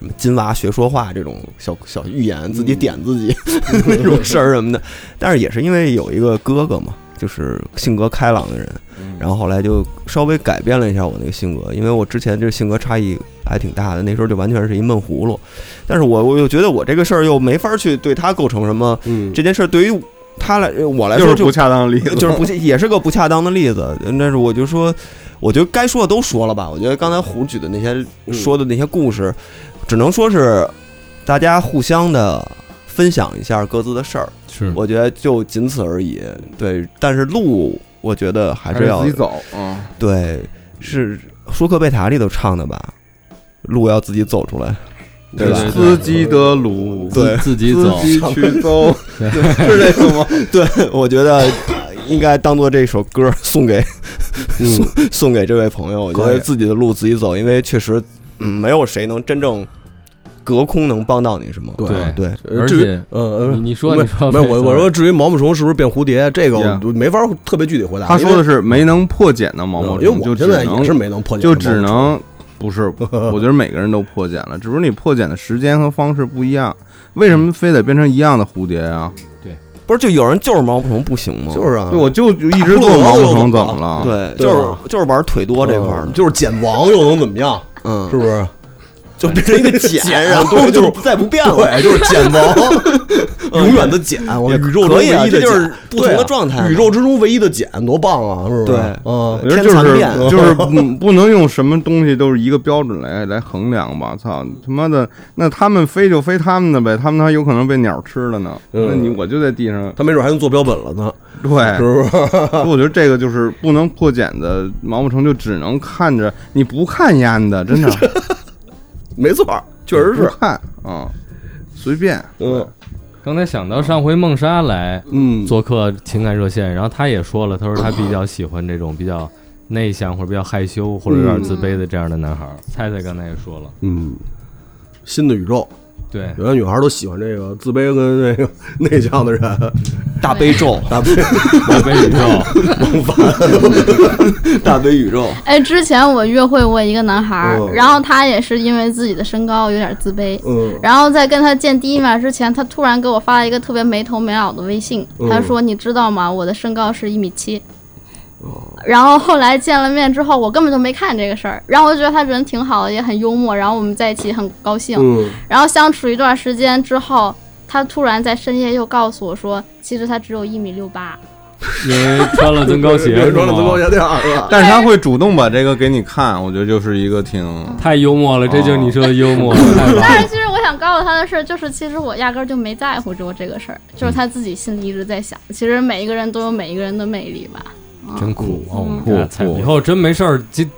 Speaker 3: 什么金娃学说话这种小小寓言，自己点自己、那种事儿什么的，但是也是因为有一个哥哥嘛，就是性格开朗的人，然后后来就稍微改变了一下我那个性格，因为我之前这性格差异还挺大的，那时候就完全是一闷葫芦。但是我我又觉得我这个事儿又没法去对他构成什么，
Speaker 4: 嗯
Speaker 3: 这件事儿对于他来呃我来
Speaker 6: 又
Speaker 3: 说
Speaker 6: 是
Speaker 3: 就
Speaker 6: 不恰当的例子，
Speaker 3: 就是不也是个不恰当的例子。但是我就说，我觉得该说的都说了吧。我觉得刚才胡举的那些说的那些故事，只能说是大家互相的分享一下各自的事儿。
Speaker 5: 是
Speaker 3: 我觉得就仅此而已。对，但是路我觉得还是要
Speaker 6: 自己走，嗯，
Speaker 3: 对，是舒克贝塔里头唱的吧？路要自己走出来，
Speaker 5: 对
Speaker 3: 吧？
Speaker 5: 对
Speaker 6: 司机的路，
Speaker 3: 对
Speaker 5: 自己
Speaker 6: 自
Speaker 5: 走，
Speaker 6: 己去走， 是这个吗？
Speaker 3: 对，我觉得呃应该当做这首歌送给、嗯送送给这位朋友。我觉
Speaker 6: 可
Speaker 3: 得
Speaker 6: 以
Speaker 3: 自己的路自己走，因为确实、嗯、没有谁能真正隔空能帮到你什么。
Speaker 4: 对
Speaker 5: 对
Speaker 3: 对，
Speaker 5: 而
Speaker 4: 至于
Speaker 5: 且
Speaker 4: 呃，
Speaker 5: 你你说
Speaker 4: 没
Speaker 5: 你说
Speaker 4: 没有我
Speaker 5: 没
Speaker 4: 我
Speaker 5: 事
Speaker 4: 说至于毛毛虫是不是变蝴蝶，这个
Speaker 6: Yeah
Speaker 4: 我没法特别具体回答。
Speaker 6: 他说
Speaker 4: 因
Speaker 6: 的
Speaker 4: 为
Speaker 6: 是没能破解的毛毛
Speaker 4: 嗯
Speaker 6: 虫，
Speaker 4: 因为
Speaker 6: 就
Speaker 4: 我
Speaker 6: 只
Speaker 4: 现在
Speaker 6: 能
Speaker 4: 也是没能破解毛
Speaker 6: 就
Speaker 4: 毛虫，
Speaker 6: 只能不是， 我觉得每个人都破茧了，只不过你破茧的时间和方式不一样。为什么非得变成一样的蝴蝶啊？
Speaker 3: 不是就有人就是毛不成不行吗？
Speaker 4: 就是啊，
Speaker 6: 对，我就就一直做毛毛虫，怎么了？，
Speaker 3: 对，
Speaker 4: 对
Speaker 3: 就是
Speaker 4: 吧
Speaker 3: 就是玩腿多这块儿
Speaker 4: 嗯
Speaker 3: 的，
Speaker 4: 就是剪王又能怎么样？
Speaker 3: 嗯
Speaker 4: 是，不是？就变
Speaker 3: 这
Speaker 4: 成
Speaker 3: 一
Speaker 4: 一
Speaker 3: 个
Speaker 4: 个
Speaker 3: 茧，
Speaker 4: 茧，
Speaker 3: 然
Speaker 4: 然
Speaker 3: 后
Speaker 4: 后
Speaker 3: 就
Speaker 4: 就是是
Speaker 3: 再不变了。
Speaker 4: 对，就是茧王， 永远的茧，我
Speaker 3: 也
Speaker 4: 宇宙中
Speaker 3: 可
Speaker 4: 唯
Speaker 3: 以啊
Speaker 4: 一的
Speaker 3: 这就是
Speaker 4: 茧
Speaker 3: 不同的
Speaker 4: 对啊
Speaker 3: 状态嘛
Speaker 4: 宇宙之中唯一的茧，多棒啊！是不是？
Speaker 3: 对
Speaker 4: 嗯
Speaker 6: 我，觉得
Speaker 3: 天
Speaker 6: 就
Speaker 3: 蚕
Speaker 6: 是
Speaker 3: 变
Speaker 6: 就是不不能用什么东西都是一个标准来来衡量吧？操他妈的，那他们飞就飞他们的呗，他们还有可能被鸟吃了呢。
Speaker 4: 嗯
Speaker 6: 那你我就在地上，
Speaker 4: 他没准还能做标本了呢，
Speaker 6: 对，
Speaker 4: 是不是？
Speaker 6: 所以我觉得这个就是不能破茧的毛毛虫，就只能看着你不看烟的，真的。
Speaker 4: 没错儿，确实
Speaker 6: 不
Speaker 4: 是，
Speaker 6: 看啊，随便，
Speaker 4: 嗯
Speaker 5: 刚才想到上回梦莎来
Speaker 4: 嗯，
Speaker 5: 做客情感热线，然后她也说了，她说她比较喜欢这种比较内向或者比较害羞或者有点自卑的这样的男孩儿。菜菜刚才也说了，
Speaker 4: 嗯，新的宇宙，
Speaker 5: 对，
Speaker 4: 有些女孩都喜欢这个自卑跟那个内向的人，
Speaker 3: 大悲咒，
Speaker 4: 大悲
Speaker 5: 自卑宇宙，
Speaker 3: 大悲宇宙，
Speaker 7: 哎，之前我约会过一个男孩儿
Speaker 4: 哦，
Speaker 7: 然后他也是因为自己的身高有点自卑，
Speaker 4: 嗯
Speaker 7: 然后在跟他见第一面之前，他突然给我发了一个特别没头没脑的微信，
Speaker 4: 嗯
Speaker 7: 他说：“你知道吗？我的身高是一米七。”
Speaker 4: 哦
Speaker 7: 然后后来见了面之后，我根本就没看这个事儿，然后我就觉得他人挺好的，也很幽默，然后我们在一起很高兴。
Speaker 4: 嗯，
Speaker 7: 然后相处一段时间之后，他突然在深夜又告诉我说，其实他只有一米六八。
Speaker 5: 因为穿了增高鞋，
Speaker 4: 别
Speaker 5: 是
Speaker 4: 说
Speaker 5: 吗
Speaker 4: 了增高鞋那样是吧？
Speaker 6: 但是他会主动把这个给你看，我觉得就是一个挺
Speaker 5: 太幽默了，这就是你说的幽默，太棒了
Speaker 7: 但是其实我想告诉他的事儿，就是其实我压根儿就没在乎过这个事儿，就是他自己心里一直在想。其实每一个人都有每一个人的魅力吧。
Speaker 4: 啊
Speaker 5: 真酷哦！我们
Speaker 6: 酷
Speaker 5: 家菜
Speaker 6: 酷
Speaker 5: 以后真没事儿，七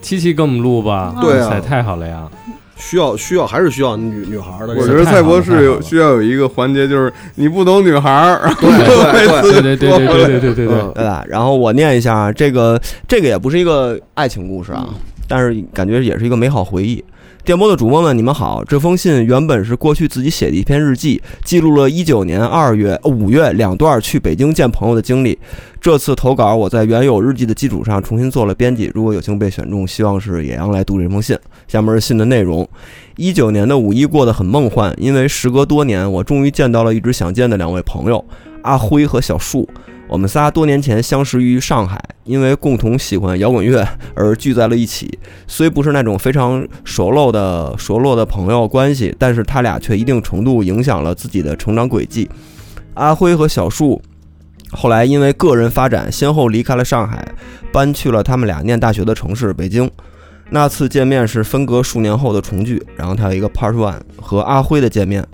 Speaker 5: 七七跟我们录吧。
Speaker 4: 对啊
Speaker 5: 哇塞太好了呀！
Speaker 4: 需要需要还是需要女女孩的
Speaker 6: 我
Speaker 4: 这个，
Speaker 6: 觉得蔡博士有需要有一个环节，就是你不懂女孩 儿，
Speaker 4: 对对
Speaker 5: 对
Speaker 4: 对，
Speaker 5: 对对对对对对对对
Speaker 4: 嗯，
Speaker 3: 对吧？然后我念一下啊，这个这个也不是一个爱情故事啊，
Speaker 5: 嗯
Speaker 3: 但是感觉也是一个美好回忆。电波的主播们，你们好！这封信原本是过去自己写的一篇日记，记录了一九年二月、呃五月两段去北京见朋友的经历。这次投稿，我在原有日记的基础上重新做了编辑。如果有幸被选中，希望是野羊来读这封信。下面是信的内容：一九年的五一过得很梦幻，因为时隔多年，我终于见到了一直想见的两位朋友阿辉和小树。我们仨多年前相识于上海，因为共同喜欢摇滚乐而聚在了一起。虽不是那种非常熟络的熟络的朋友关系，但是他俩却一定程度影响了自己的成长轨迹。阿辉和小树后来因为个人发展，先后离开了上海，搬去了他们俩念大学的城市北京。那次见面是分隔数年后的重聚，然后他有一个 Part One 和阿辉的见面。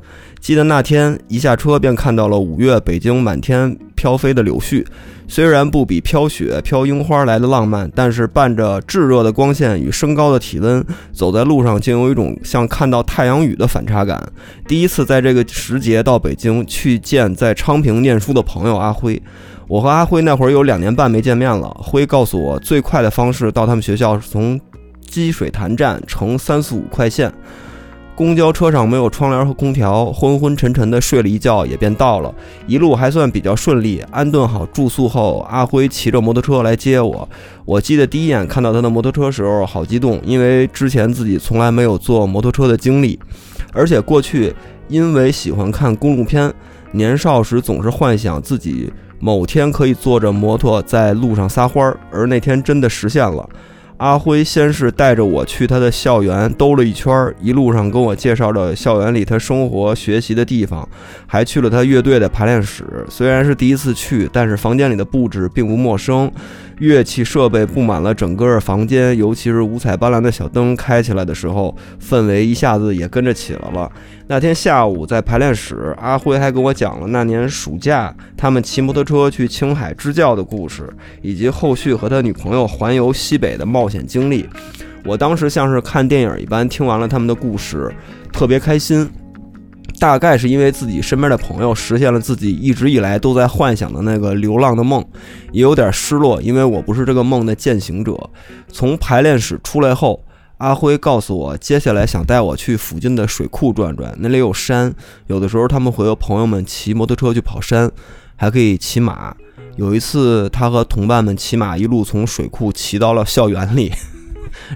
Speaker 3: 记得那天一下车便看到了五月北京满天飘飞的柳絮，虽然不比飘雪、飘樱花来的浪漫，但是伴着炙热的光线与升高的体温，走在路上竟有一种像看到太阳雨的反差感。第一次在这个时节到北京去见在昌平念书的朋友阿辉。我和阿辉那会儿有两年半没见面了。辉告诉我，最快的方式到他们学校是从积水潭站乘三四五快线。公交车上没有窗帘和空调，昏昏沉沉的睡了一觉，也便到了。一路还算比较顺利，安顿好住宿后，阿辉骑着摩托车来接我。我记得第一眼看到他的摩托车时候，好激动，因为之前自己从来没有坐摩托车的经历，而且过去因为喜欢看公路片，年少时总是幻想自己某天可以坐着摩托在路上撒欢儿，而那天真的实现了。阿辉先是带着我去他的校园兜了一圈儿，一路上跟我介绍着校园里他生活学习的地方，还去了他乐队的排练室。虽然是第一次去，但是房间里的布置并不陌生，乐器设备布满了整个房间，尤其是五彩斑斓的小灯开起来的时候，氛围一下子也跟着起来了。那天下午在排练室，阿辉还跟我讲了那年暑假他们骑摩托车去青海支教的故事。以及后续和他女朋友环游西北的冒险经历。我当时像是看电影一般听完了他们的故事，特别开心。大概是因为自己身边的朋友实现了自己一直以来都在幻想的那个流浪的梦，也有点失落，因为我不是这个梦的践行者。从排练室出来后，阿辉告诉我，接下来想带我去附近的水库转转，那里有山，有的时候他们会和朋友们骑摩托车去跑山，还可以骑马。有一次，他和同伴们骑马，一路从水库骑到了校园里，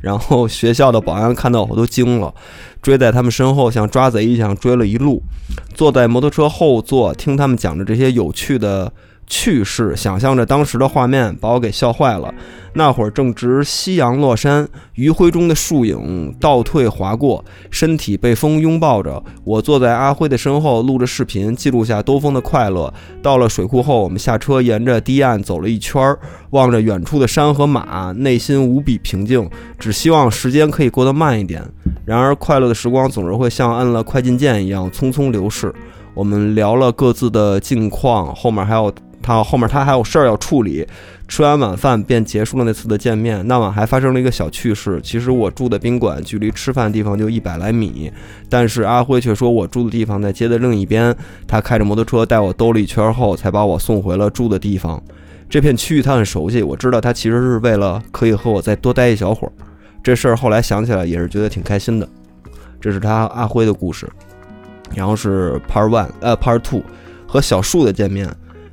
Speaker 3: 然后学校的保安看到我都惊了，追在他们身后像抓贼一样追了一路。坐在摩托车后座，听他们讲着这些有趣的趣事，想象着当时的画面，把我给笑坏了。那会儿正值夕阳落山，余晖中的树影倒退划过，身体被风拥抱着。我坐在阿辉的身后，录着视频，记录下兜风的快乐。到了水库后，我们下车，沿着堤岸走了一圈儿，望着远处的山和马，内心无比平静，只希望时间可以过得慢一点。然而，快乐的时光总是会像按了快进键一样匆匆流逝。我们聊了各自的近况，后面还有他后面他还有事儿要处理。吃完晚饭便结束了那次的见面。那晚还发生了一个小趣事，其实我住的宾馆距离吃饭地方就一百来米，但是阿辉却说我住的地方在街的另一边。他开着摩托车带我兜了一圈后，才把我送回了住的地方。这片区域他很熟悉，我知道他其实是为了可以和我再多待一小会儿。这事儿后来想起来也是觉得挺开心的。这是他阿辉的故事，然后是 Part One 呃 Part Two 和小树的见面。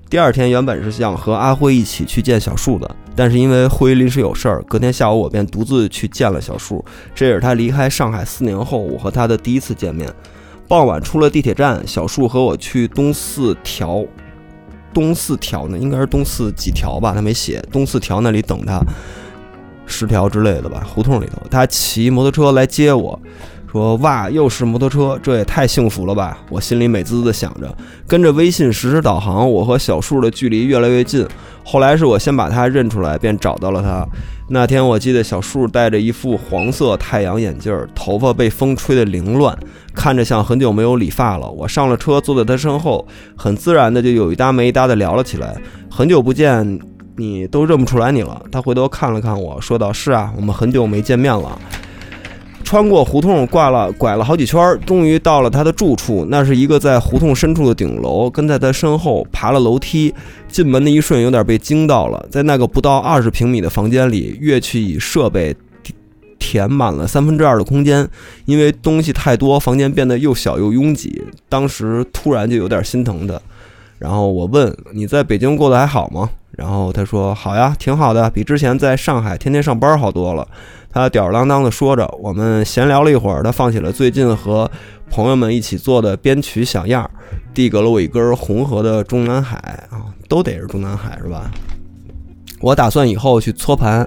Speaker 3: 第二天原本是想和阿辉一起去见小树的，但是因为辉临时有事儿，隔天下午我便独自去见了小树。这也是他离开上海四年后，我和他的第一次见面。傍晚出了地铁站，小树和我去东四条，东四条呢应该是东四几条吧，他没写，东四条那里等他，十条之类的吧，胡同里头。他骑摩托车来接我，说：“哇，又是摩托车，这也太幸福了吧！”我心里美滋滋的想着。跟着微信实时导航，我和小树的距离越来越近。后来是我先把他认出来，便找到了他。那天我记得小树戴着一副黄色太阳眼镜，头发被风吹得凌乱，看着像很久没有理发了。我上了车，坐在他身后，很自然的就有一搭没一搭的聊了起来。很久不见，你都认不出来你了。他回头看了看我，说道：“是啊，我们很久没见面了。”穿过胡同，挂了拐了好几圈儿，终于到了他的住处。那是一个在胡同深处的顶楼，跟在他身后爬了楼梯。进门的一瞬，有点被惊到了。在那个不到二十平米的房间里，乐器以设备填满了三分之二的空间。因为东西太多，房间变得又小又拥挤。当时突然就有点心疼他。然后我问：“你在北京过得还好吗？”然后他说：“好呀，挺好的，比之前在上海天天上班好多了。”他吊儿郎当地说着，我们闲聊了一会儿，他放起了最近和朋友们一起做的编曲小样儿，递给了我一根红河的中南海啊，都得是中南海是吧？我打算以后去搓盘，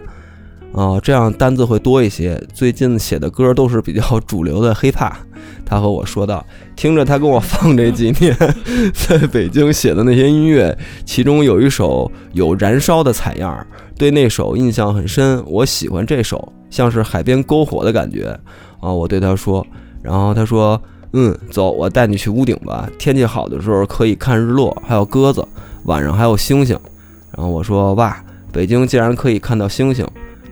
Speaker 3: 啊，这样单子会多一些。最近写的歌都是比较主流的 hiphop，他和我说道。听着他跟我放这几年在北京写的那些音乐，其中有一首有燃烧的采样儿，对那首印象很深。我喜欢这首，像是海边篝火的感觉啊！我对他说，然后他说：“嗯，走，我带你去屋顶吧。天气好的时候可以看日落，还有鸽子，晚上还有星星。”然后我说：“哇，北京竟然可以看到星星！”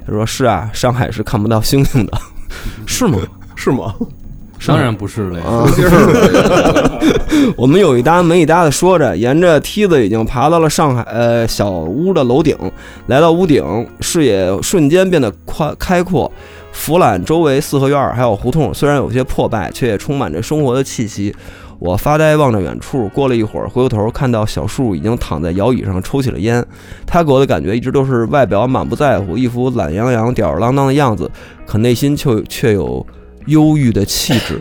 Speaker 3: 他说：“是啊，上海是看不到星星的， 是吗？
Speaker 4: 是吗？
Speaker 5: 当然不是了呀。
Speaker 4: 嗯
Speaker 3: 啊， 我们有一搭没一搭的说着，沿着梯子已经爬到了上海呃小屋的楼顶，来到屋顶，视野瞬间变得宽开阔，俯览周围四合院儿还有胡同，虽然有些破败，却也充满着生活的气息。我发呆望着远处，过了一会儿，回过头看到小树已经躺在摇椅上抽起了烟。他给我的感觉一直都是外表满不在乎，一副懒洋洋、吊儿郎当的样子，可内心却却有忧郁的气质，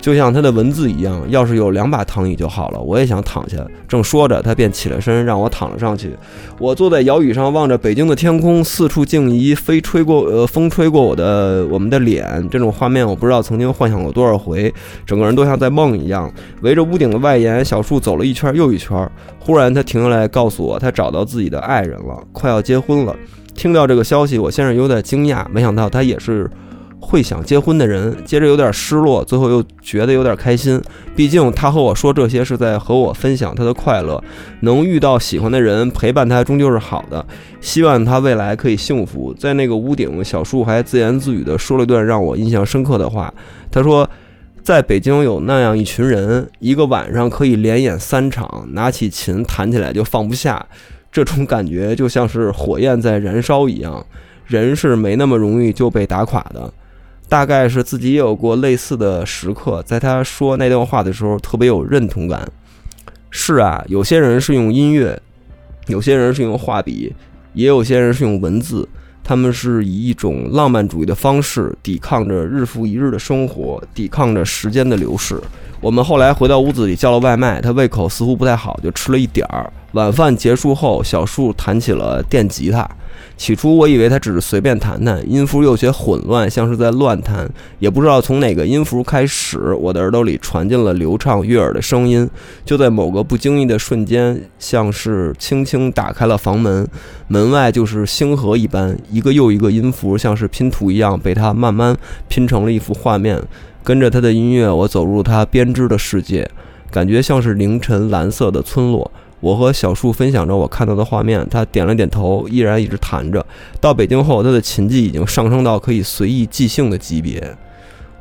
Speaker 3: 就像他的文字一样。要是有两把躺椅就好了，我也想躺下。正说着，他便起了身，让我躺了上去。我坐在摇椅上，望着北京的天空，四处静怡，飞吹过，呃，风吹过我的我们的脸，这种画面我不知道曾经幻想过多少回，整个人都像在梦一样。围着屋顶的外沿，小树走了一圈又一圈。忽然，他停下来，告诉我他找到自己的爱人了，快要结婚了。听到这个消息，我先是有点惊讶，没想到他也是会想结婚的人。接着有点失落，最后又觉得有点开心，毕竟他和我说这些是在和我分享他的快乐。能遇到喜欢的人陪伴他，终究是好的。希望他未来可以幸福。在那个屋顶，小树还自言自语地说了一段让我印象深刻的话。他说，在北京有那样一群人，一个晚上可以连演三场，拿起琴弹起来就放不下，这种感觉就像是火焰在燃烧一样。人是没那么容易就被打垮的。大概是自己也有过类似的时刻，在他说那段话的时候，特别有认同感。是啊，有些人是用音乐，有些人是用画笔，也有些人是用文字。他们是以一种浪漫主义的方式抵抗着日复一日的生活，抵抗着时间的流逝。我们后来回到屋子里叫了外卖，他胃口似乎不太好，就吃了一点儿。晚饭结束后，小树弹起了电吉他。起初我以为他只是随便弹弹，音符有些混乱，像是在乱弹，也不知道从哪个音符开始，我的耳朵里传进了流畅悦耳的声音。就在某个不经意的瞬间，像是轻轻打开了房门，门外就是星河一般，一个又一个音符像是拼图一样被它慢慢拼成了一幅画面。跟着它的音乐，我走入它编织的世界，感觉像是凌晨蓝色的村落。我和小树分享着我看到的画面，他点了点头，依然一直弹着。到北京后，他的琴技已经上升到可以随意即兴的级别。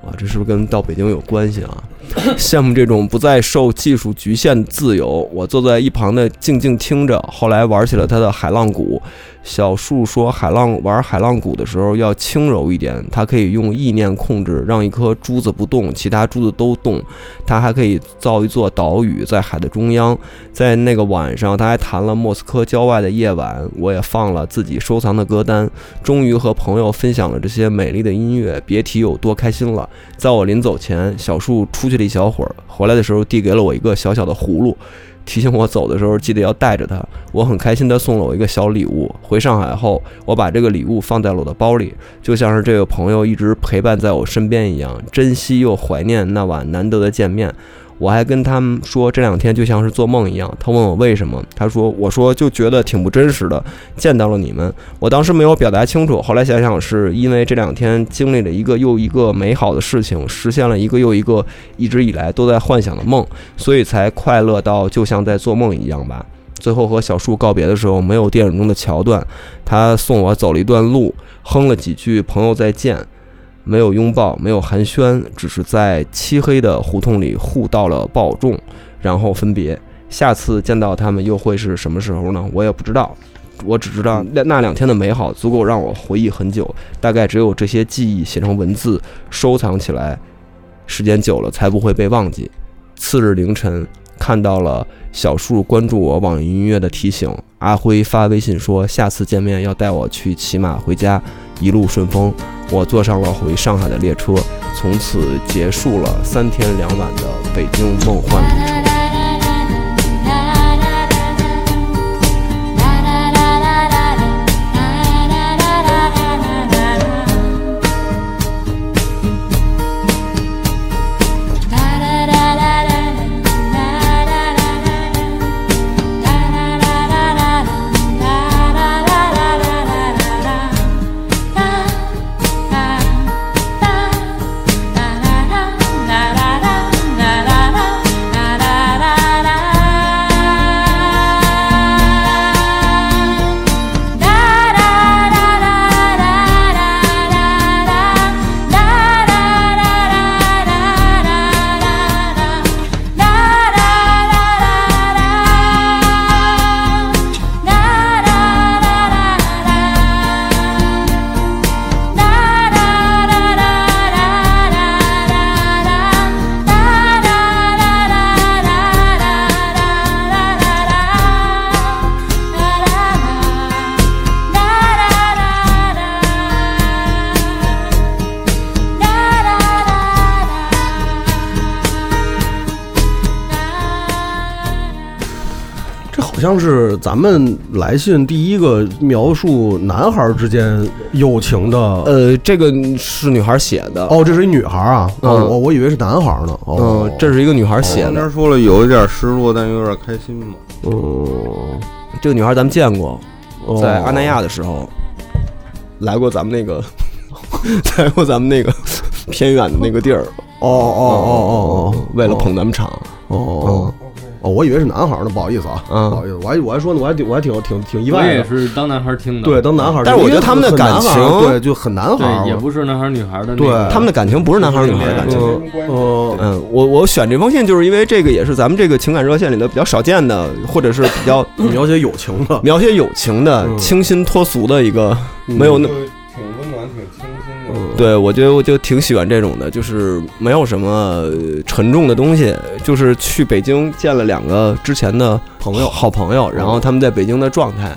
Speaker 3: 啊，这是不是跟到北京有关系啊？ 羡慕这种不再受技术局限的自由。我坐在一旁的静静听着。后来玩起了他的海浪鼓。小树说，海浪玩海浪鼓的时候要轻柔一点，它可以用意念控制，让一颗珠子不动，其他珠子都动。它还可以造一座岛屿在海的中央。在那个晚上，他还弹了莫斯科郊外的夜晚，我也放了自己收藏的歌单，终于和朋友分享了这些美丽的音乐，别提有多开心了。在我临走前，小树出去了一小会儿，回来的时候递给了我一个小小的葫芦，提醒我走的时候记得要带着它。我很开心，他送了我一个小礼物。回上海后，我把这个礼物放在了我的包里，就像是这个朋友一直陪伴在我身边一样，珍惜又怀念那晚难得的见面。我还跟他们说这两天就像是做梦一样。他问我为什么，他说我说就觉得挺不真实的，见到了你们。我当时没有表达清楚，后来想想是因为这两天经历了一个又一个美好的事情，实现了一个又一个一直以来都在幻想的梦，所以才快乐到就像在做梦一样吧。最后和小树告别的时候，没有电影中的桥段，他送我走了一段路，哼了几句“朋友再见”，没有拥抱，没有寒暄，只是在漆黑的胡同里互道了保重，然后分别。下次见到他们又会是什么时候呢？我也不知道，我只知道那那两天的美好足够让我回忆很久，大概只有这些记忆写成文字，收藏起来，时间久了才不会被忘记。次日凌晨，看到了小树关注我网易云音乐的提醒，阿辉发微信说下次见面要带我去骑马回家，一路顺风。我坐上了回上海的列车，从此结束了三天两晚的北京梦幻旅程。
Speaker 4: 这好像是咱们来信第一个描述男孩之间友情的。
Speaker 3: 呃，这个是女孩写的，
Speaker 4: 哦，这是一女孩啊，哦
Speaker 3: 嗯
Speaker 4: 我我以为是男孩呢。哦
Speaker 3: 嗯，，这是一个女孩写
Speaker 6: 刚
Speaker 3: 的
Speaker 6: 才。说了有一点失落，但又有点开心嘛。
Speaker 3: 嗯，这个女孩咱们见过，
Speaker 4: 哦
Speaker 3: 在阿那亚的时候，来过咱们那个， 来过咱们那个 偏远的那个地儿。
Speaker 4: 哦哦哦哦哦，
Speaker 3: 嗯为了捧咱们场，
Speaker 4: 哦哦哦，我以为是男孩呢，不好意思啊，
Speaker 3: 嗯
Speaker 4: 不好意思，我还我还说呢，我还挺我还挺挺挺意
Speaker 5: 我
Speaker 4: 外
Speaker 5: 也
Speaker 4: 的，
Speaker 5: 是当男孩听的，
Speaker 4: 对，当男孩儿，
Speaker 3: 但是我觉得
Speaker 4: 因为
Speaker 3: 他们的
Speaker 4: 很
Speaker 3: 感
Speaker 4: 男孩儿
Speaker 3: 情
Speaker 4: 对就很男孩儿，
Speaker 5: 对，也不是男孩女孩的那
Speaker 4: 对
Speaker 5: 个，
Speaker 3: 他们的感情不是男孩儿女孩
Speaker 6: 哎
Speaker 3: 儿的感情。
Speaker 4: 嗯嗯
Speaker 3: 嗯，我我选这封信就是因为这个也是咱们这个情感热线里的比较少见的，或者是比较，
Speaker 4: 描写友情的
Speaker 3: 描写友情的、
Speaker 4: 嗯
Speaker 3: 清新脱俗的一个，没有那么。
Speaker 6: 挺温暖，挺清新
Speaker 4: 嗯
Speaker 3: 对，我觉得我就挺喜欢这种的，就是没有什么呃沉重的东西。就是去北京见了两个之前的
Speaker 4: 朋友嗯
Speaker 3: 好朋友，然后他们在北京的状态，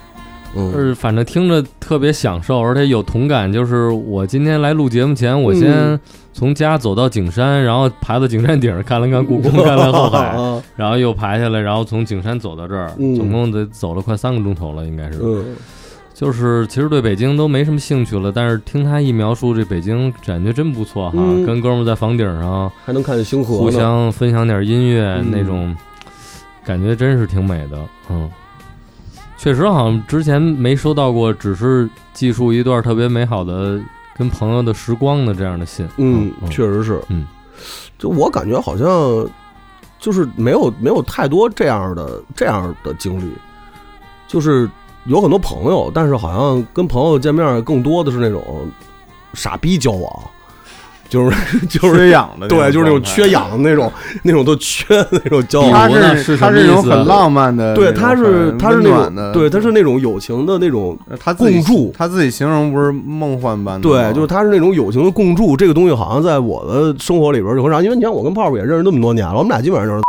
Speaker 3: 嗯，
Speaker 5: 是反正听着特别享受，而且有同感。就是我今天来录节目前，我
Speaker 4: 嗯
Speaker 5: 先从家走到景山，然后爬到景山顶上看了看故宫，看了后海，
Speaker 4: 啊
Speaker 5: 然后又爬下来，然后从景山走到这儿，
Speaker 4: 嗯
Speaker 5: 总共得走了快三个钟头了，应该是。
Speaker 4: 嗯，
Speaker 5: 就是其实对北京都没什么兴趣了，但是听他一描述，这北京感觉真不错哈。
Speaker 4: 嗯
Speaker 5: 跟哥们儿在房顶上
Speaker 4: 还能看见星河呢，
Speaker 5: 互相分享点音乐，
Speaker 4: 嗯
Speaker 5: 那种感觉真是挺美的。嗯，确实好像之前没收到过，只是记述一段特别美好的跟朋友的
Speaker 6: 嗯
Speaker 5: 时光的这样的信。
Speaker 4: 嗯，确实是，
Speaker 5: 嗯，
Speaker 4: 就我感觉好像就是没有没有太多这样的这样的经历，就是有很多朋友，但是好像跟朋友见面更多的是那种傻逼交往，就是就是
Speaker 6: 缺氧的那种状态，
Speaker 4: 对，就是那种缺氧的那种 那种都缺的那种交
Speaker 5: 比
Speaker 4: 往
Speaker 5: 如。
Speaker 6: 他
Speaker 5: 呢
Speaker 6: 是
Speaker 5: 是
Speaker 6: 他
Speaker 5: 什么
Speaker 6: 是一
Speaker 5: 意
Speaker 6: 种
Speaker 5: 思
Speaker 6: 很浪漫的那种，
Speaker 4: 啊对，他是
Speaker 6: 很
Speaker 4: 他是
Speaker 6: 温
Speaker 4: 那
Speaker 6: 暖
Speaker 4: 种
Speaker 6: 的，
Speaker 4: 对，他是那种友情的那种，
Speaker 6: 呃他自己
Speaker 4: 共筑
Speaker 6: 他自己形容不是梦幻般的吗，
Speaker 4: 对，就是他是那种友情的共筑。这个东西好像在我的生活里边就很少，因为你看我跟泡泡也认识那么多年了，我们俩基本上就是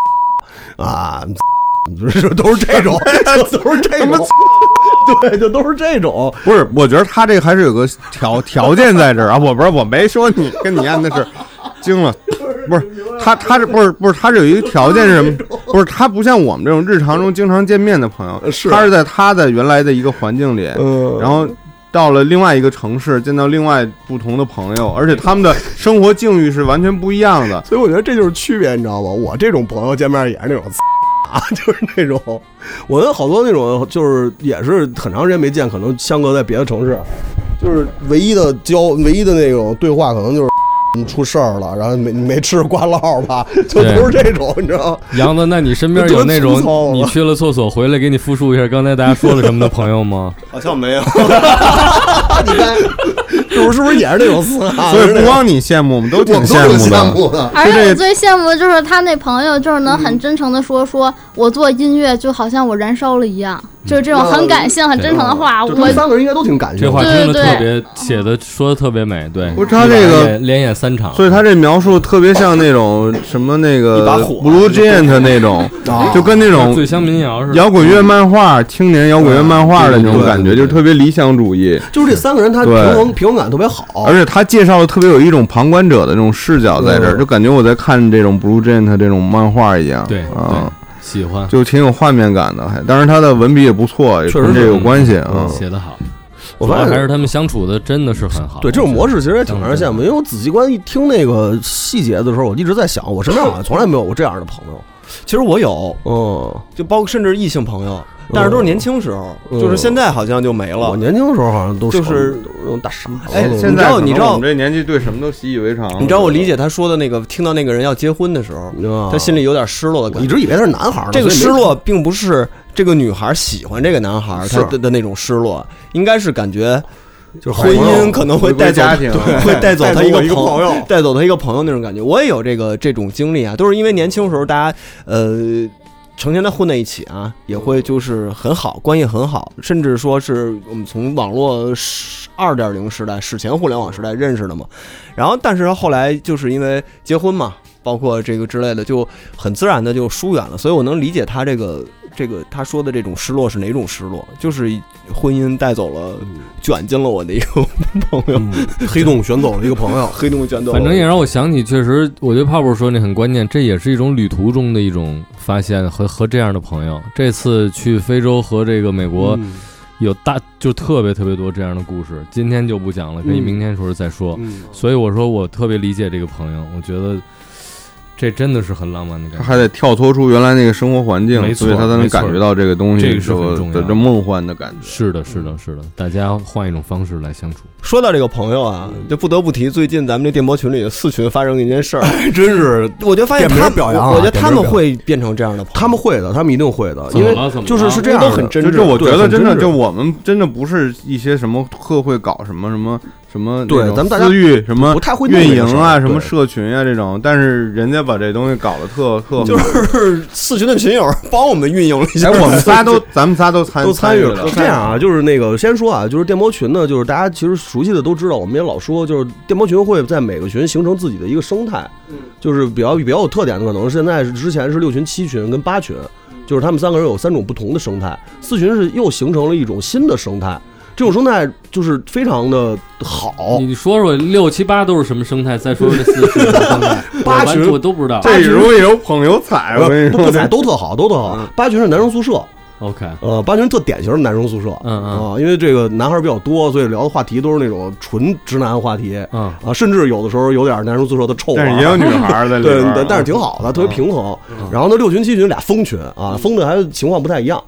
Speaker 4: 啊， 就是都是 这种，就都是这种， 对，就都是这种。
Speaker 6: 不是，我觉得他这个还是有个条条件在这儿啊，我不是我没说你跟你一样的是，惊了，不是他他是不是不是他是有一个条件是什 么？不是他不像我们这种日常中经常见面的朋友，
Speaker 4: 呃是
Speaker 6: 他是在他的原来的一个环境里，
Speaker 4: 嗯
Speaker 6: 然后。到了另外一个城市，见到另外不同的朋友，而且他们的生活境遇是完全不一样的。
Speaker 4: 所以我觉得这就是区别，你知道吗？我这种朋友见面也是那种 啊，就是那种，我跟好多那种就是也是很长时间没见，可能相隔在别的城市，就是唯一的交唯一的那种对话，可能就是 你出事儿了，然后没没吃瓜烙吧， 就都是这种，你知道吗？
Speaker 5: 杨子，那你身边有那
Speaker 4: 多粗糙啊
Speaker 5: 种你去了厕所回来给你复述一下刚才大家说了什么的朋友 吗？
Speaker 3: 好像没有。
Speaker 4: 你 看，是不是是不是也是那种四啊？
Speaker 6: 所以不光你羡慕，我们都挺
Speaker 4: 我
Speaker 6: 羡慕的。
Speaker 4: 慕的。
Speaker 7: 而
Speaker 6: 就
Speaker 7: 且
Speaker 6: 这
Speaker 7: 我最羡慕的就是他那朋友，就是能
Speaker 4: 嗯
Speaker 7: 很真诚的说，说我做音乐就好像我燃烧了一样，
Speaker 4: 嗯
Speaker 7: 就是这种很感性、很真诚的话。
Speaker 4: 哦
Speaker 7: 啊
Speaker 4: 就
Speaker 7: 我
Speaker 4: 他们三个人应该都挺感谢
Speaker 5: 这话
Speaker 4: 的。
Speaker 5: 听着
Speaker 7: 对对
Speaker 5: 特别写的说的特别美，对，
Speaker 6: 哎不是他这个
Speaker 5: 连连演三场，
Speaker 6: 所以他这描述特别像那种什么那
Speaker 3: 一把
Speaker 6: 个
Speaker 3: 火
Speaker 6: Blue Giant 那种，啊就跟那种
Speaker 5: 醉乡民谣是吧
Speaker 6: 摇滚乐漫画、青年摇滚乐漫画的那种感觉，就是特别理想主义。
Speaker 4: 就是这三个人，他平
Speaker 6: 对
Speaker 4: 衡平衡感特别好，
Speaker 6: 而且他介绍的特别有一种旁观者的这种视角在这儿，
Speaker 4: 嗯
Speaker 6: 就感觉我在看这种 Blue Giant 这种漫画一样。
Speaker 5: 对对
Speaker 6: 啊，，
Speaker 5: 喜欢，
Speaker 6: 就挺有画面感的，还当然他的文笔也不错，也
Speaker 4: 确实
Speaker 6: 跟这
Speaker 4: 是
Speaker 6: 有关系啊
Speaker 5: 嗯。写的好，
Speaker 4: 我
Speaker 5: 主
Speaker 4: 发
Speaker 5: 要
Speaker 4: 现
Speaker 5: 还是他们相处的真的是很好。
Speaker 4: 对这种模式其实也挺
Speaker 5: 嗯
Speaker 4: 让人羡慕，因为我仔细观一听那个细节的时候，我一直在想，我身边好像从来没有过这样的朋友。
Speaker 3: 其实我有，
Speaker 4: 嗯，
Speaker 3: 就包括甚至异性朋友，但是都是年轻时候，
Speaker 4: 嗯
Speaker 3: 就是现在好像就没了
Speaker 4: 我。年轻的时候好像都
Speaker 3: 就是
Speaker 4: 那种大傻子。
Speaker 3: 哎
Speaker 6: 现在
Speaker 3: 你知道
Speaker 6: 可能
Speaker 3: 你知道
Speaker 6: 我们这年纪对什么都习以为常。
Speaker 3: 你知道我理解他说的那个，听到那个人要结婚的时候，
Speaker 4: 啊
Speaker 3: 他心里有点失落的
Speaker 4: 我
Speaker 3: 感
Speaker 4: 一
Speaker 3: 觉。
Speaker 4: 直以为他是男孩儿呢，
Speaker 3: 这个失
Speaker 4: 所以没
Speaker 3: 落并不是这个女孩喜欢这个男孩，
Speaker 4: 是
Speaker 3: 他的的那种失落，应该是感觉
Speaker 4: 就是
Speaker 3: 婚
Speaker 4: 好朋
Speaker 3: 姻
Speaker 4: 友
Speaker 3: 可能会
Speaker 6: 回归
Speaker 3: 带走
Speaker 6: 家庭
Speaker 3: 对，会带走
Speaker 4: 带走
Speaker 3: 他
Speaker 4: 我
Speaker 3: 个
Speaker 4: 一个朋
Speaker 3: 友
Speaker 4: 友，
Speaker 3: 带走他一个朋友那种感觉。我也有这个这种经历啊，都是因为年轻时候大家呃。成天的混在一起啊，也会就是很好，关系很好，甚至说是我们从网络二点零时代、史前互联网时代认识的嘛。然后，但是后来就是因为结婚嘛，包括这个之类的，就很自然的就疏远了。所以我能理解他这个这个他说的这种失落是哪种失落，就是婚姻带走了、卷进了我的一个朋友，
Speaker 4: 嗯黑洞选走了一个朋友，
Speaker 3: 黑洞卷走了。
Speaker 5: 反正也让我想起，确实，我觉得泡泡说那很关键，这也是一种旅途中的一种发现和和这样的朋友。这次去非洲和这个美国
Speaker 4: 嗯
Speaker 5: 有大就特别特别多这样的故事，今天就不讲了，可以
Speaker 4: 嗯
Speaker 5: 明天时候再说。
Speaker 4: 嗯
Speaker 5: 所以我说我特别理解这个朋友，我觉得这真的是很浪漫的感
Speaker 6: 他
Speaker 5: 觉。
Speaker 6: 还得跳脱出原来那个生活环
Speaker 5: 没
Speaker 6: 境，
Speaker 5: 错
Speaker 6: 所以他才能感觉到这个东西
Speaker 5: 没错这个是很重要的
Speaker 6: 的这梦幻的感觉。
Speaker 5: 是的，是的，是的，大家换一种方式来相处。
Speaker 3: 说到这个朋友啊，
Speaker 4: 嗯
Speaker 3: 就不得不提最近咱们这电波群里四群发生的一件事儿，
Speaker 4: 还哎真是
Speaker 3: 我就发现
Speaker 4: 点名
Speaker 3: 他，
Speaker 4: 表扬啊
Speaker 3: 我觉得
Speaker 4: 点名
Speaker 3: 他们
Speaker 4: 表扬
Speaker 3: 会变成这样的朋友，
Speaker 4: 他们会的，他们一定会的，
Speaker 5: 怎
Speaker 4: 因
Speaker 5: 么
Speaker 4: 为
Speaker 5: 了怎么
Speaker 4: 就是
Speaker 5: 了
Speaker 4: 是这样的，
Speaker 3: 都很真
Speaker 6: 就
Speaker 3: 挚
Speaker 6: 是我觉
Speaker 4: 对
Speaker 6: 得
Speaker 4: 很
Speaker 6: 真的，
Speaker 4: 真挚
Speaker 6: 就我们真的不是一些什么课会搞什么什么什么
Speaker 4: 对
Speaker 6: 那种
Speaker 4: 咱们大家
Speaker 6: 私域什么
Speaker 4: 不太会弄
Speaker 6: 运
Speaker 4: 这个
Speaker 6: 营
Speaker 4: 事儿
Speaker 6: 啊，什么
Speaker 4: 对
Speaker 6: 社群啊这种，但是人家把这东西搞得特特
Speaker 3: 就
Speaker 6: 好。
Speaker 3: 是 四群的群友帮我们运营了一下，
Speaker 6: 哎，我们仨 都咱们仨都参
Speaker 4: 都参与
Speaker 6: 了
Speaker 4: 了。，是这样啊，就是那个先说啊，就是电波群呢，就是大家其实熟悉的都知道，我们也老说，就是电波群会在每个群形成自己的一个生态，就是比较比较有特点的，可能现在是之前是六群、七群跟八群，就是他们三个人有三种不同的生态，四群是又形成了一种新的生态，这种生态就是非常的好。
Speaker 5: 你说说六七八都是什么生态？再说说这四群生态，我
Speaker 4: 八
Speaker 5: 完
Speaker 4: 群
Speaker 5: 我都不知道。
Speaker 6: 这如果有捧有踩，我跟你
Speaker 4: 不
Speaker 6: 说，
Speaker 4: 才都特好，都特好。八群是男生宿舍，
Speaker 5: OK，
Speaker 4: 呃，八群特典型的男生宿舍，
Speaker 5: 嗯嗯
Speaker 4: 啊，因为这个男孩比较多，所以聊的话题都是那种纯直男话题，
Speaker 5: 嗯，
Speaker 4: 啊，甚至有的时候有点男生宿舍的臭味啊儿
Speaker 6: 但是也有女孩儿在里
Speaker 4: 对
Speaker 6: 边儿啊，，
Speaker 4: 但是挺好的，特别平衡。然后呢，六群七群俩封群啊，封的还情况不太一样，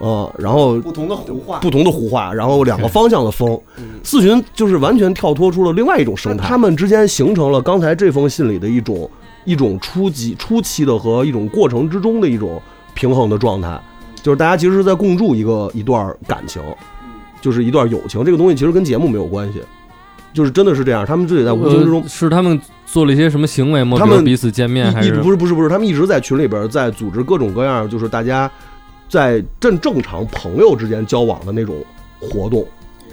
Speaker 4: 嗯，然后
Speaker 3: 不同的胡话，嗯
Speaker 4: 不同的胡话，然后两个方向的风。四群就是完全跳脱出了另外一种生态，他们之间形成了刚才这封信里的一种一种初级初期的和一种过程之中的一种平衡的状态，就是大家其实是在共筑一个一段感情，
Speaker 3: 嗯
Speaker 4: 就是一段友情。这个东西其实跟节目没有关系，就是真的是这样，他们自己在无形之中
Speaker 5: 呃是他们做了一些什么行为吗？
Speaker 4: 他们
Speaker 5: 比如彼此见面还
Speaker 4: 一一
Speaker 5: 是
Speaker 4: 不是不是不是，他们一直在群里边儿在组织各种各样儿，就是大家在正正常朋友之间交往的那种活动，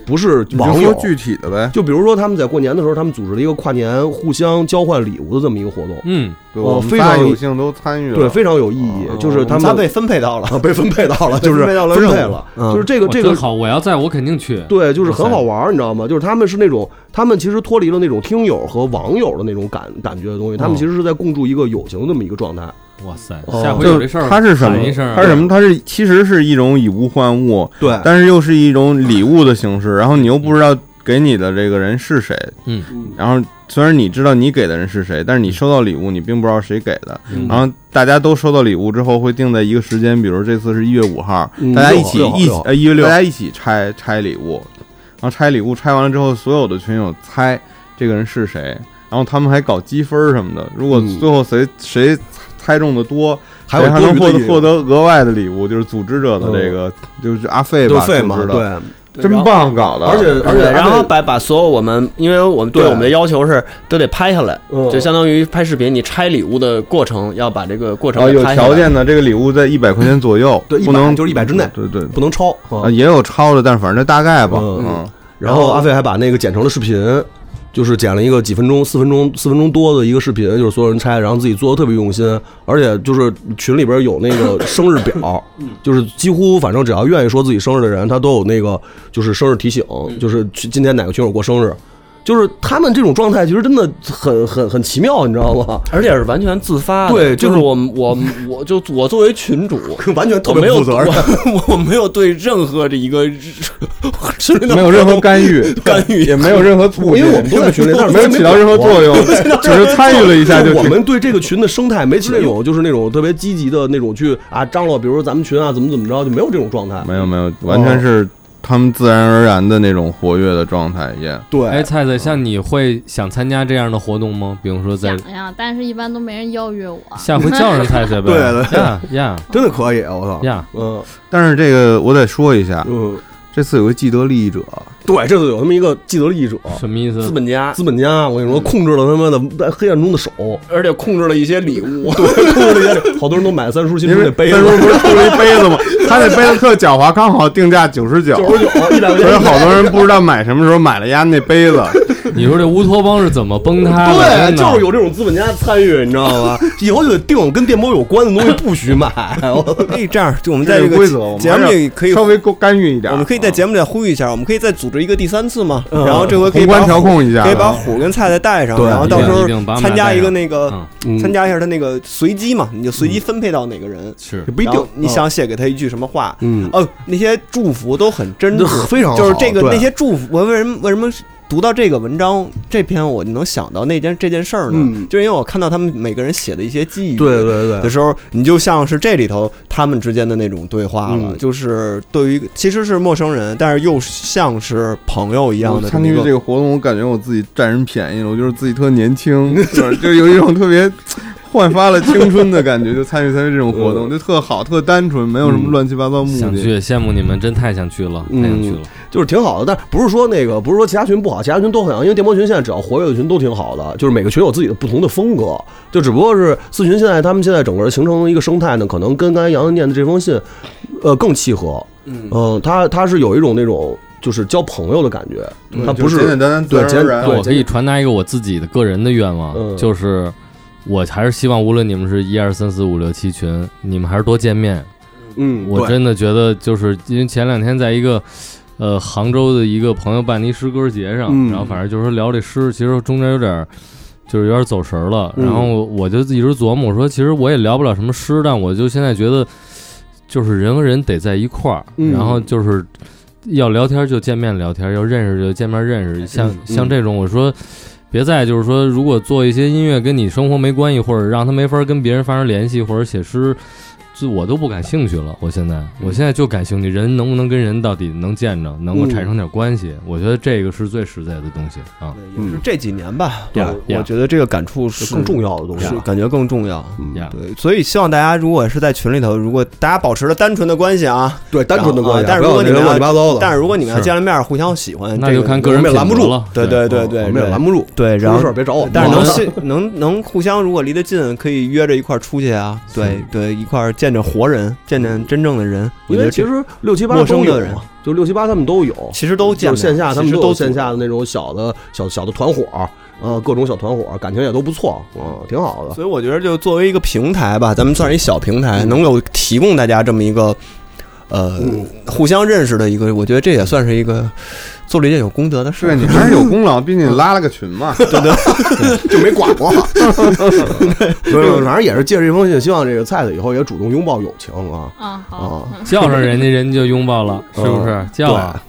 Speaker 4: 不是
Speaker 6: 你就
Speaker 4: 网友
Speaker 6: 说。具体的呗。
Speaker 4: 就比如说他们在过年的时候，他们组织了一个跨年互相交换礼物的这么一个活动，
Speaker 5: 嗯，
Speaker 6: 对，
Speaker 4: 哦
Speaker 6: 我们
Speaker 4: 非常
Speaker 6: 仨
Speaker 4: 有
Speaker 6: 有幸都参与了，
Speaker 4: 对，非常有意义。
Speaker 6: 哦
Speaker 4: 就是哎他
Speaker 3: 我仨
Speaker 4: 们
Speaker 3: 被分配到了，
Speaker 4: 啊被分配到了，
Speaker 3: 被
Speaker 4: 就是
Speaker 3: 分配到了
Speaker 4: 分配
Speaker 3: 任务
Speaker 4: 了，
Speaker 3: 嗯
Speaker 4: 就是这个
Speaker 5: 哇
Speaker 4: 这
Speaker 5: 真
Speaker 4: 个
Speaker 5: 好，我要在我肯定去。
Speaker 4: 对，就是很
Speaker 5: 哇塞
Speaker 4: 好玩儿，你知道吗？就是他们是那种，他们其实脱离了那种听友和网友的那种感感觉的东西，他们
Speaker 5: 哦
Speaker 4: 其实是在共筑一个友情这么一个状态。
Speaker 5: 哇塞，
Speaker 4: 哦
Speaker 5: 下回有
Speaker 6: 就
Speaker 5: 这事儿
Speaker 6: 它是什么
Speaker 5: 喊一声啊？
Speaker 6: 它是什么？它是其实是一种以物换物，
Speaker 4: 嗯对，
Speaker 6: 但是又是一种礼物的形式，然后你又不知道给你的这个人是谁，
Speaker 5: 嗯，
Speaker 6: 然后虽然你知道你给的人是谁，但是你收到礼物，你并不知道谁给的，
Speaker 5: 嗯
Speaker 4: 啊
Speaker 6: 然后大家都收到礼物之后会定在一个时间，比如这次是一月五号
Speaker 4: 嗯，
Speaker 6: 大家一起
Speaker 4: 六号
Speaker 6: 一
Speaker 4: 六
Speaker 6: 起
Speaker 4: 号
Speaker 6: 呃一月六，大家一起拆拆礼物，然后拆礼物拆完了之后，所有的群友猜这个人是谁，然后他们还搞积分儿什么的，如果
Speaker 4: 嗯
Speaker 6: 最后谁谁猜中的多。
Speaker 4: 还有
Speaker 6: 谁还
Speaker 4: 多
Speaker 6: 能
Speaker 4: 余
Speaker 6: 获得获
Speaker 4: 的礼物
Speaker 6: 得额外的礼物，就是组织者的
Speaker 4: 嗯
Speaker 6: 这个，就是阿费
Speaker 4: 就
Speaker 6: 吧，
Speaker 4: 费嘛，
Speaker 6: 组织的，
Speaker 4: 对，
Speaker 6: 真棒搞的，
Speaker 4: 而且而且
Speaker 3: 对，然后把
Speaker 4: 把
Speaker 3: 把所有我们，因为我们对
Speaker 4: 对
Speaker 3: 我们的要求是都得拍下来，
Speaker 4: 嗯
Speaker 3: 就相当于拍视频，你拆礼物的过程要把这个过程
Speaker 4: 哦
Speaker 6: 然后啊
Speaker 3: 给
Speaker 6: 有
Speaker 3: 拍下来
Speaker 6: 条件的，这个礼物在一百块钱左右，
Speaker 4: 对
Speaker 6: 不
Speaker 4: 100
Speaker 6: 能
Speaker 4: 就是100之内
Speaker 6: 对对。
Speaker 4: 不能超
Speaker 6: 啊，
Speaker 5: 嗯
Speaker 4: 啊。
Speaker 6: 也有超的，但反正这大概吧。
Speaker 4: 嗯
Speaker 6: 嗯，
Speaker 4: 然后阿飞还把那个剪成了视频，就是剪了一个几分钟、四分钟、四分钟多的一个视频，就是所有人拆，然后自己做的特别用心，而且就是群里边有那个生日表，
Speaker 3: 嗯
Speaker 4: 就是几乎反正只要愿意说自己生日的人，他都有那个就是生日提醒，
Speaker 3: 嗯
Speaker 4: 就是去今天哪个群友过生日。就是他们这种状态，其实真的很很很奇妙，你知道吗？
Speaker 3: 而且是完全自发的，
Speaker 4: 对
Speaker 3: 就
Speaker 4: 就
Speaker 3: 是是我们我们我就我作为群主，
Speaker 4: 完全特
Speaker 3: 我
Speaker 4: 别
Speaker 3: 没有
Speaker 4: 负责任
Speaker 3: 我我没有对任何的一个是
Speaker 4: 嗯
Speaker 3: 那种
Speaker 6: 没有任何干 预，
Speaker 3: 干预
Speaker 6: 也没有任何促进，
Speaker 4: 因为我们都在群里但是
Speaker 6: 没有起到任何作 用，只是参与了一下就
Speaker 4: 我
Speaker 6: 挺
Speaker 4: 们对这个群的生态没起那种就是那种特别积极的那种去啊张罗，比如说咱们群啊怎么怎么着，就没有这种状态。
Speaker 6: 没有没有，完全是他们自然而然的那种活跃的状态，也
Speaker 5: 哎，
Speaker 4: 对，
Speaker 5: 菜菜，像你会想参加这样的活动吗？比如说在
Speaker 7: 想呀，但是一般都没人邀约我。
Speaker 5: 下回叫上菜菜呗。
Speaker 4: 对对
Speaker 5: 呀呀
Speaker 4: 真的可以，我操！
Speaker 5: 呀！
Speaker 4: 嗯
Speaker 6: 但是这个我得说一下，
Speaker 4: 嗯，
Speaker 6: 这次有个既得利益者，
Speaker 4: 对，这就有那么一个既得利益者，
Speaker 6: 哦
Speaker 5: 什么意思？
Speaker 3: 资本家，
Speaker 4: 资本家，我跟你说，控制了他妈的在黑暗中的手，
Speaker 3: 而且控制了一些礼物，
Speaker 4: 对，控制了一些，好多人都买三叔新
Speaker 6: 因
Speaker 4: 出
Speaker 6: 为
Speaker 4: 那杯
Speaker 6: 三
Speaker 4: 子
Speaker 6: 叔，不是出了一杯 子吗？他那杯子特狡猾，刚好定价九十九，
Speaker 4: 九十九 一百块
Speaker 6: 所以
Speaker 4: 钱。
Speaker 6: 好多人不知道买什么时候买了丫那杯子，
Speaker 5: 你说这乌托邦是怎么崩塌的？
Speaker 4: 对，
Speaker 5: 真的
Speaker 4: 就是有这种资本家参与，你知道吗？以后就得哦定跟电波有关的东西 不许买。我
Speaker 8: 可以这样，就我们在
Speaker 6: 这
Speaker 8: 这
Speaker 6: 个
Speaker 8: 个
Speaker 6: 规则，我们
Speaker 8: 节目
Speaker 6: 还是
Speaker 8: 里可以
Speaker 6: 稍微够干预一点。啊
Speaker 8: 我们可以
Speaker 4: 啊
Speaker 8: 在节目里呼吁一下，我们可以再组织一个第三次嘛，然后这回可以
Speaker 6: 宏
Speaker 8: 把
Speaker 6: 观调
Speaker 8: 虎
Speaker 6: 控一下，啊
Speaker 8: 可以把虎跟菜菜带上，
Speaker 4: 嗯对
Speaker 8: 然后到时
Speaker 5: 啊一定一定把
Speaker 8: 候
Speaker 5: 我们俩
Speaker 8: 参加
Speaker 5: 带
Speaker 8: 一个
Speaker 5: 上
Speaker 8: 那个
Speaker 5: 嗯
Speaker 8: 参加一下他那个随机嘛，你就随机分配到哪个人，
Speaker 5: 是
Speaker 4: 嗯也不一
Speaker 8: 然后
Speaker 4: 定，
Speaker 8: 你想写给他一句什么话，
Speaker 4: 嗯
Speaker 8: 哦，那些祝福都很
Speaker 3: 嗯
Speaker 8: 真
Speaker 4: 那
Speaker 8: 挚，
Speaker 4: 非常好
Speaker 8: 就是这个
Speaker 4: 对
Speaker 8: 那些祝福，我为什么为什么读到这个文章这篇我能想到那件这件事儿呢
Speaker 4: 嗯？
Speaker 8: 就是因为我看到他们每个人写的一些记忆，
Speaker 4: 对对
Speaker 8: 的
Speaker 4: 对，
Speaker 8: 时候，你就像是这里头他们之间的那种对话了，
Speaker 4: 嗯
Speaker 8: 就是对于其实是陌生人，但是又像是朋友一样
Speaker 6: 我
Speaker 8: 的
Speaker 6: 参
Speaker 8: 么一
Speaker 6: 与
Speaker 8: 个
Speaker 6: 这个活动，我感觉我自己占人便宜了，我就是自己特年 轻，就是就有一种特别焕发了青春的感觉，就参与参与这种活动，就特好，特单纯，没有什么乱七八糟目
Speaker 5: 想
Speaker 6: 的。
Speaker 5: 去，羡慕你们，真太想去了，太想去了。
Speaker 4: 就是挺好的。但不是说那个，不是说其他群不好，其他群都很好，因为电波群现在只要活跃的群都挺好的，就是每个群有自己的不同的风格。就只不过是四群现在他们现在整个形成的一个生态呢，可能跟刚才杨洋念的这封信，呃，更契合。嗯，呃，他他是有一种那种就是交朋友的感觉，他不
Speaker 6: 就是简简单单，自
Speaker 4: 对
Speaker 6: 然而然
Speaker 5: 那我可以传达一个我自己的个人的愿望，
Speaker 4: 嗯
Speaker 5: 就是我还是希望，无论你们是一二三四五六七群，你们还是多见面。
Speaker 4: 嗯，
Speaker 5: 我
Speaker 4: 对
Speaker 5: 真的觉得，就是因为前两天在一个呃杭州的一个朋友办的一诗歌节上，
Speaker 4: 嗯
Speaker 5: 然后反正就是说聊这诗，其实中间有点儿就是有点走神儿了。
Speaker 4: 嗯
Speaker 5: 然后我就一直琢磨，我说其实我也聊不了什么诗，但我就现在觉得，就是人和人得在一块儿，
Speaker 4: 嗯
Speaker 5: 然后就是要聊天就见面聊天，要认识就见面认识。像、像这种，我说。别再就是说，如果做一些音乐跟你生活没关系，或者让他没法跟别人发生联系，或者写诗，就我都不感兴趣了。我现在，我现在就感兴趣，人能不能跟人到底能见着，能够产生点关系，我觉得这个是最实在的东西啊。
Speaker 3: 也是这几年吧，
Speaker 5: Yeah,
Speaker 3: 我
Speaker 5: yeah.
Speaker 3: 我觉得这个感触是
Speaker 4: 更重要的东西
Speaker 3: 是。感觉更重要。
Speaker 6: 嗯
Speaker 5: 呀，
Speaker 3: 对，所以希望大家如果是在群里头，如果大家保持着单纯的关系啊，
Speaker 4: 对，单纯的关
Speaker 3: 啊
Speaker 4: 系啊，
Speaker 3: 但是
Speaker 4: 不要
Speaker 3: 如果你
Speaker 4: 那些
Speaker 3: 们
Speaker 4: 乱七八糟的，
Speaker 3: 但是如果你们要
Speaker 5: 是
Speaker 3: 见了面，互相喜欢，
Speaker 5: 那
Speaker 3: 这
Speaker 5: 就
Speaker 3: 个
Speaker 5: 看个人
Speaker 4: 我们也
Speaker 5: 品
Speaker 4: 拦不
Speaker 5: 德
Speaker 4: 住
Speaker 5: 了。
Speaker 3: 对对对对，
Speaker 4: 我们也拦
Speaker 3: 对
Speaker 4: 不住。
Speaker 3: 对，
Speaker 4: 出
Speaker 3: 然
Speaker 4: 事
Speaker 3: 后
Speaker 4: 儿别找我们啊，
Speaker 3: 但是能信能能互相，如果离得近，可以约着一块儿出去啊。对对，一块儿见着活人，见见真正的人。我觉
Speaker 4: 因为
Speaker 3: 得
Speaker 4: 其
Speaker 3: 这
Speaker 4: 实六七八
Speaker 3: 陌生
Speaker 4: 都有
Speaker 3: 的人
Speaker 4: 嘛，就六七八他们都有，
Speaker 3: 其实都见
Speaker 4: 就是
Speaker 3: 过
Speaker 4: 线下
Speaker 3: 其
Speaker 4: 他们
Speaker 3: 实
Speaker 4: 都有
Speaker 3: 都
Speaker 4: 线
Speaker 3: 见过
Speaker 4: 下的那种小的小小的团伙儿，呃，各种小团伙儿，感情也都不错，嗯，挺好的。
Speaker 3: 所以我觉得，就作为一个平台吧，咱们算是一小平台，能够提供大家这么一个，呃，互相认识的一个，我觉得这也算是一个做了一件有功德的事
Speaker 6: 对。你还是有功劳，毕竟你拉了个群嘛。
Speaker 4: 就没管 过。 没有，反正也是借着这封信，希望这个菜菜以后也主动拥抱友情啊。
Speaker 7: 啊，好
Speaker 4: 啊，
Speaker 5: 叫上人家，人家就拥抱了，是不是
Speaker 4: 嗯？
Speaker 5: 叫啊！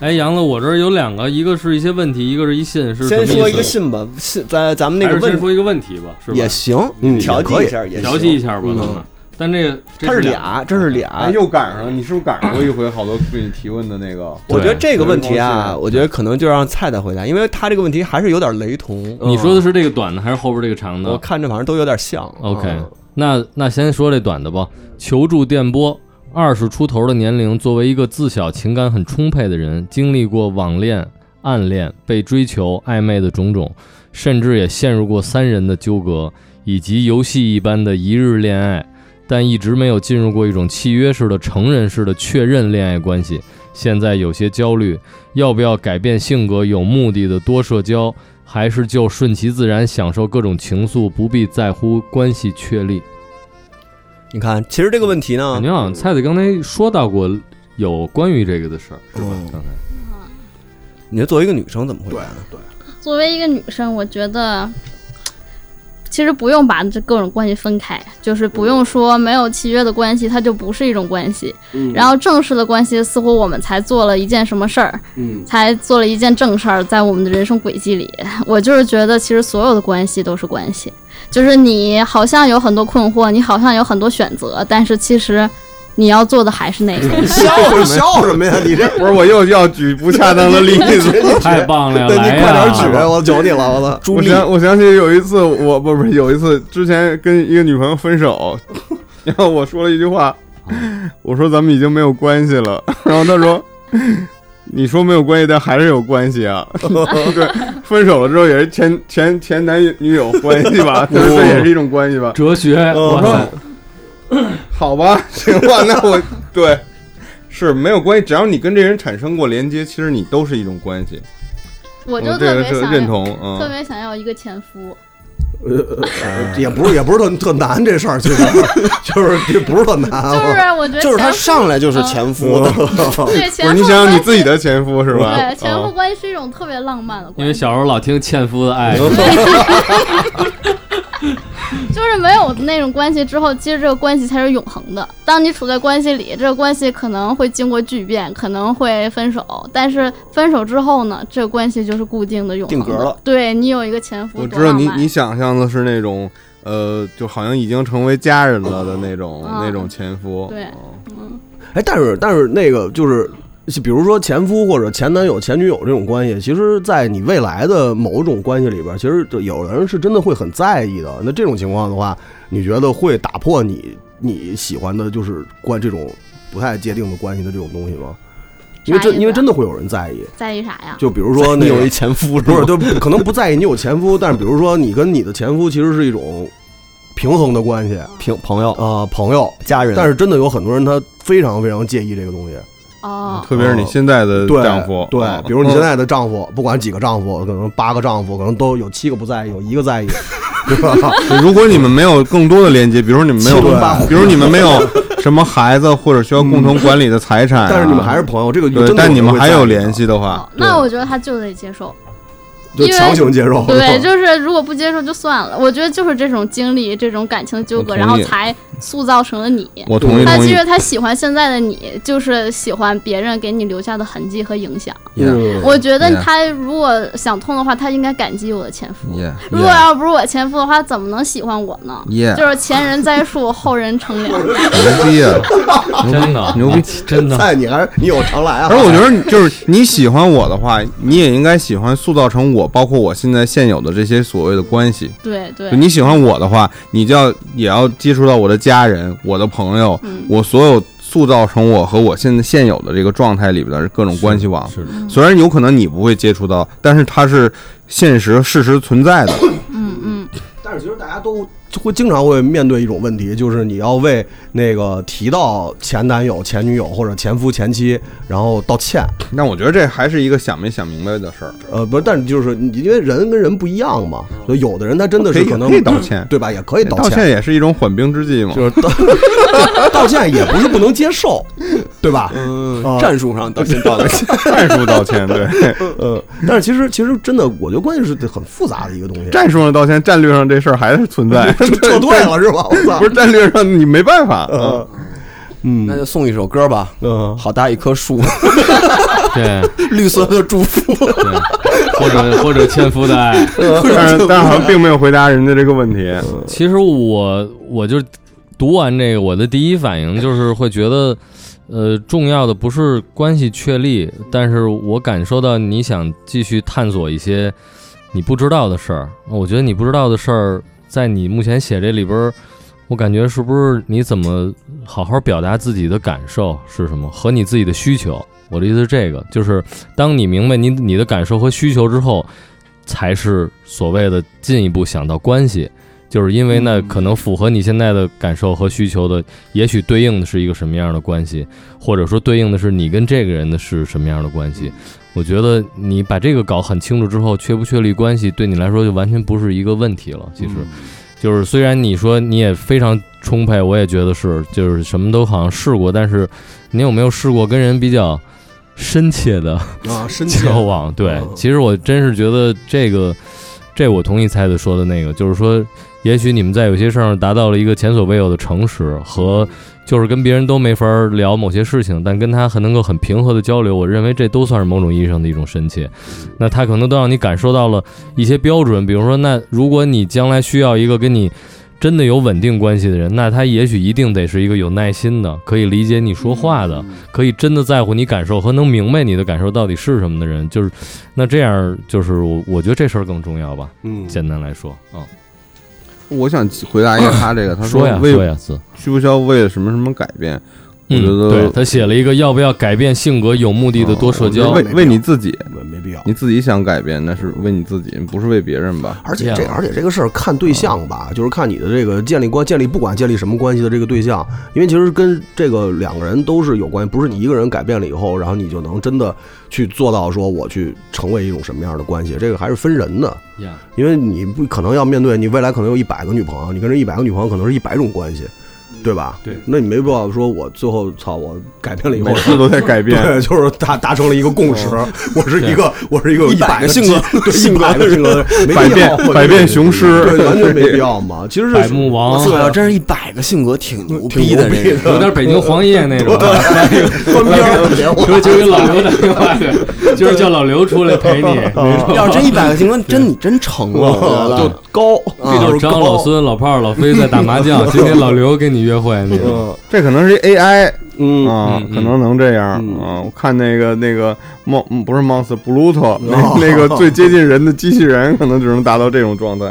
Speaker 5: 哎，杨子，我这儿有两个，一个是一些问题，一个是一信，是什么
Speaker 3: 先说一
Speaker 5: 意
Speaker 3: 个
Speaker 5: 思
Speaker 3: 信吧，信咱咱们那
Speaker 5: 还
Speaker 3: 个
Speaker 5: 是先
Speaker 3: 问
Speaker 5: 说一个问题吧，是吧？
Speaker 3: 也行，
Speaker 4: 嗯
Speaker 3: 调
Speaker 4: 也可啊
Speaker 3: 剂
Speaker 4: 以
Speaker 3: 一下也
Speaker 5: 调剂一
Speaker 3: 行。
Speaker 5: 下吧，咱们。但这个这
Speaker 3: 它是
Speaker 5: 俩，
Speaker 3: 俩，这是俩
Speaker 6: 哎，。又赶上了，你是不是赶上过一回好多对你提问的那个？
Speaker 3: 我觉得这个问题啊，
Speaker 6: 对
Speaker 3: 我觉得可能就让菜菜回答，因为他这个问题还是有点雷同。
Speaker 5: 你说的是这个短的还是后边这个长的
Speaker 3: 我看着反正都有点像。
Speaker 5: ？OK，那
Speaker 3: 嗯
Speaker 5: 那先说这短的吧。求助电波，二十出头的年龄，作为一个自小情感很充沛的人，经历过网恋、暗恋、被追求、暧昧的种种，甚至也陷入过三人的纠葛，以及游戏一般的一日恋爱，但一直没有进入过一种契约式的、成人式的确认恋爱关系。现在有些焦虑，要不要改变性格，有目的的多社交，还是就顺其自然，享受各种情愫，不必在乎关系确立？
Speaker 3: 你看，其实这个问题呢
Speaker 6: 嗯
Speaker 5: 感，觉好像菜子刚才说到过有关于这个的事 儿，是吧
Speaker 3: 嗯？
Speaker 5: 刚才
Speaker 3: 你说作为一个女生怎么回答呢？
Speaker 7: 作为一个女生，我觉得其实不用把这各种关系分开，就是不用说没有契约的关系，它就不是一种关系。
Speaker 6: 嗯
Speaker 7: 然后正式的关系，似乎我们才做了一件什么事儿，
Speaker 4: 嗯，
Speaker 7: 才做了一件正事儿，在我们的人生轨迹里，我就是觉得，其实所有的关系都是关系，就是你好像有很多困惑，你好像有很多选择，但是其实你要做的还是 那个。
Speaker 4: 笑 笑什么呀？你这
Speaker 6: 不是我又要举不恰当的例子，
Speaker 5: 太棒了呀，
Speaker 4: 你
Speaker 5: 来
Speaker 4: 快点举，
Speaker 5: 呀！
Speaker 4: 我求你了，我操！
Speaker 6: 我想我想起有一次，我不是不是有一次之前跟一个女朋友分手，然后我说了一句话， 我说咱们已经没有关系了，然后她说。你说没有关系，但还是有关系啊。 对，分手了之后也是前前前男女友关系吧，对，这也是一种关系吧。
Speaker 5: 哲学，
Speaker 6: 嗯
Speaker 5: 哇塞，
Speaker 6: 好吧， 行吧，那我对是没有关系，只要你跟这人产生过连接，其实你都是一种关系。嗯
Speaker 7: 我就特
Speaker 6: 这个
Speaker 7: 别
Speaker 6: 是
Speaker 7: 想
Speaker 6: 认
Speaker 7: 要，
Speaker 6: 同，
Speaker 7: 特
Speaker 6: 嗯，
Speaker 7: 别想要一个前夫。
Speaker 4: 呃也不是也不是特特难这事儿，其实 就是也不是特难
Speaker 6: 哦
Speaker 7: 就
Speaker 4: 啊。
Speaker 7: 是我觉得
Speaker 3: 就是他
Speaker 7: 前夫
Speaker 3: 上来就是前夫，
Speaker 4: 嗯
Speaker 7: 对
Speaker 6: 不
Speaker 7: 前夫
Speaker 6: 是你想想你自己
Speaker 7: 的
Speaker 6: 的前夫是吧？
Speaker 7: 对前夫
Speaker 6: 嗯
Speaker 7: 关系是一种特别浪漫的
Speaker 5: 因
Speaker 7: 关
Speaker 5: 为
Speaker 7: 系，
Speaker 5: 小时候老听《纤夫的爱》，
Speaker 6: 嗯
Speaker 7: 就是没有那种关系之后，其实这个关系才是永恒的。当你处在关系里，这个关系可能会经过巨变，可能会分手，但是分手之后呢，这个关系就是固定的、永恒的。
Speaker 3: 定格了
Speaker 7: 对你有一个前夫，
Speaker 6: 我
Speaker 7: 多
Speaker 6: 知道
Speaker 7: 浪
Speaker 6: 你
Speaker 7: 漫
Speaker 6: 你想象的是那种呃，就好像已经成为家人了的那种
Speaker 7: 嗯
Speaker 6: 那种前夫。嗯
Speaker 7: 对嗯
Speaker 4: 哎，但是但是那个就是。就比如说前夫或者前男友、前女友这种关系，其实，在你未来的某种关系里边，其实就有人是真的会很在意的。那这种情况的话，你觉得会打破你你喜欢的，就是关这种不太界定的关系的这种东西吗？因为
Speaker 7: 啥意
Speaker 4: 真
Speaker 7: 思
Speaker 4: 因为真的会有人在意，
Speaker 7: 在意啥呀？
Speaker 4: 就比如说
Speaker 3: 你
Speaker 4: 那个
Speaker 3: 有一前夫是
Speaker 4: 不
Speaker 3: 吧
Speaker 4: 是，？就可能不在意你有前夫，但是比如说你跟你的前夫其实是一种平衡的关系啊、
Speaker 3: 平朋友、
Speaker 4: 朋友。
Speaker 3: 家人，
Speaker 4: 但是真的有很多人他非常非常介意这个东西，
Speaker 7: 哦，
Speaker 6: 特别是你现在的
Speaker 4: 对
Speaker 6: 丈夫，
Speaker 4: 对
Speaker 6: 嗯，
Speaker 4: 比如你现在的丈夫，不管几个丈夫，可能八个丈夫，可能都有七个不在意，有一个在意，对吧？
Speaker 6: 嗯如果你们没有更多的连接，比如你们没有
Speaker 4: 七龙八，
Speaker 6: 比如你们没有什么孩子或者需要共同管理的财产啊，
Speaker 4: 嗯但是你们还是朋友，这个真的
Speaker 6: 对，但你们还有联
Speaker 4: 有
Speaker 6: 系的话
Speaker 7: 哦，那我觉得他就得接受。
Speaker 4: 人会在意的，就强行接受，
Speaker 7: 对，就是如果不接受就算了。我觉得就是这种经历、这种感情纠葛，
Speaker 6: 我同意
Speaker 7: 然后才塑造成了你。
Speaker 6: 我同意
Speaker 7: 他
Speaker 6: 同
Speaker 7: 其
Speaker 6: 意
Speaker 7: 实。他喜欢现在的你，就是喜欢别人给你留下的痕迹和影响。
Speaker 4: 嗯
Speaker 6: Yeah
Speaker 7: 我觉得
Speaker 6: Yeah
Speaker 7: 他如果想通的话，他应该感激我的前夫。
Speaker 6: Yeah
Speaker 7: 如果要不是我前夫的话，怎么能喜欢我呢？
Speaker 6: Yeah，
Speaker 7: 就是前人栽树，后人乘凉。
Speaker 6: 牛 逼啊！
Speaker 5: 真的
Speaker 6: 牛逼，
Speaker 5: 真的。
Speaker 4: 菜你还是你有常来啊。
Speaker 6: 而我觉得你，就是你喜欢我的话，你也应该喜欢塑造成我，包括我现在现有的这些所谓的关系。
Speaker 7: 对对
Speaker 6: 就，你喜欢我的话，你就要也要接触到我的家人、我的朋友，
Speaker 7: 嗯
Speaker 6: 我所有塑造成我和我现在现有的这个状态里边的各种关系
Speaker 7: 嗯
Speaker 6: 网。
Speaker 5: 是的，
Speaker 6: 虽然有可能你不会接触到，但是它是现实、事实存在的。
Speaker 7: 嗯嗯，
Speaker 4: 但是其实大家都会经常会面对一种问题，就是你要为那个提到前男友、前女友或者前夫、前妻，然后道歉。
Speaker 6: 那我觉得这还是一个想没想明白的事儿。
Speaker 4: 呃，不是，但是就是你因为人跟人不一样嘛，所以有的人他真的
Speaker 6: 可
Speaker 4: 是
Speaker 6: 以
Speaker 4: 可能
Speaker 6: 可以道歉
Speaker 4: 对吧？也可以道
Speaker 6: 道歉也是一种缓兵之计嘛。
Speaker 4: 就是道道 歉也不是不能接受，对吧？嗯
Speaker 8: 战术上到现到了
Speaker 6: 战术道 歉，对
Speaker 4: 呃，但是其实其实真的，我觉得关键是很复杂的一个东西。
Speaker 6: 战术上道歉，战略上这事儿还是存 在。
Speaker 4: 撤退了是吧？我操！
Speaker 6: 不是战略上你没办法。
Speaker 4: 呃，
Speaker 8: 那
Speaker 4: 嗯
Speaker 8: 就送一首歌吧。
Speaker 4: 嗯，
Speaker 8: 好大一棵树，
Speaker 5: 对
Speaker 8: 绿色的祝福。
Speaker 5: 对，或者或者纤夫的爱。
Speaker 6: 但是但是好像并没有回答人家这个问题。
Speaker 5: 其实我我就读完这个，我的第一反应就是会觉得，呃，重要的不是关系确立，但是我感受到你想继续探索一些你不知道的事儿。我觉得你不知道的事儿，在你目前写这里边儿，我感觉是不是你怎么好好表达自己的感受是什么和你自己的需求？我的意思是这个，就是当你明白你你的感受和需求之后，才是所谓的进一步想到关系。就是因为那可能符合你现在的感受和需求的，也许对应的是一个什么样的关系，或者说对应的是你跟这个人的是什么样的关系。我觉得你把这个搞很清楚之后，确不确立关系对你来说就完全不是一个问题了。其实，
Speaker 4: 嗯
Speaker 5: 就是虽然你说你也非常充沛，我也觉得是，就是什么都好像试过，但是你有没有试过跟人比较深切的
Speaker 4: 啊，深切
Speaker 5: 交往。 对
Speaker 4: 嗯，
Speaker 5: 其实我真是觉得这个，这我同意猜子说的那个，就是说，也许你们在有些事儿上达到了一个前所未有的诚实和。就是跟别人都没法儿聊某些事情，但跟他还能够很平和的交流，我认为这都算是某种意义上的一种深切。那他可能都让你感受到了一些标准，比如说，那如果你将来需要一个跟你真的有稳定关系的人，那他也许一定得是一个有耐心的，可以理解你说话的，可以真的在乎你感受和能明白你的感受到底是什么的人，就是那这样，就是我我觉得这事儿更重要吧。
Speaker 4: 嗯
Speaker 5: 简单来说，啊、
Speaker 6: 我想回答一下他这个，他
Speaker 5: 说呀
Speaker 6: 为
Speaker 5: 说呀，子，
Speaker 6: 需不需要为了什么什么改变？我觉
Speaker 5: 嗯，
Speaker 6: 得
Speaker 5: 对他写了一个要不要改变性格，有目的的多社
Speaker 6: 哦我
Speaker 5: 交
Speaker 6: 觉得，呃为为你自己，
Speaker 4: 没没必要。
Speaker 6: 你自己想改变，那是为你自己，不是为别人吧？
Speaker 4: 而且这
Speaker 5: 这样
Speaker 4: 而且这个事儿看对象吧，就是看你的这个建立关建立不管建立什么关系的这个对象，因为其实跟这个两个人都是有关系，不是你一个人改变了以后，然后你就能真的去做到说我去成为一种什么样的关系，这个还是分人的，
Speaker 5: 呀
Speaker 4: 因为你不可能要面对你未来可能有一百个女朋友，你跟这一百个女朋友可能是一百种关系，对吧？
Speaker 5: 对
Speaker 4: 那你没必要说我最后操我改变了以后
Speaker 6: 每。次都在改 变。
Speaker 4: 对，就是达达成了一个共识，我是一个我是一个
Speaker 8: 100个
Speaker 4: 基
Speaker 8: 性格
Speaker 4: 对
Speaker 8: 性格
Speaker 4: 100个性格没必
Speaker 6: 百
Speaker 4: 要
Speaker 6: 变
Speaker 4: 我觉得
Speaker 6: 百变雄狮，
Speaker 4: 对，完全没必要嘛。其实
Speaker 5: 百
Speaker 4: 是
Speaker 5: 目王，
Speaker 8: 我要真是一百个性格，挺牛
Speaker 4: 挺
Speaker 8: 逼的
Speaker 4: 牛逼
Speaker 8: 这个。
Speaker 5: 有点北京黄爷那种，
Speaker 4: 关边儿
Speaker 5: 就
Speaker 4: 别
Speaker 5: 就给老刘打电话去，就是叫老刘出来陪你，
Speaker 8: 要是真一
Speaker 5: 啊
Speaker 8: 百个性 格，真你真成了，我觉
Speaker 4: 我就
Speaker 8: 得啊
Speaker 4: 高，这就
Speaker 5: 老
Speaker 4: 是
Speaker 5: 张、
Speaker 4: 高
Speaker 5: 老孙、老炮儿、老飞在打麻将，今天老刘跟你约会那种。
Speaker 4: 嗯
Speaker 6: 这可能是 AI
Speaker 4: 嗯，
Speaker 6: 啊，
Speaker 5: 嗯嗯
Speaker 6: 可能能这样
Speaker 4: 嗯
Speaker 6: 啊。我看那个那个 mon 嗯不是 monster Bluetooth 那那个最接近人的机器人，可能只能达到这种状态。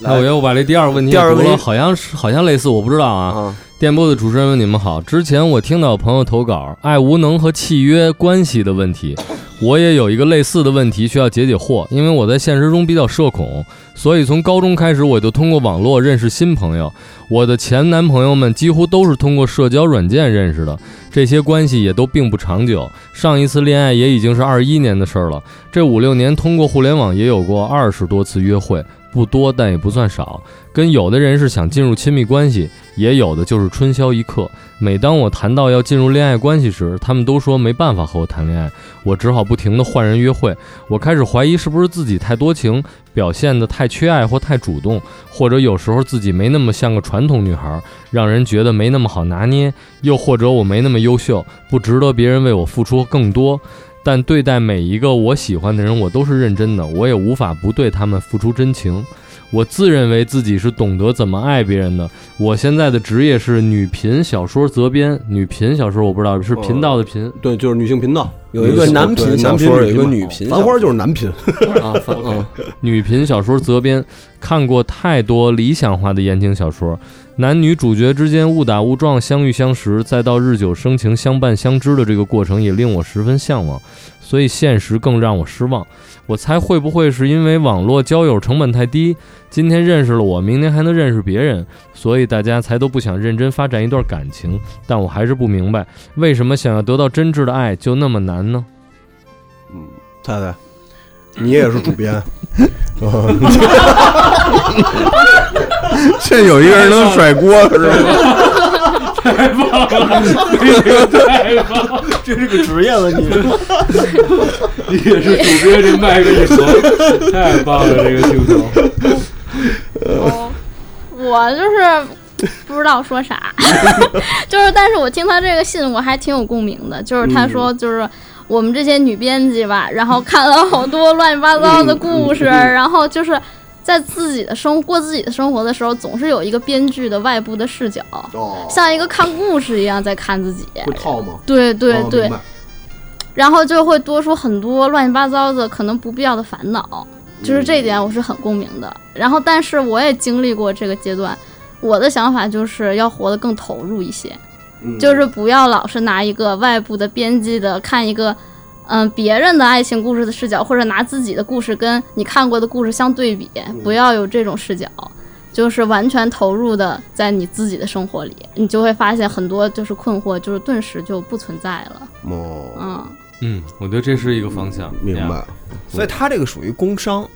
Speaker 5: 那我要不把这第二个问题
Speaker 8: 第二个
Speaker 5: 读了，
Speaker 8: 问题
Speaker 5: 好像是好像类似，我不知道啊。
Speaker 8: 啊，
Speaker 5: 电波的主持人们，你们好。之前我听到有朋友投稿爱无能和契约关系的问题，我也有一个类似的问题需要解解惑。因为我在现实中比较社恐，所以从高中开始我就通过网络认识新朋友。我的前男朋友们几乎都是通过社交软件认识的，这些关系也都并不长久。上一次恋爱也已经是二一年的事儿了，这五六年通过互联网也有过二十多次约会，不多，但也不算少。跟有的人是想进入亲密关系，也有的就是春宵一刻。每当我谈到要进入恋爱关系时，他们都说没办法和我谈恋爱，我只好不停地换人约会。我开始怀疑是不是自己太多情，表现得太缺爱或太主动，或者有时候自己没那么像个传统女孩，让人觉得没那么好拿捏；又或者我没那么优秀，不值得别人为我付出更多。但对待每一个我喜欢的人，我都是认真的，我也无法不对他们付出真情。我自认为自己是懂得怎么爱别人的。我现在的职业是女频小说责编，女频小说我不知道是频道的频
Speaker 4: 对，就是女性频道
Speaker 8: 有一个男
Speaker 4: 对
Speaker 8: 频
Speaker 4: 男
Speaker 8: 小
Speaker 4: 频
Speaker 8: 说，有
Speaker 4: 女
Speaker 8: 一个
Speaker 4: 频
Speaker 8: 女频小
Speaker 4: 繁
Speaker 8: 说。
Speaker 4: 花就是男频，
Speaker 8: 啊，繁嗯，
Speaker 5: 女频小说责编，看过太多理想化的言情小说，男女主角之间误打误撞、相遇相识，再到日久生情、相伴相知的这个过程，也令我十分向往。所以现实更让我失望。我猜会不会是因为网络交友成本太低，今天认识了我，明天还能认识别人，所以大家才都不想认真发展一段感情。但我还是不明白，为什么想要得到真挚的爱就那么难呢？
Speaker 4: 太太，你也是主编，
Speaker 6: 这有一个人能甩锅是吗？
Speaker 8: 这是个职业问题。
Speaker 9: 你也是主编这麦克一合，太棒了，这个镜头。
Speaker 7: 哦， 我就是不知道说啥， 就是但是我听他这个信，我还挺有共鸣的。就是他说，
Speaker 4: 嗯
Speaker 7: 就是我们这些女编辑吧，然后看了好多乱七八糟的故事，
Speaker 4: 嗯
Speaker 7: 然后就是在自己的生过自己的生活的时候，总是有一个编剧的外部的视角，哦像一个看故事一样在看自己。
Speaker 4: 哦会套吗？
Speaker 7: 对对
Speaker 4: 哦
Speaker 7: 对
Speaker 4: 明，白
Speaker 7: 然后就会多出很多乱七八糟的可能不必要的烦恼，就是这一点我是很共鸣的。然后，但是我也经历过这个阶段，我的想法就是要活得更投入一些，就是不要老是拿一个外部的编辑的看一个。嗯，别人的爱情故事的视角，或者拿自己的故事跟你看过的故事相对比，不要有这种视角，就是完全投入的在你自己的生活里，你就会发现很多就是困惑，就是顿时就不存在了。
Speaker 4: 哦，
Speaker 7: 嗯，
Speaker 5: 嗯，我觉得这是一个方向。
Speaker 4: 明白，
Speaker 8: 所以他这个属于工伤，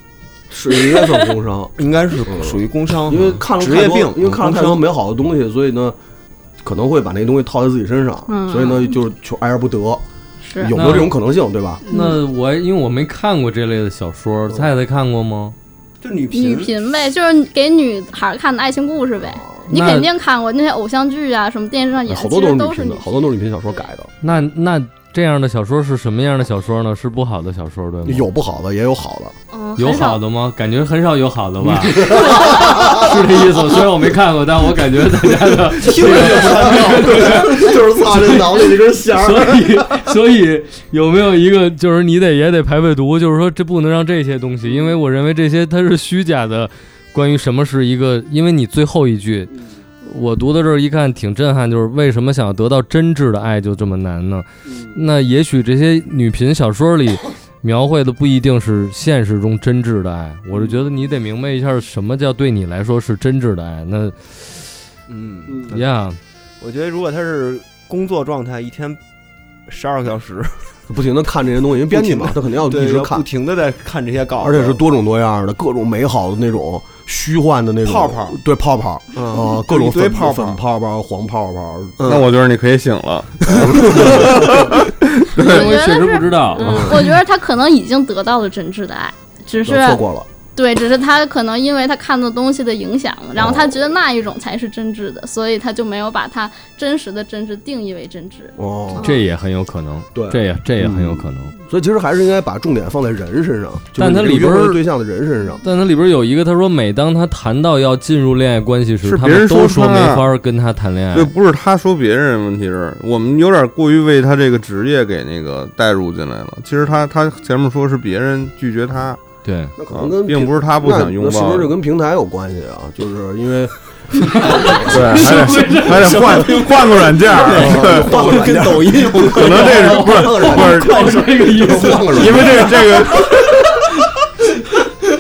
Speaker 4: 是应该算工伤，
Speaker 8: 应该是属于工
Speaker 3: 嗯
Speaker 8: 伤，
Speaker 4: 因为看了
Speaker 8: 职
Speaker 4: 太
Speaker 8: 业
Speaker 4: 多
Speaker 8: 病，
Speaker 4: 因为看了
Speaker 8: 工
Speaker 4: 太多
Speaker 8: 伤。
Speaker 4: 美好的东西，所以呢，可能会把那东西套在自己身上，
Speaker 7: 嗯
Speaker 4: 所以呢，就是求爱而不得，
Speaker 7: 是
Speaker 4: 有没有这种可能性，对吧？
Speaker 5: 那我因为我没看过这类的小说，菜菜看过吗？
Speaker 8: 就女
Speaker 7: 女
Speaker 8: 频，
Speaker 7: 频呗，就是给女孩儿看的爱情故事呗。你
Speaker 5: 那
Speaker 7: 肯定看过那些偶像剧啊，什么电视上演的，
Speaker 4: 哦呃好多都
Speaker 7: 其实
Speaker 4: 是女
Speaker 7: 都是
Speaker 4: 频的，好多都是女频小说改的，
Speaker 5: 那那这样的小说是什么样的小说呢？是不好的小说对吗？
Speaker 4: 有不好的，也有好的。
Speaker 7: 嗯，
Speaker 5: 有
Speaker 7: 很少
Speaker 5: 好的吗？感觉很少有好的 吧，是这意思。虽然我没看过，但我感觉大家的
Speaker 4: 听着 就不太妙，就是操这脑子里这根弦儿。
Speaker 5: 所以， 所以有没有一个就是你得也得排排毒，就是说这不能让这些东西，因为我认为这些它是虚假的。关于什么是一个，因为你最后一句，
Speaker 4: 嗯
Speaker 5: 我读到这儿一看挺震撼，就是为什么想要得到真挚的爱就这么难呢？
Speaker 4: 嗯
Speaker 5: 那也许这些女频小说里描绘的不一定是现实中真挚的爱，
Speaker 4: 嗯
Speaker 5: 我是觉得你得明白一下什么叫对你来说是真挚的爱。那
Speaker 8: 嗯，
Speaker 5: 呀
Speaker 8: 我觉得如果他是工作状态，一天十二个小时，
Speaker 4: 不停的看这些东西，因为编辑嘛，他肯定要一
Speaker 8: 对，
Speaker 4: 直
Speaker 8: 要不
Speaker 4: 看，
Speaker 8: 停的在看这些稿子，
Speaker 4: 而且是多种多样的，各种美好的那种虚幻的那种
Speaker 8: 泡泡，
Speaker 4: 对泡泡
Speaker 8: 嗯，
Speaker 4: 啊，各种
Speaker 8: 一堆
Speaker 4: 粉
Speaker 8: 泡嗯
Speaker 4: 粉
Speaker 8: 泡，
Speaker 4: 泡泡、黄泡泡，
Speaker 6: 那我觉得你可以醒了。
Speaker 7: 我
Speaker 5: 因为
Speaker 7: 觉
Speaker 5: 确
Speaker 7: 得
Speaker 5: 实
Speaker 7: 是
Speaker 5: 不，知道。
Speaker 7: 嗯，我觉得他可能已经得到了真挚的爱，只是
Speaker 4: 都 错过了。
Speaker 7: 对，只是他可能因为他看的东西的影响，
Speaker 4: 哦
Speaker 7: 然后他觉得那一种才是真挚的，所以他就没有把他真实的真挚定义为真挚。
Speaker 4: 哦，
Speaker 5: 这也很有可能，
Speaker 4: 对嗯
Speaker 5: 这也这也很有可能。
Speaker 4: 所以其实还是应该把重点放在人身上，就是
Speaker 5: 但它
Speaker 4: 你
Speaker 5: 里边儿
Speaker 4: 约会对象的人身上。
Speaker 5: 但它里边有一个，他说每当他谈到要进入恋爱关系时，
Speaker 6: 是
Speaker 5: 他
Speaker 6: 别
Speaker 5: 们
Speaker 6: 人
Speaker 5: 都
Speaker 6: 说
Speaker 5: 说
Speaker 6: 他啊
Speaker 5: 没法跟他谈恋
Speaker 6: 对，
Speaker 5: 爱。
Speaker 6: 不是他说别人，问题是我们有点过于为他这个职业给那个带入进来了。其实他他前面说是别人拒绝他，
Speaker 5: 对，
Speaker 4: 那可
Speaker 6: 啊
Speaker 4: 能跟
Speaker 6: 并不是他不
Speaker 4: 那
Speaker 6: 想拥
Speaker 4: 那是不
Speaker 6: 抱
Speaker 4: 是，就跟平台有关系啊？就是 因为
Speaker 6: 对，还得还得换换个软件儿，对，
Speaker 4: 换个跟抖音有关
Speaker 6: 可能这是不是不是
Speaker 5: 这个意思。
Speaker 4: 换个
Speaker 6: 因为这这个，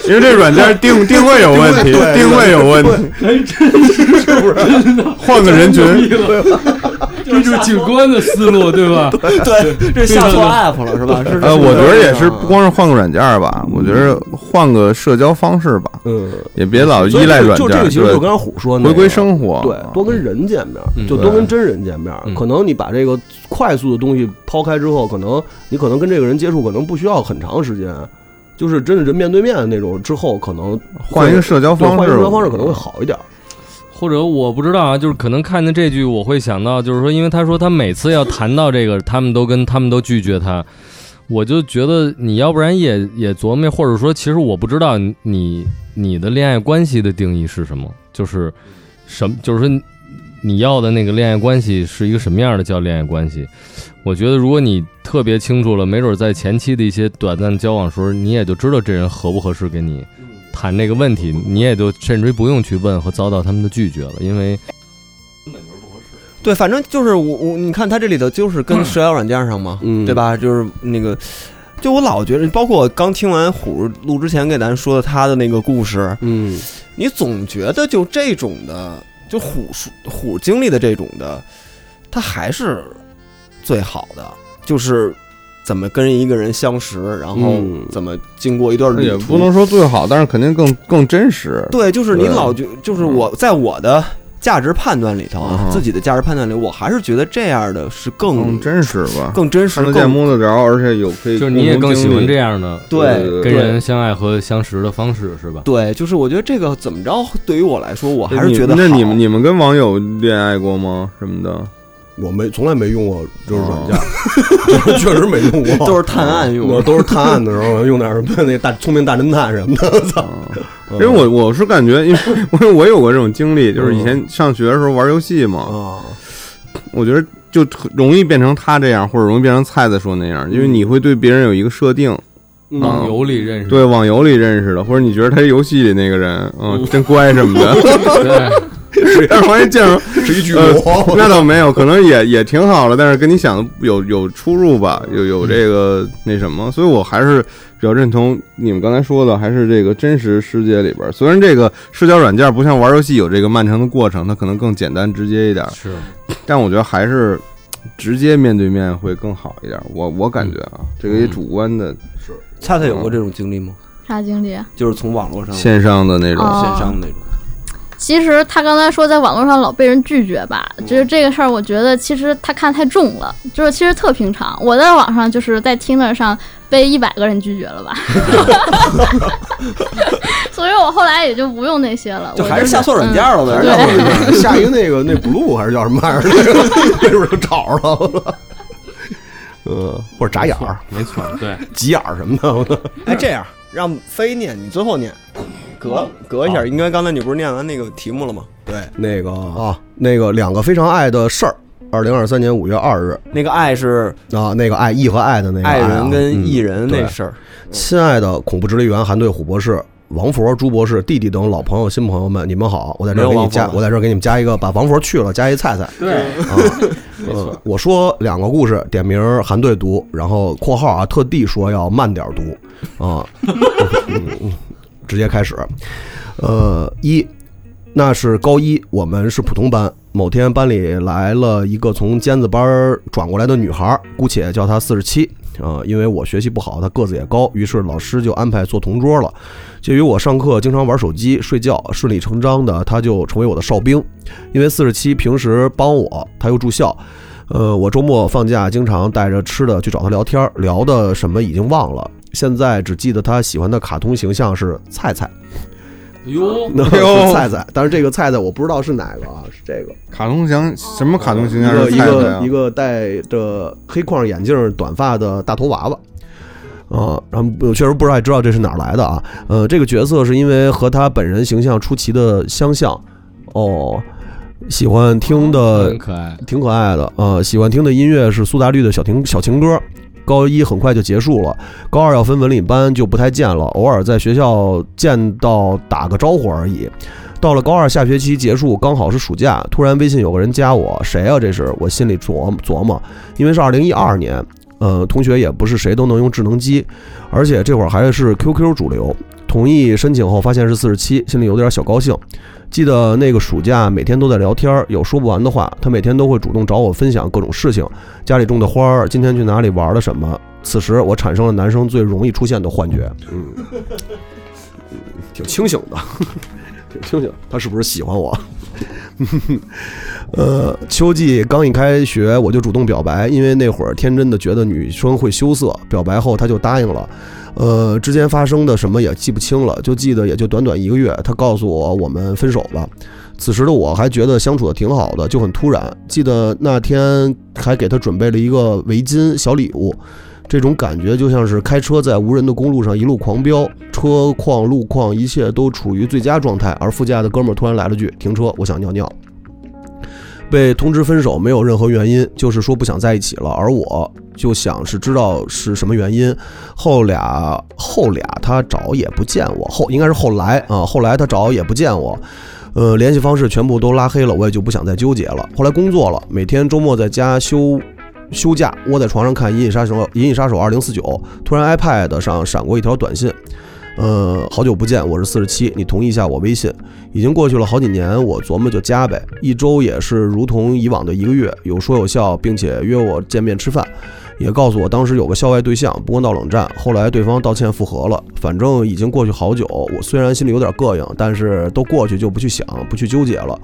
Speaker 6: 因为这软件 定定位有问题，
Speaker 5: 哎
Speaker 6: 定位有问题，还真是不是？换个人群，
Speaker 9: 这就是警官的思路，对吧？
Speaker 8: 对，这下错 app 了是吧？是
Speaker 6: 呃，我觉得也是，
Speaker 8: 不
Speaker 4: 嗯
Speaker 6: 不光是换个软件儿吧，我觉得换个社交方式吧，
Speaker 4: 嗯，
Speaker 6: 也别老
Speaker 4: 所
Speaker 6: 呃
Speaker 4: 以
Speaker 6: 依赖
Speaker 4: 这
Speaker 6: 软
Speaker 4: 个就这
Speaker 6: 件，
Speaker 4: 个其实就
Speaker 6: 对
Speaker 4: 跟刚虎说的那
Speaker 6: 回
Speaker 4: 个
Speaker 6: 归生活，啊
Speaker 4: 对，多跟人见面儿，
Speaker 5: 嗯
Speaker 4: 就多跟真人见面儿。
Speaker 5: 嗯
Speaker 4: 可能你把这个快速的东西抛开之后，可能你可能跟这个人接触，可能不需要很长时间，就是真的人面对面的那种。之后可能
Speaker 6: 换一个社交
Speaker 4: 对
Speaker 6: 方
Speaker 4: 换一
Speaker 6: 式，
Speaker 4: 个方式可能会好一点儿。
Speaker 5: 或者我不知道啊，就是可能看见这句，我会想到，就是说，因为他说他每次要谈到这个，他们都跟他们都拒绝他，我就觉得你要不然也也琢磨，或者说，其实我不知道你你的恋爱关系的定义是什么，就是什么，就是说你要的那个恋爱关系是一个什么样的叫恋爱关系？我觉得如果你特别清楚了，没准在前期的一些短暂交往时候，你也就知道这人合不合适跟你谈这个问题，你也就甚至于不用去问和遭到他们的拒绝了，因为
Speaker 8: 对，反正就是我我你看他这里头就是跟社交软件上嘛，
Speaker 4: 嗯
Speaker 8: 对吧？就是那个，就我老觉得，包括我刚听完虎录之前给咱说的他的那个故事，
Speaker 4: 嗯，
Speaker 8: 你总觉得就这种的，就虎叔虎经历的这种的，他还是最好的，就是怎么跟一个人相识，然后
Speaker 4: 嗯
Speaker 8: 怎么经过一段旅
Speaker 6: 也
Speaker 8: 途，
Speaker 6: 不能说最好，但是肯定更更真实。
Speaker 8: 对，就是你
Speaker 6: 对啊嗯
Speaker 8: 老觉，就是我在我的价值判断里头啊
Speaker 6: 嗯，哼
Speaker 8: 自己的价值判断里，我还是觉得这样的是更
Speaker 6: 更真实吧，
Speaker 8: 更真实
Speaker 6: 看得、见、
Speaker 8: 更
Speaker 6: 摸得着，而且有可以
Speaker 5: 就是
Speaker 6: 共
Speaker 5: 你也
Speaker 6: 同
Speaker 5: 更喜
Speaker 6: 经
Speaker 5: 欢
Speaker 6: 历
Speaker 5: 这样的
Speaker 8: 对
Speaker 6: 对
Speaker 5: 跟
Speaker 8: 对
Speaker 5: 人相爱和相识的方式，是吧？
Speaker 8: 对，就是我觉得这个怎么着，对于我来说，我哦还是
Speaker 6: 你
Speaker 8: 觉得
Speaker 6: 那
Speaker 8: 好
Speaker 6: 你们你们跟网友恋爱过吗？什么的？
Speaker 4: 我没从来没用过就是软件儿，
Speaker 6: 哦
Speaker 4: 就是确实没用 过，
Speaker 8: 都是探案用
Speaker 4: 我
Speaker 8: 的，
Speaker 4: 都是探案的时候用点儿什么那大聪明大侦探什么的。操，
Speaker 6: 嗯因为我我是感觉，因为我我有过这种经历，就是以
Speaker 8: 嗯
Speaker 6: 前上学的时候玩游戏嘛，
Speaker 8: 哦
Speaker 4: 啊，
Speaker 6: 我觉得就特容易变成他这样，或者容易变成菜子说那样，因
Speaker 8: 嗯
Speaker 6: 为你会对别人有一个设定，
Speaker 5: 网
Speaker 6: 嗯
Speaker 5: 游里认识的，
Speaker 6: 对网游里认识的，或者你觉得他是游戏里那个人，嗯，真乖什么的，
Speaker 5: 对，
Speaker 6: 但是发现见着
Speaker 4: 是一巨
Speaker 6: 呃
Speaker 4: 魔。
Speaker 6: 那倒没有，可能也也挺好的，但是跟你想的有有出入吧，有
Speaker 4: 嗯
Speaker 6: 有这个那什么，所以我还是比较认同你们刚才说的，还是这个真实世界里边儿，虽然这个社交软件不像玩游戏有这个漫长的过程，它可能更简单直接一点儿，
Speaker 5: 是
Speaker 6: 但我觉得还是直接面对面会更好一点儿，我我感觉啊，
Speaker 4: 嗯
Speaker 6: 这个也主观的
Speaker 8: 菜菜有过这种经历吗？
Speaker 7: 啥经历啊？
Speaker 8: 就是从网络上线
Speaker 6: 线上的那种，
Speaker 7: 哦
Speaker 8: 上的那种，
Speaker 7: 其实他刚才说在网络上老被人拒绝吧，
Speaker 8: 嗯
Speaker 7: 就是这个事儿，我觉得其实他看太重了，就是其实特平常。我在网上就是在 Tinder 上被一百个人拒绝了吧， 所以我后来也就不用那些了，
Speaker 8: 就
Speaker 7: 我
Speaker 8: 还是下错软件
Speaker 7: 嗯
Speaker 8: 了呗，
Speaker 4: 要
Speaker 8: 然
Speaker 4: 不
Speaker 8: 后
Speaker 4: 是下一个那个那 blue 还是叫什么玩意儿， 那个没准就找着了。 呃，或者眨眼儿、
Speaker 5: 没错，对，
Speaker 4: 挤眼儿什么的，我 操
Speaker 8: 哎，这样让飞念，你最后念，隔隔一下，因为刚才你不是念完那个题目了吗？对，
Speaker 4: 那个啊，那个两个非常爱的事儿，二零二三年五月二日
Speaker 8: 那个爱是
Speaker 4: 啊，那个爱意和爱的那个
Speaker 8: 爱
Speaker 4: 啊
Speaker 8: 人跟艺人
Speaker 4: 对
Speaker 8: 那事儿，
Speaker 4: 亲爱的恐怖直立员韩队虎博士、王佛、朱博士、弟弟等老朋友、新朋友们，你们好！我在这
Speaker 8: 没
Speaker 4: 儿给
Speaker 8: 有
Speaker 4: 你
Speaker 8: 王佛
Speaker 4: 加，
Speaker 8: 了
Speaker 4: 我在这儿给你们加一个，把王佛去了，加一菜菜。对，啊，呃，我说两个故事，点名儿韩队读，然后括号啊，特地说要慢点儿读啊、嗯嗯直接开始。呃，一，那是高一，我们是普通班。某天班里来了一个从尖子班儿转过来的女孩儿，姑且叫她四十七。啊、因为我学习不好，她个子也高，于是老师就安排坐同桌了。鉴于我上课经常玩手机、睡觉，顺理成章的她就成为我的哨兵。因为四十七平时帮我，她又住校，呃，我周末放假经常带着吃的去找她聊天儿，聊的什么已经忘了，现在只记得她喜欢的卡通形象是菜 菜。
Speaker 5: 哟，
Speaker 4: 那
Speaker 6: 哎呦
Speaker 4: 是菜菜，但是这个菜菜我不知道是哪个啊，是这个
Speaker 6: 卡通形什么卡通形象
Speaker 4: 一个
Speaker 6: 是
Speaker 4: 一
Speaker 6: 菜的呀
Speaker 4: 个一？个戴着黑框眼镜、短发的大头娃娃。啊，然后我确实不知道知道这是哪儿来的啊。呃，这个角色是因为和他本人形象出奇的相像，哦，喜欢听的
Speaker 5: 哦很可爱，
Speaker 4: 挺可爱的，呃，喜欢听的音乐是苏打绿的小情小情歌。高一很快就结束了，高二要分文理班就不太见了，偶尔在学校见到打个招呼而已。到了高二下学期结束，刚好是暑假，突然微信有个人加我，谁啊？这是我心里琢磨琢磨，因为是二零一二年，呃，同学也不是谁都能用智能机，而且这会儿还是 QQ 主流。同意申请后发现是四十七，心里有点小高兴。记得那个暑假每天都在聊天儿，有说不完的话。他每天都会主动找我分享各种事情，家里种的花儿，今天去哪里玩了什么。此时我产生了男生最容易出现的幻觉，嗯，挺清醒的，挺清醒。他是不是喜欢我？ 呃，秋季刚一开学，我就主动表白，因为那会儿天真的觉得女生会羞涩，表白后她就答应了。呃，之间发生的什么也记不清了，就记得也就短短一个月，他告诉我我们分手了。此时的我还觉得相处的挺好的，就很突然。记得那天还给他准备了一个围巾小礼物，这种感觉就像是开车在无人的公路上一路狂飙，车况、路况一切都处于最佳状态，而副驾的哥们儿突然来了句：“停车，我想尿尿。”被通知分手没有任何原因，就是说不想在一起了，而我就想是知道是什么原因。后俩后俩他找也不见我，后应该是后来啊，后来他找也不见我，呃，联系方式全部都拉黑了，我也就不想再纠结了。后来工作了，每天周末在家休。休假窝在床上看《银翼杀手》《银翼杀手二零四九》，突然 iPad 上闪过一条短信，呃，好久不见，我是四十七，你同意一下我微信。已经过去了好几年，我琢磨就加呗。一周也是如同以往的一个月，有说有笑，并且约我见面吃饭，也告诉我当时有个校外对象，不过闹冷战，后来对方道歉复合了。反正已经过去好久，我虽然心里有点膈应，但是都过去就不去想，不去纠结了。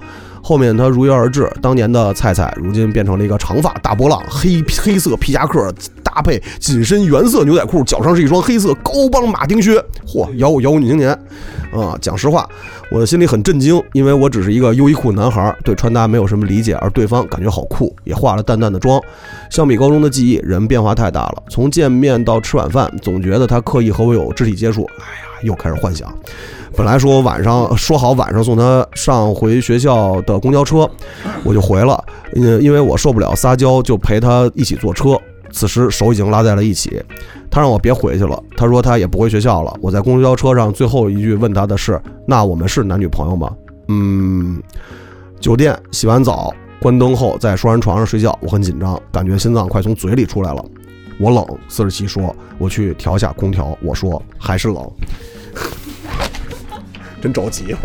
Speaker 4: 后面他如约而至，当年的菜菜如今变成了一个长发大波浪，黑黑色皮夹克搭配紧身原色牛仔裤，脚上是一双黑色高帮马丁靴，嚯，摇滚摇滚女青年，啊，讲实话，我的心里很震惊，因为我只是一个优衣库男孩，对穿搭没有什么理解，而对方感觉好酷，也化了淡淡的妆。相比高中的记忆，人变化太大了，从见面到吃晚饭，总觉得他刻意和我有肢体接触，哎呀，又开始幻想。本来说我晚上说好晚上送他上回学校的公交车，我就回了，嗯，因为我受不了撒娇，就陪他一起坐车。此时手已经拉在了一起，他让我别回去了，他说他也不回学校了。我在公交车上最后一句问他的是：“那我们是男女朋友吗？”嗯，酒店洗完澡，关灯后在双人床上睡觉，我很紧张，感觉心脏快从嘴里出来了。我冷，四十七说我去调下空调，我说还是冷。 真着急，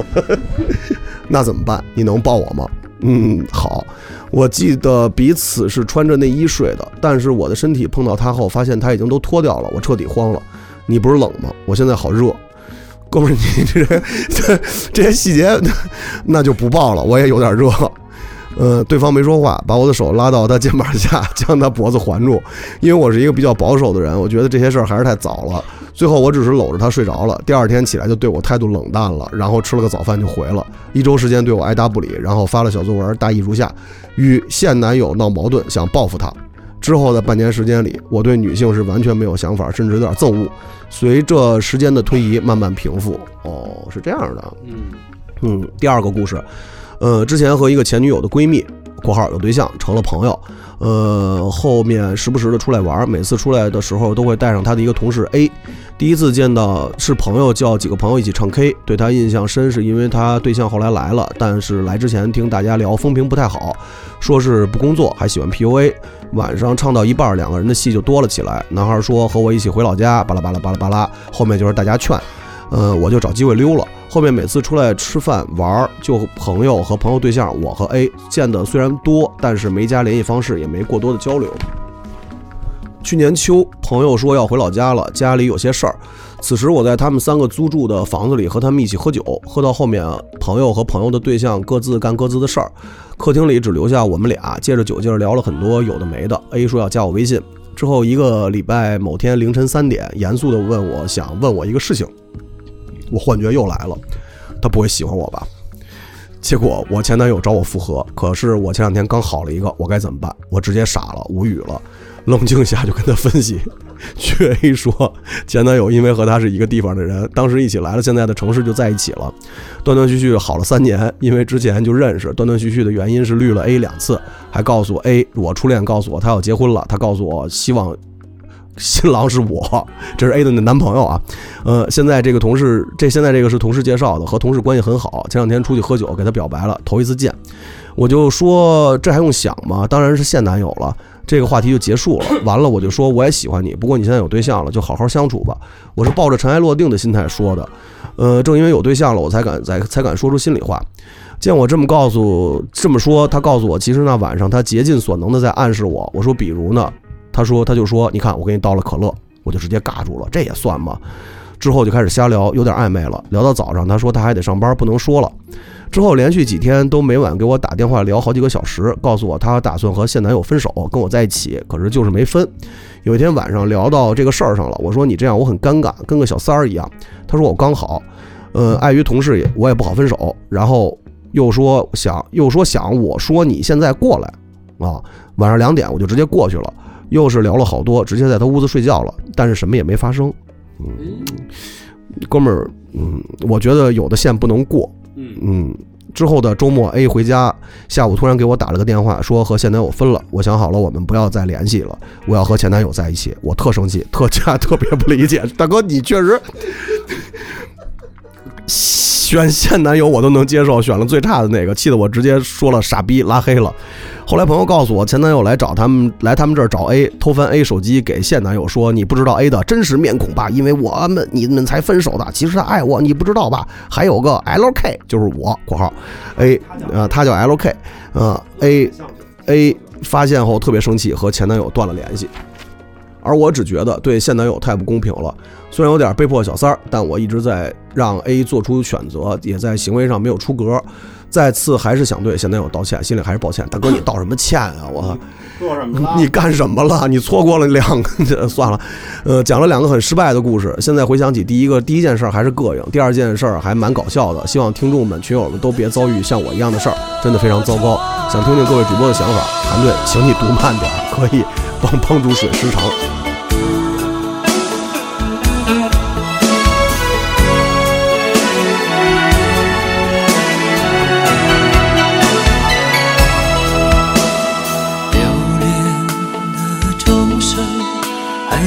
Speaker 4: 那怎么办？你能抱我吗？嗯，好。我记得彼此是穿着内衣睡的，但是我的身体碰到他后，发现他已经都脱掉了，我彻底慌了。你不是冷吗？我现在好热，哥们儿，你这人 这这些细节，那就不报了。我也有点热。呃，对方没说话，把我的手拉到他肩膀下，将他脖子环住。因为我是一个比较保守的人，我觉得这些事儿还是太早了。最后我只是搂着他睡着了，第二天起来就对我态度冷淡了，然后吃了个早饭就回了，一周时间对我爱答不理，然后发了小作文，大意如下：与现男友闹矛盾，想报复他。之后的半年时间里，我对女性是完全没有想法，甚至有点憎恶。随着时间的推移，慢慢平复。哦，是这样的。嗯嗯，第二个故事，呃，之前和一个前女友的闺蜜（括号有对象）成了朋友，呃，后面时不时的出来玩，每次出来的时候都会带上她的一个同事 A。第一次见到是朋友叫几个朋友一起唱 K，对他印象深，是因为他对象后来来了，但是来之前听大家聊风评不太好，说是不工作，还喜欢 PUA。晚上唱到一半，两个人的戏就多了起来。男孩说和我一起回老家，巴拉巴拉巴拉巴拉。后面就是大家劝，呃，我就找机会溜了。后面每次出来吃饭玩儿，就朋友和朋友对象，我和 A 见的虽然多，但是没加联系方式，也没过多的交流。去年秋，朋友说要回老家了，家里有些事儿。此时我在他们三个租住的房子里和他们一起喝酒，喝到后面，朋友和朋友的对象各自干各自的事儿。客厅里只留下我们俩，借着酒劲儿聊了很多有的没的。A 说要加我微信，之后一个礼拜某天凌晨三点，严肃地问我想问我一个事情。我幻觉又来了，他不会喜欢我吧？结果我前男友找我复合，可是我前两天刚好了一个，我该怎么办？我直接傻了，无语了。冷静下就跟他分析，据 A 说，前男友因为和他是一个地方的人，当时一起来了现在的城市就在一起了，断断续续好了三年，因为之前就认识，断断续续的原因是绿了 A 两次，还告诉我 A 我初恋告诉我他要结婚了，他告诉我希望新郎是我，这是 A 的男朋友啊，呃，现在这个同事，这现在这个是同事介绍的，和同事关系很好。前两天出去喝酒，给他表白了，头一次见。我就说这还用想吗？当然是现男友了。这个话题就结束了。完了，我就说我也喜欢你，不过你现在有对象了，就好好相处吧。我是抱着尘埃落定的心态说的。呃，正因为有对象了，我才敢才才敢说出心里话。见我这么告诉这么说，他告诉我，其实那晚上他竭尽所能的在暗示我。我说，比如呢？他说，他就说，你看我给你倒了可乐，我就直接尬住了，这也算吗？之后就开始瞎聊，有点暧昧了。聊到早上，他说他还得上班，不能说了。之后连续几天都每晚给我打电话聊好几个小时，告诉我她打算和现男友分手，跟我在一起，可是就是没分。有一天晚上聊到这个事儿上了，我说你这样我很尴尬，跟个小三儿一样。她说我刚好，呃，碍于同事也我也不好分手，然后又说想又说想我说你现在过来啊，晚上两点我就直接过去了，又是聊了好多，直接在她屋子睡觉了，但是什么也没发生。
Speaker 9: 哎
Speaker 4: 嗯，哥们儿，嗯，我觉得有的线不能过。
Speaker 8: 嗯，
Speaker 4: 嗯，之后的周末 A 回家，下午突然给我打了个电话，说和前男友分了。我想好了，我们不要再联系了，我要和前男友在一起。我特生气，特家特别不理解，大哥，你确实选现男友我都能接受，选了最差的那个，气得我直接说了傻逼，拉黑了。后来朋友告诉我，前男友来找他们，来他们这儿找 A，偷翻 A 手机给现男友说：“你不知道 A 的真实面孔吧？因为我们你们才分手的，其实他爱我，你不知道吧？”还有个 LK 就是我（括号 A） 呃，他叫 LK，呃 A A 发现后特别生气，和前男友断了联系。而我只觉得对现男友太不公平了，虽然有点被迫小三儿，但我一直在让 A 做出选择，也在行为上没有出格。再次还是想对现男友道歉，心里还是抱歉。大哥，你道什么歉啊？我
Speaker 6: 做什
Speaker 4: 你干什么了？你错过了两个， 算了，呃，讲了两个很失败的故事。现在回想起第一个第一件事儿还是膈应，第二件事儿还蛮搞笑的。希望听众们、群友们都别遭遇像我一样的事儿，真的非常糟糕。想听听各位主播的想法，谭队，请你读慢点儿，可以帮帮助水时长。
Speaker 9: 撩恋的钟声还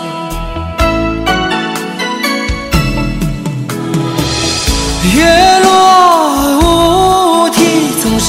Speaker 9: 月落乌啼，总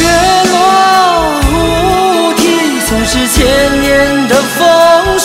Speaker 9: 月落乌啼，总是千年的风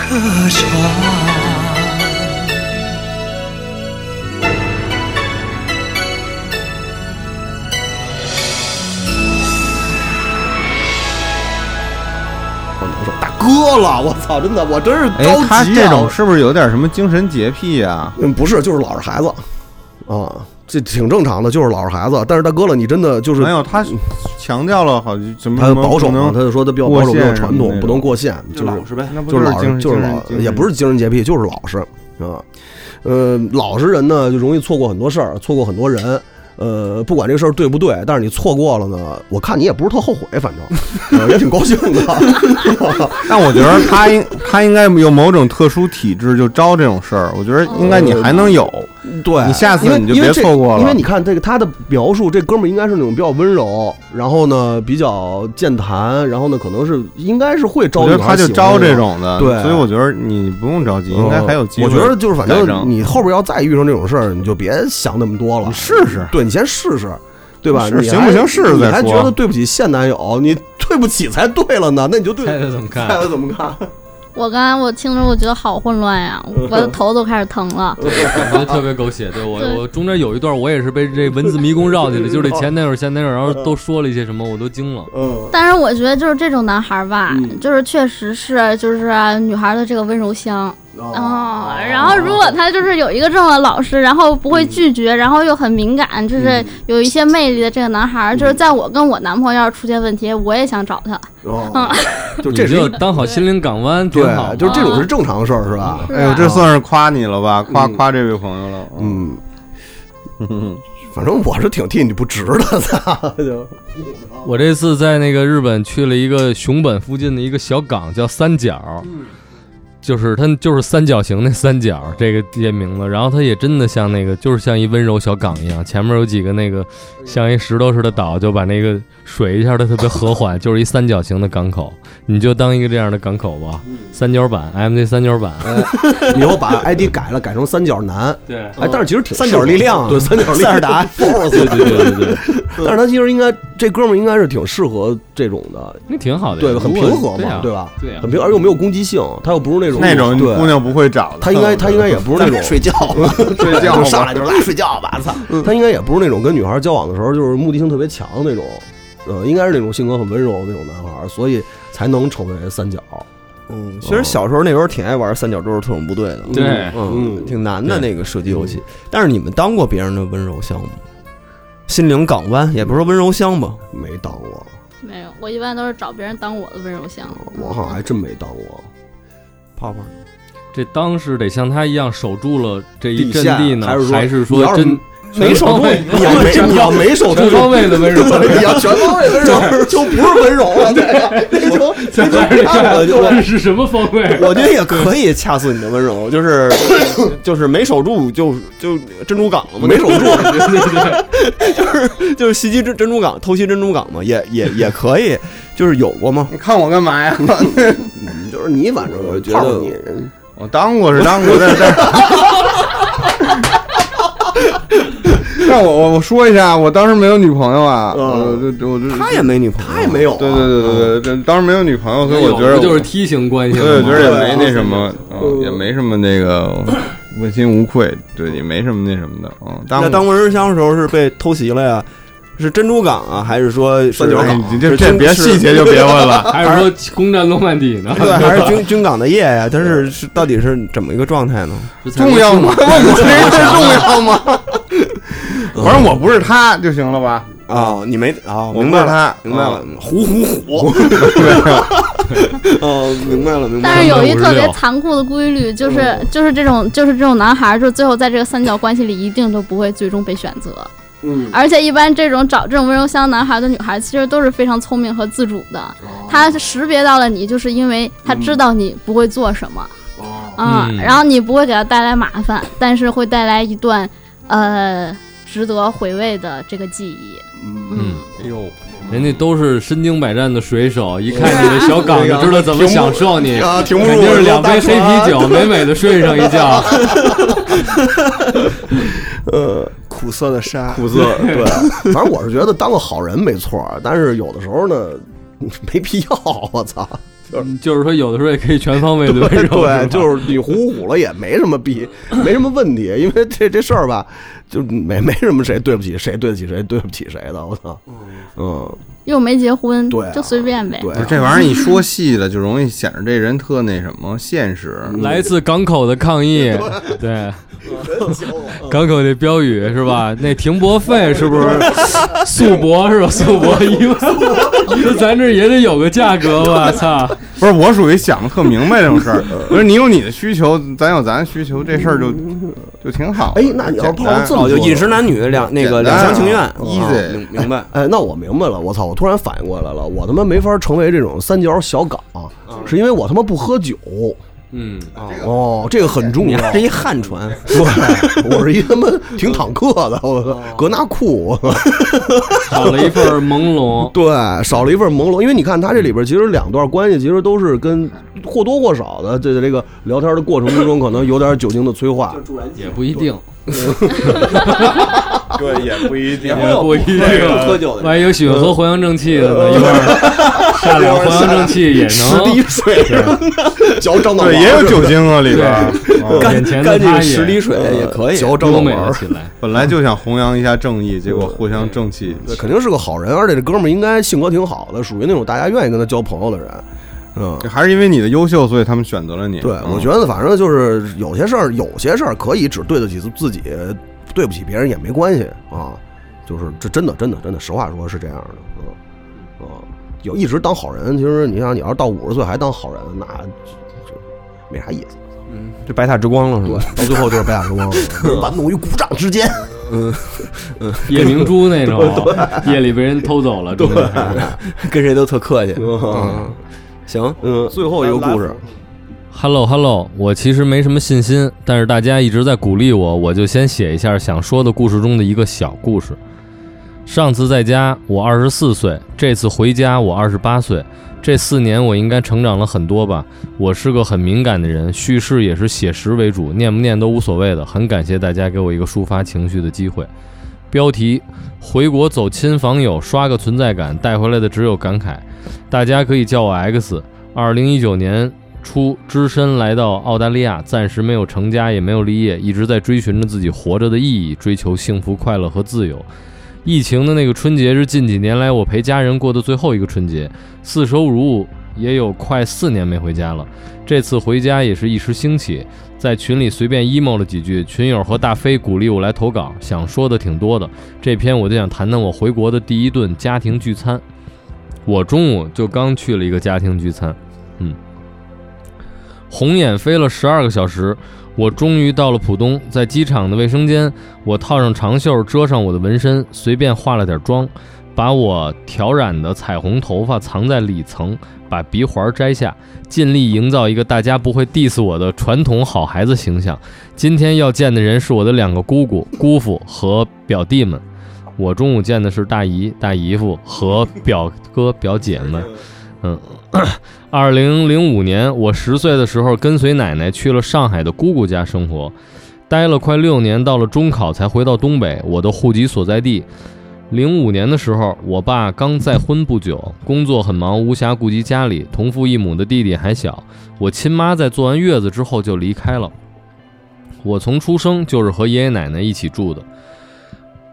Speaker 9: 客船？
Speaker 4: 我难受，大哥了，我操，真的，我真是
Speaker 6: 哎，
Speaker 4: 着
Speaker 6: 他
Speaker 4: 急、啊。
Speaker 6: 这种是不是有点什么精神洁癖啊呀？
Speaker 4: 嗯，不是，就是老实孩子，啊，这挺正常的，就是老实孩子。但是大哥了，你真的就是
Speaker 6: 没有，他强调了好像什么
Speaker 4: 他
Speaker 6: 什么
Speaker 4: 保守
Speaker 6: 不
Speaker 4: 嘛，
Speaker 6: 能
Speaker 4: 他就说他比较保守，
Speaker 6: 过
Speaker 4: 比
Speaker 6: 线
Speaker 4: 较传
Speaker 6: 什么
Speaker 4: 统，
Speaker 6: 那
Speaker 4: 不能过线，就是
Speaker 3: 实呗。
Speaker 6: 那不
Speaker 4: 就是
Speaker 6: 是
Speaker 4: 老
Speaker 6: 精神
Speaker 4: 实，就是
Speaker 6: 精神
Speaker 4: 老，
Speaker 6: 精神
Speaker 4: 也 不是精神洁癖，就是老实啊。呃，老实人呢，就容易错过很多事儿，错过很多人。呃，不管这个事儿对不对，但是你错过了呢，我看你也不是特后悔，反正、呃也挺高兴的。
Speaker 6: 但我觉得 他应他应该有某种特殊体质，就招这种事儿。我觉得应该你还能有，
Speaker 4: 对，
Speaker 6: 你下次
Speaker 4: 因为
Speaker 6: 你就
Speaker 4: 因为
Speaker 6: 别
Speaker 4: 这
Speaker 6: 错过了
Speaker 4: 因为你看这个他的描述，这哥们儿应该是那种比较温柔，然后呢比较健谈，然后呢可能是应该是会招
Speaker 6: 我觉
Speaker 4: 女
Speaker 6: 得
Speaker 4: 孩
Speaker 6: 他
Speaker 4: 喜
Speaker 6: 就
Speaker 4: 欢
Speaker 6: 招
Speaker 4: 的，
Speaker 6: 这种的，
Speaker 4: 对
Speaker 6: 所以我觉得你不用着急，
Speaker 4: 嗯。
Speaker 6: 应该还有机会。
Speaker 4: 我觉得就是反
Speaker 6: 改正
Speaker 4: 正你后边要再遇上这种事儿，你就别想那么多了，
Speaker 6: 你试试
Speaker 4: 对你先试试，对吧？
Speaker 6: 是
Speaker 4: 你
Speaker 6: 行
Speaker 4: 还
Speaker 6: 不行试试
Speaker 4: 你
Speaker 6: 再
Speaker 4: 还
Speaker 6: 说
Speaker 4: 觉得对不起现男友，你对不起才对了呢，那你就对
Speaker 5: 太太怎么 看
Speaker 4: 太太怎么看？
Speaker 7: 嗯我刚才我听着，我觉得好混乱呀， 我的头都开始疼了。
Speaker 5: 我觉得特别狗血。对我，
Speaker 7: 对
Speaker 5: 我中间有一段我也是被这文字迷宫绕 进来，就是这前男友、前男友，然后都说了一些什么，我都惊了。
Speaker 4: 嗯，
Speaker 7: 但是我觉得就是这种男孩儿吧，
Speaker 4: 嗯
Speaker 7: 就是确实是就是女孩儿的这个温柔乡哦。然后如果他就是有一个这么老实，然后不会拒绝，然后又很敏感，
Speaker 4: 嗯
Speaker 7: 就是有一些魅力的这个男孩儿，就是在我跟我男朋友要是出现问题，我也想找他。
Speaker 4: 哦，就
Speaker 5: 你
Speaker 4: 这是一
Speaker 5: 就当好心灵港湾挺好的。
Speaker 4: 对，就是这种是正常事儿，是吧？
Speaker 7: 是
Speaker 6: 哎呦，
Speaker 7: 吧？
Speaker 6: 这算是夸你了吧？夸夸这位朋友了。
Speaker 4: 嗯， 反正我是挺替你不值的，操！就
Speaker 5: 我这次在那个日本去了一个熊本附近的一个小港，叫三角，就是它就是三角形那三角这个这名字。然后它也真的像那个，就是像一温柔小港一样，前面有几个那个像一石头似的岛，就把那个水一下它特别和缓，就是一三角形的港口。你就当一个这样的港口吧，三角版 MZ 三角版。
Speaker 4: 嗯以后把 ID 改了，改成三角男。
Speaker 5: 对
Speaker 4: 哎，但是其实挺
Speaker 8: 三角力量啊
Speaker 4: 对三角力
Speaker 8: 塞尔达
Speaker 4: Force
Speaker 5: 对对对对对，
Speaker 4: 但是他其实应该，这哥们儿应该是挺适合这种的，
Speaker 5: 那挺好的呀，
Speaker 4: 对，很
Speaker 5: 如
Speaker 4: 平
Speaker 5: 果
Speaker 4: 和嘛，
Speaker 5: 对
Speaker 4: 对
Speaker 5: 啊
Speaker 4: 吧？
Speaker 5: 对啊
Speaker 4: 很平，而又没有攻击性，他又不是那种
Speaker 6: 那种
Speaker 4: 嗯对
Speaker 6: 姑，娘嗯不会找的，
Speaker 4: 他应该他应该也 不是那种
Speaker 8: 睡觉吧，
Speaker 6: 睡觉
Speaker 8: 就
Speaker 6: 吧
Speaker 8: 上来就来睡觉吧，操！
Speaker 4: 他应该也不是那种跟女孩交往的时候就是目的性特别强的那种，呃，应该是那种性格很温柔的那种男孩，所以才能成为三角。
Speaker 8: 嗯，其实小时候那时候挺爱玩三角洲特种部队的，
Speaker 5: 对
Speaker 8: 嗯，
Speaker 4: 嗯
Speaker 8: 挺难的
Speaker 5: 对
Speaker 8: 那个射击游戏。但是你们当过别人的温柔乡吗？心灵港湾，也不是说温柔乡吧，
Speaker 4: 没当过，
Speaker 7: 没有，我一般都是找别人当我的温柔乡。
Speaker 4: 我好像还真没当过。
Speaker 8: 泡泡。
Speaker 5: 这当时得像他一样守住了这一阵
Speaker 4: 下
Speaker 5: 地呢，
Speaker 4: 还
Speaker 5: 还
Speaker 4: 是
Speaker 5: 是
Speaker 4: 说你要
Speaker 5: 说
Speaker 4: 是
Speaker 5: 真
Speaker 4: 没守住，
Speaker 5: 全
Speaker 4: 你要没你要没守住，
Speaker 5: 全方位的温柔？
Speaker 4: 你要全方位温柔，就不是温柔了，对吧？那就那就不爱了，就
Speaker 9: 这是什么方位？
Speaker 8: 我觉得也可以恰似你的温柔，就是就是没守住就就珍珠港了嘛，
Speaker 4: 没守住。
Speaker 8: 就是袭击珍珍珠港、偷袭珍珠港嘛，也也也可以，就是有过吗？
Speaker 6: 你看我干嘛呀？
Speaker 4: 就是你，反正我觉得你
Speaker 6: 我当过是当过，但是 但是，但我我我说一下，我当时没有女朋友啊，我
Speaker 4: 嗯
Speaker 6: 这我这
Speaker 8: 他也没女朋友，
Speaker 4: 他也没有啊，
Speaker 6: 对对对对对，这当时没有女朋友，所以我觉得
Speaker 5: 有的就
Speaker 6: 我
Speaker 5: 是梯形关系了
Speaker 6: 所以我
Speaker 5: 嘛，
Speaker 6: 觉得
Speaker 4: 对
Speaker 6: 也
Speaker 4: 啊
Speaker 6: 没那什么，
Speaker 4: 嗯
Speaker 6: 嗯，也没什么那个问心无愧，对，也没什么那什么的，嗯，
Speaker 8: 那
Speaker 6: 当
Speaker 8: 当文人香的时候是被偷袭了呀？是珍珠港啊，还是说是
Speaker 4: 三角
Speaker 6: 哎
Speaker 4: 港
Speaker 6: 你这
Speaker 8: 是
Speaker 6: 这
Speaker 8: 军
Speaker 6: 别
Speaker 8: 是
Speaker 6: 细节就别 问了，
Speaker 5: 还是说攻占诺曼底呢？
Speaker 8: 对，还是军军港的夜呀？但是是到底是怎么一个状态呢？
Speaker 5: 这才
Speaker 6: 重要吗？
Speaker 5: 是
Speaker 6: 问我 这个事儿重要吗？反正我不是他就行了吧，
Speaker 8: 啊，
Speaker 3: 哦
Speaker 8: 你没啊？
Speaker 6: 我
Speaker 8: 明
Speaker 6: 不
Speaker 8: 白
Speaker 6: 是
Speaker 8: 了，
Speaker 6: 他，
Speaker 8: 明白了
Speaker 6: 嗯，，
Speaker 8: 虎虎虎。 哦，明白了，明
Speaker 7: 但是
Speaker 8: 白了。
Speaker 7: 有一特别
Speaker 5: 56
Speaker 7: 残酷的规律，就是
Speaker 4: 嗯
Speaker 7: 就是这种就是这种男孩儿，就是最后在这个三角关系里一定都不会最终被选择。嗯，而且一般这种找这种温柔乡男孩的女孩，其实都是非常聪明和自主的。
Speaker 4: 哦
Speaker 7: 她识别到了你，就是因为她知道你不会做什么，
Speaker 4: 哦
Speaker 7: 啊，
Speaker 5: 嗯
Speaker 7: 然后你不会给她带来麻烦，但是会带来一段呃值得回味的这个记忆。
Speaker 5: 嗯，哎呦，人家都是身经百战的水手，一看你这小港
Speaker 8: 对啊
Speaker 5: 就知道怎么享受 你，
Speaker 8: 啊，停不
Speaker 5: 肯
Speaker 8: 住
Speaker 5: 定
Speaker 8: 了，
Speaker 5: 是两杯黑啤酒，美美的睡上一觉。
Speaker 8: 苦涩的沙，
Speaker 4: 呃苦涩，对。反正我是觉得当个好人没错儿，但是有的时候呢， 没必要。我操，
Speaker 5: 就是说，有的时候也可以全方位的温
Speaker 4: 对，
Speaker 5: 柔，吧
Speaker 4: 就是你虎虎了也没什么 必，没什么问题，因为这这事儿吧，就没 没什么谁对不起谁，对得起谁，对不起谁的。我操，嗯，
Speaker 7: 又没结婚，
Speaker 4: 对啊
Speaker 7: 就随便呗。
Speaker 4: 对
Speaker 6: 不是这玩意儿一说细了，就容易显得这人特那什么现实。
Speaker 5: 嗯来自港口的抗议，对，港口那标语是吧？那停泊费是不是速泊是吧？速泊一万，一个咱这也得有个价格吧？操，
Speaker 6: 不是我属于想的特明白这种事儿，我说你有你的需求，咱有咱的需求，这事儿就就挺好的。
Speaker 4: 哎那你要
Speaker 6: 简
Speaker 4: 泡到
Speaker 6: 单
Speaker 4: 这么
Speaker 8: 哦，就饮食男女两那个
Speaker 6: 简单
Speaker 8: 两
Speaker 6: 啊
Speaker 8: 厢情愿
Speaker 3: 哦
Speaker 6: ，easy
Speaker 8: 啊明明 白。
Speaker 4: 哎，那我明白了，我操！我突然反应过来了，我他妈没法成为这种三角小港，是因为我他妈不喝酒，
Speaker 5: 嗯，
Speaker 4: 哦，嗯这个很重
Speaker 3: 你
Speaker 4: 要。
Speaker 3: 还是一汉船，
Speaker 4: 对， 我是一他妈挺坦克的，我操格纳库，我操
Speaker 5: 少了一份朦胧。
Speaker 4: 对，少了一份朦胧。因为你看他这里边其实两段关系其实都是跟或多或少的这这个聊天的过程之中，可能有点酒精的催化。
Speaker 5: 也不一定，
Speaker 6: 对，也不一定。
Speaker 5: 也哎不一定。啊
Speaker 3: 喝酒的人
Speaker 5: 万一有喜欢喝藿香正气的呢，一会儿下点藿香正气也
Speaker 4: 十滴
Speaker 5: 能。
Speaker 4: 水，嚼张大
Speaker 6: 对，也有酒精啊里边儿。 啊
Speaker 5: 眼前的
Speaker 3: 干
Speaker 5: 他
Speaker 3: 净十
Speaker 5: 也
Speaker 3: 滴水也可以。
Speaker 4: 嚼张大
Speaker 5: 优美
Speaker 4: 丸
Speaker 5: 了
Speaker 4: 儿，
Speaker 5: 起来。
Speaker 6: 本来就想弘扬一下正义，结果互相正气。
Speaker 4: 对肯定是个好人，而且这哥们儿应该性格挺好的，属于那种大家愿意跟他交朋友的人。嗯，
Speaker 6: 还是因为你的优秀，所以他们选择了你。啊
Speaker 4: 对，我觉
Speaker 6: 得
Speaker 4: 得反正就是有些事儿，有些事儿可以只对得起自己，对不起别人也没关系啊。就是这真的真的真的，实话说是这样的，嗯，啊，有一直当好人，其实你想，你要是到五十岁还当好人，那就就没啥意思。
Speaker 3: 这白塔之光了是吧？
Speaker 4: 到最后 就是白塔之光，玩弄于股掌之间。
Speaker 5: 夜明珠那种，夜里被人偷走了，终于
Speaker 3: 跟谁都特客气。
Speaker 8: 哦
Speaker 4: 嗯
Speaker 3: 行，
Speaker 4: 嗯，最后一个故事，
Speaker 5: Hello Hello，我其实没什么信心，但是大家一直在鼓励我，我就先写一下想说的故事中的一个小故事。上次在家我二十四岁，这次回家我二十八岁，这四年我应该成长了很多吧。我是个很敏感的人，叙事也是写实为主，念不念都无所谓的。很感谢大家给我一个抒发情绪的机会。标题：回国走亲访友，刷个存在感，带回来的只有感慨。大家可以叫我 X。二零一九年初，只身来到澳大利亚，暂时没有成家，也没有立业，一直在追寻着自己活着的意义，追求幸福、快乐和自由。疫情的那个春节是近几年来我陪家人过的最后一个春节，四舍五入也有快四年没回家了。这次回家也是一时兴起，在群里随便 emo 了几句，群友和大飞鼓励我来投稿，想说的挺多的。这篇我就想谈谈我回国的第一顿家庭聚餐。我中午就刚去了一个家庭聚餐，嗯，红眼飞了十二个小时，我终于到了浦东，在机场的卫生间，我套上长袖，遮上我的纹身，随便化了点妆，把我挑染的彩虹头发藏在里层，把鼻环摘下，尽力营造一个大家不会 diss 我的传统好孩子形象。今天要见的人是我的两个姑姑、姑父和表弟们。我中午见的是大姨、大姨夫和表哥、表姐们。嗯，二零零五年我十岁的时候，跟随奶奶去了上海的姑姑家生活，待了快六年，到了中考才回到东北，我的户籍所在地。零五年的时候，我爸刚再婚不久，工作很忙，无暇顾及家里。同父异母的弟弟还小，我亲妈在坐完月子之后就离开了。我从出生就是和爷爷奶奶一起住的，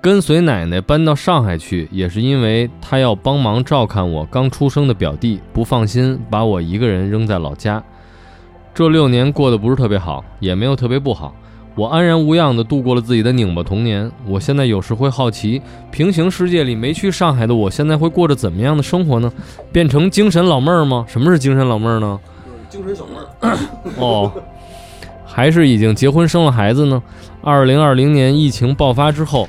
Speaker 5: 跟随奶奶搬到上海去，也是因为她要帮忙照看我刚出生的表弟，不放心把我一个人扔在老家。这六年过得不是特别好，也没有特别不好，我安然无恙地度过了自己的拧巴童年。我现在有时会好奇，平行世界里没去上海的我，现在会过着怎么样的生活呢？变成精神老妹儿吗？什么是精神老妹儿呢？精神小妹儿。哦，还是已经结婚生了孩子呢？二零二零年疫情爆发之后，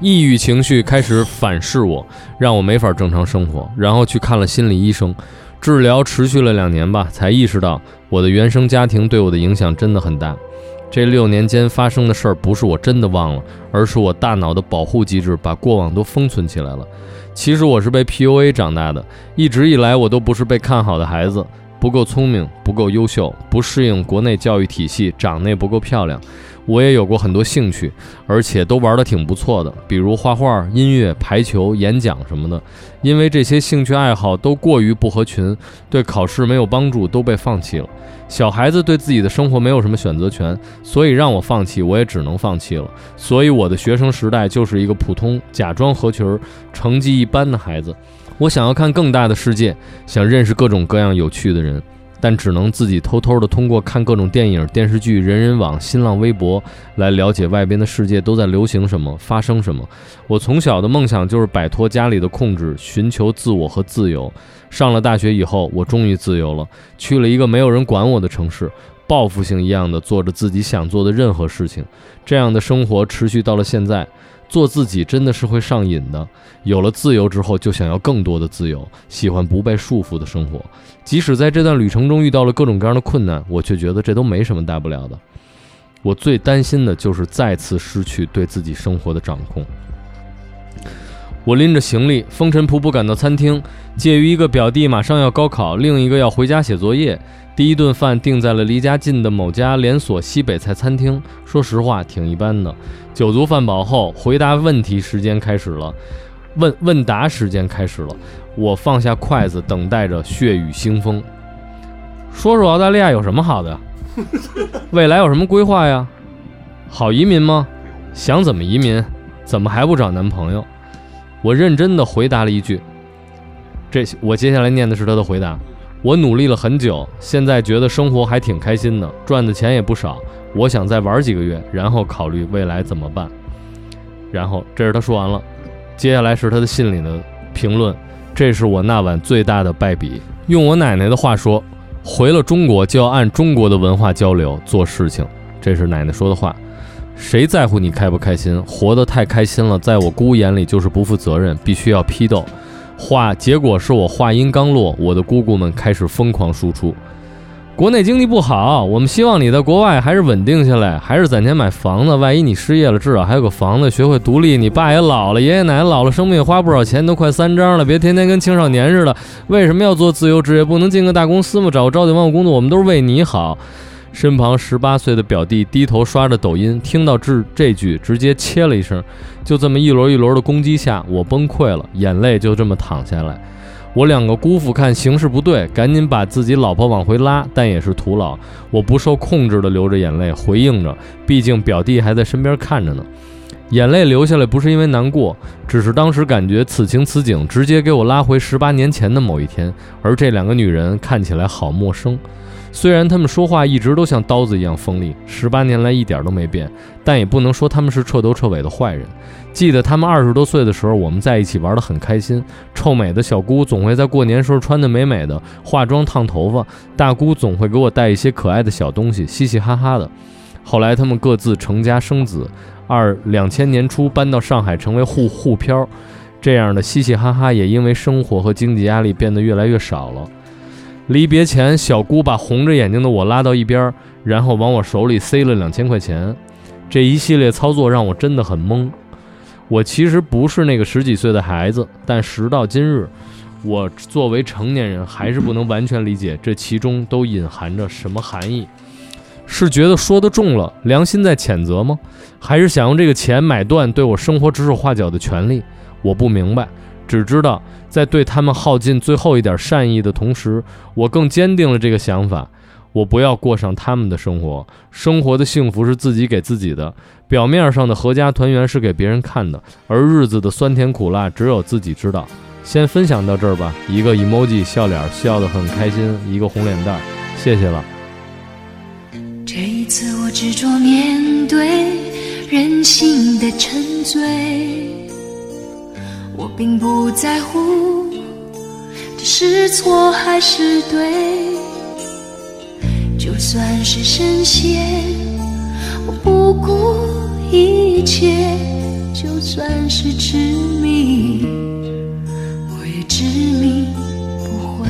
Speaker 5: 抑郁情绪开始反噬我，让我没法正常生活，然后去看了心理医生，治疗持续了两年吧，才意识到我的原生家庭对我的影响真的很大。这六年间发生的事儿，不是我真的忘了，而是我大脑的保护机制把过往都封存起来了。其实我是被 PUA 长大的，一直以来我都不是被看好的孩子，不够聪明，不够优秀，不适应国内教育体系，长得也不够漂亮。我也有过很多兴趣，而且都玩得挺不错的，比如画画、音乐、排球、演讲什么的。因为这些兴趣爱好都过于不合群，对考试没有帮助，都被放弃了。小孩子对自己的生活没有什么选择权，所以让我放弃，我也只能放弃了。所以我的学生时代就是一个普通、假装合群儿、成绩一般的孩子。我想要看更大的世界，想认识各种各样有趣的人。但只能自己偷偷的通过看各种电影、电视剧、人人网、新浪微博来了解外边的世界都在流行什么、发生什么。我从小的梦想就是摆脱家里的控制，寻求自我和自由。上了大学以后，我终于自由了，去了一个没有人管我的城市，报复性一样的做着自己想做的任何事情。这样的生活持续到了现在，做自己真的是会上瘾的。有了自由之后，就想要更多的自由，喜欢不被束缚的生活。即使在这段旅程中遇到了各种各样的困难，我却觉得这都没什么大不了的。我最担心的就是再次失去对自己生活的掌控。我拎着行李，风尘仆仆赶到餐厅，介于一个表弟马上要高考，另一个要回家写作业，第一顿饭定在了离家近的某家连锁西北菜餐厅。说实话，挺一般的。酒足饭饱后，回答问题时间开始了，问问答时间开始了。我放下筷子，等待着血雨腥风。说说澳大利亚有什么好的？未来有什么规划呀？好移民吗？想怎么移民？怎么还不找男朋友？我认真的回答了一句。这我接下来念的是他的回答。我努力了很久，现在觉得生活还挺开心的，赚的钱也不少。我想再玩几个月，然后考虑未来怎么办。然后这是他说完了，接下来是他的信里的评论。这是我那晚最大的败笔。用我奶奶的话说，回了中国就要按中国的文化交流做事情，这是奶奶说的话。谁在乎你开不开心？活得太开心了，在我姑眼里就是不负责任，必须要批斗。话结果是我话音刚落，我的姑姑们开始疯狂输出。国内经济不好，我们希望你在国外还是稳定下来，还是攒钱买房子。万一你失业了，至少还有个房子，学会独立。你爸也老了，爷爷奶奶老了，生病也花不少钱，你都快三张了，别天天跟青少年似的。为什么要做自由职业？不能进个大公司吗？找个朝九晚五工作，我们都是为你好。身旁十八岁的表弟低头刷着抖音，听到这这句，直接切了一声。就这么一轮一轮的攻击下，我崩溃了，眼泪就这么淌下来。我两个姑父看形势不对，赶紧把自己老婆往回拉，但也是徒劳。我不受控制的流着眼泪回应着，毕竟表弟还在身边看着呢。眼泪流下来不是因为难过，只是当时感觉此情此景直接给我拉回十八年前的某一天，而这两个女人看起来好陌生。虽然她们说话一直都像刀子一样锋利，十八年来一点都没变，但也不能说她们是彻头彻尾的坏人。记得她们二十多岁的时候，我们在一起玩得很开心。臭美的小姑总会在过年时候穿得美美的，化妆烫头发；大姑总会给我带一些可爱的小东西，嘻嘻哈哈的。后来她们各自成家生子，二两千年初搬到上海，成为沪沪漂。这样的嘻嘻哈哈，也因为生活和经济压力变得越来越少了。离别前，小姑把红着眼睛的我拉到一边，然后往我手里塞了两千块钱。这一系列操作让我真的很懵。我其实不是那个十几岁的孩子，但时到今日，我作为成年人还是不能完全理解这其中都隐含着什么含义。是觉得说的重了，良心在谴责吗？还是想用这个钱买断对我生活指手画脚的权利？我不明白。只知道在对他们耗尽最后一点善意的同时，我更坚定了这个想法：我不要过上他们的生活。生活的幸福是自己给自己的，表面上的合家团圆是给别人看的，而日子的酸甜苦辣只有自己知道。先分享到这儿吧，一个 emoji 笑脸，笑得很开心，一个红脸蛋儿，谢谢了。
Speaker 2: 这一次我执着面对人性的沉醉，我并不在乎这是错还是对，就算是深陷，我不顾一切；就算是痴迷，我也执迷不悔。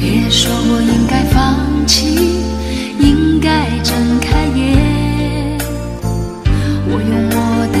Speaker 2: 别说我应该放弃，应该睁开眼。我用我的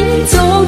Speaker 2: 意走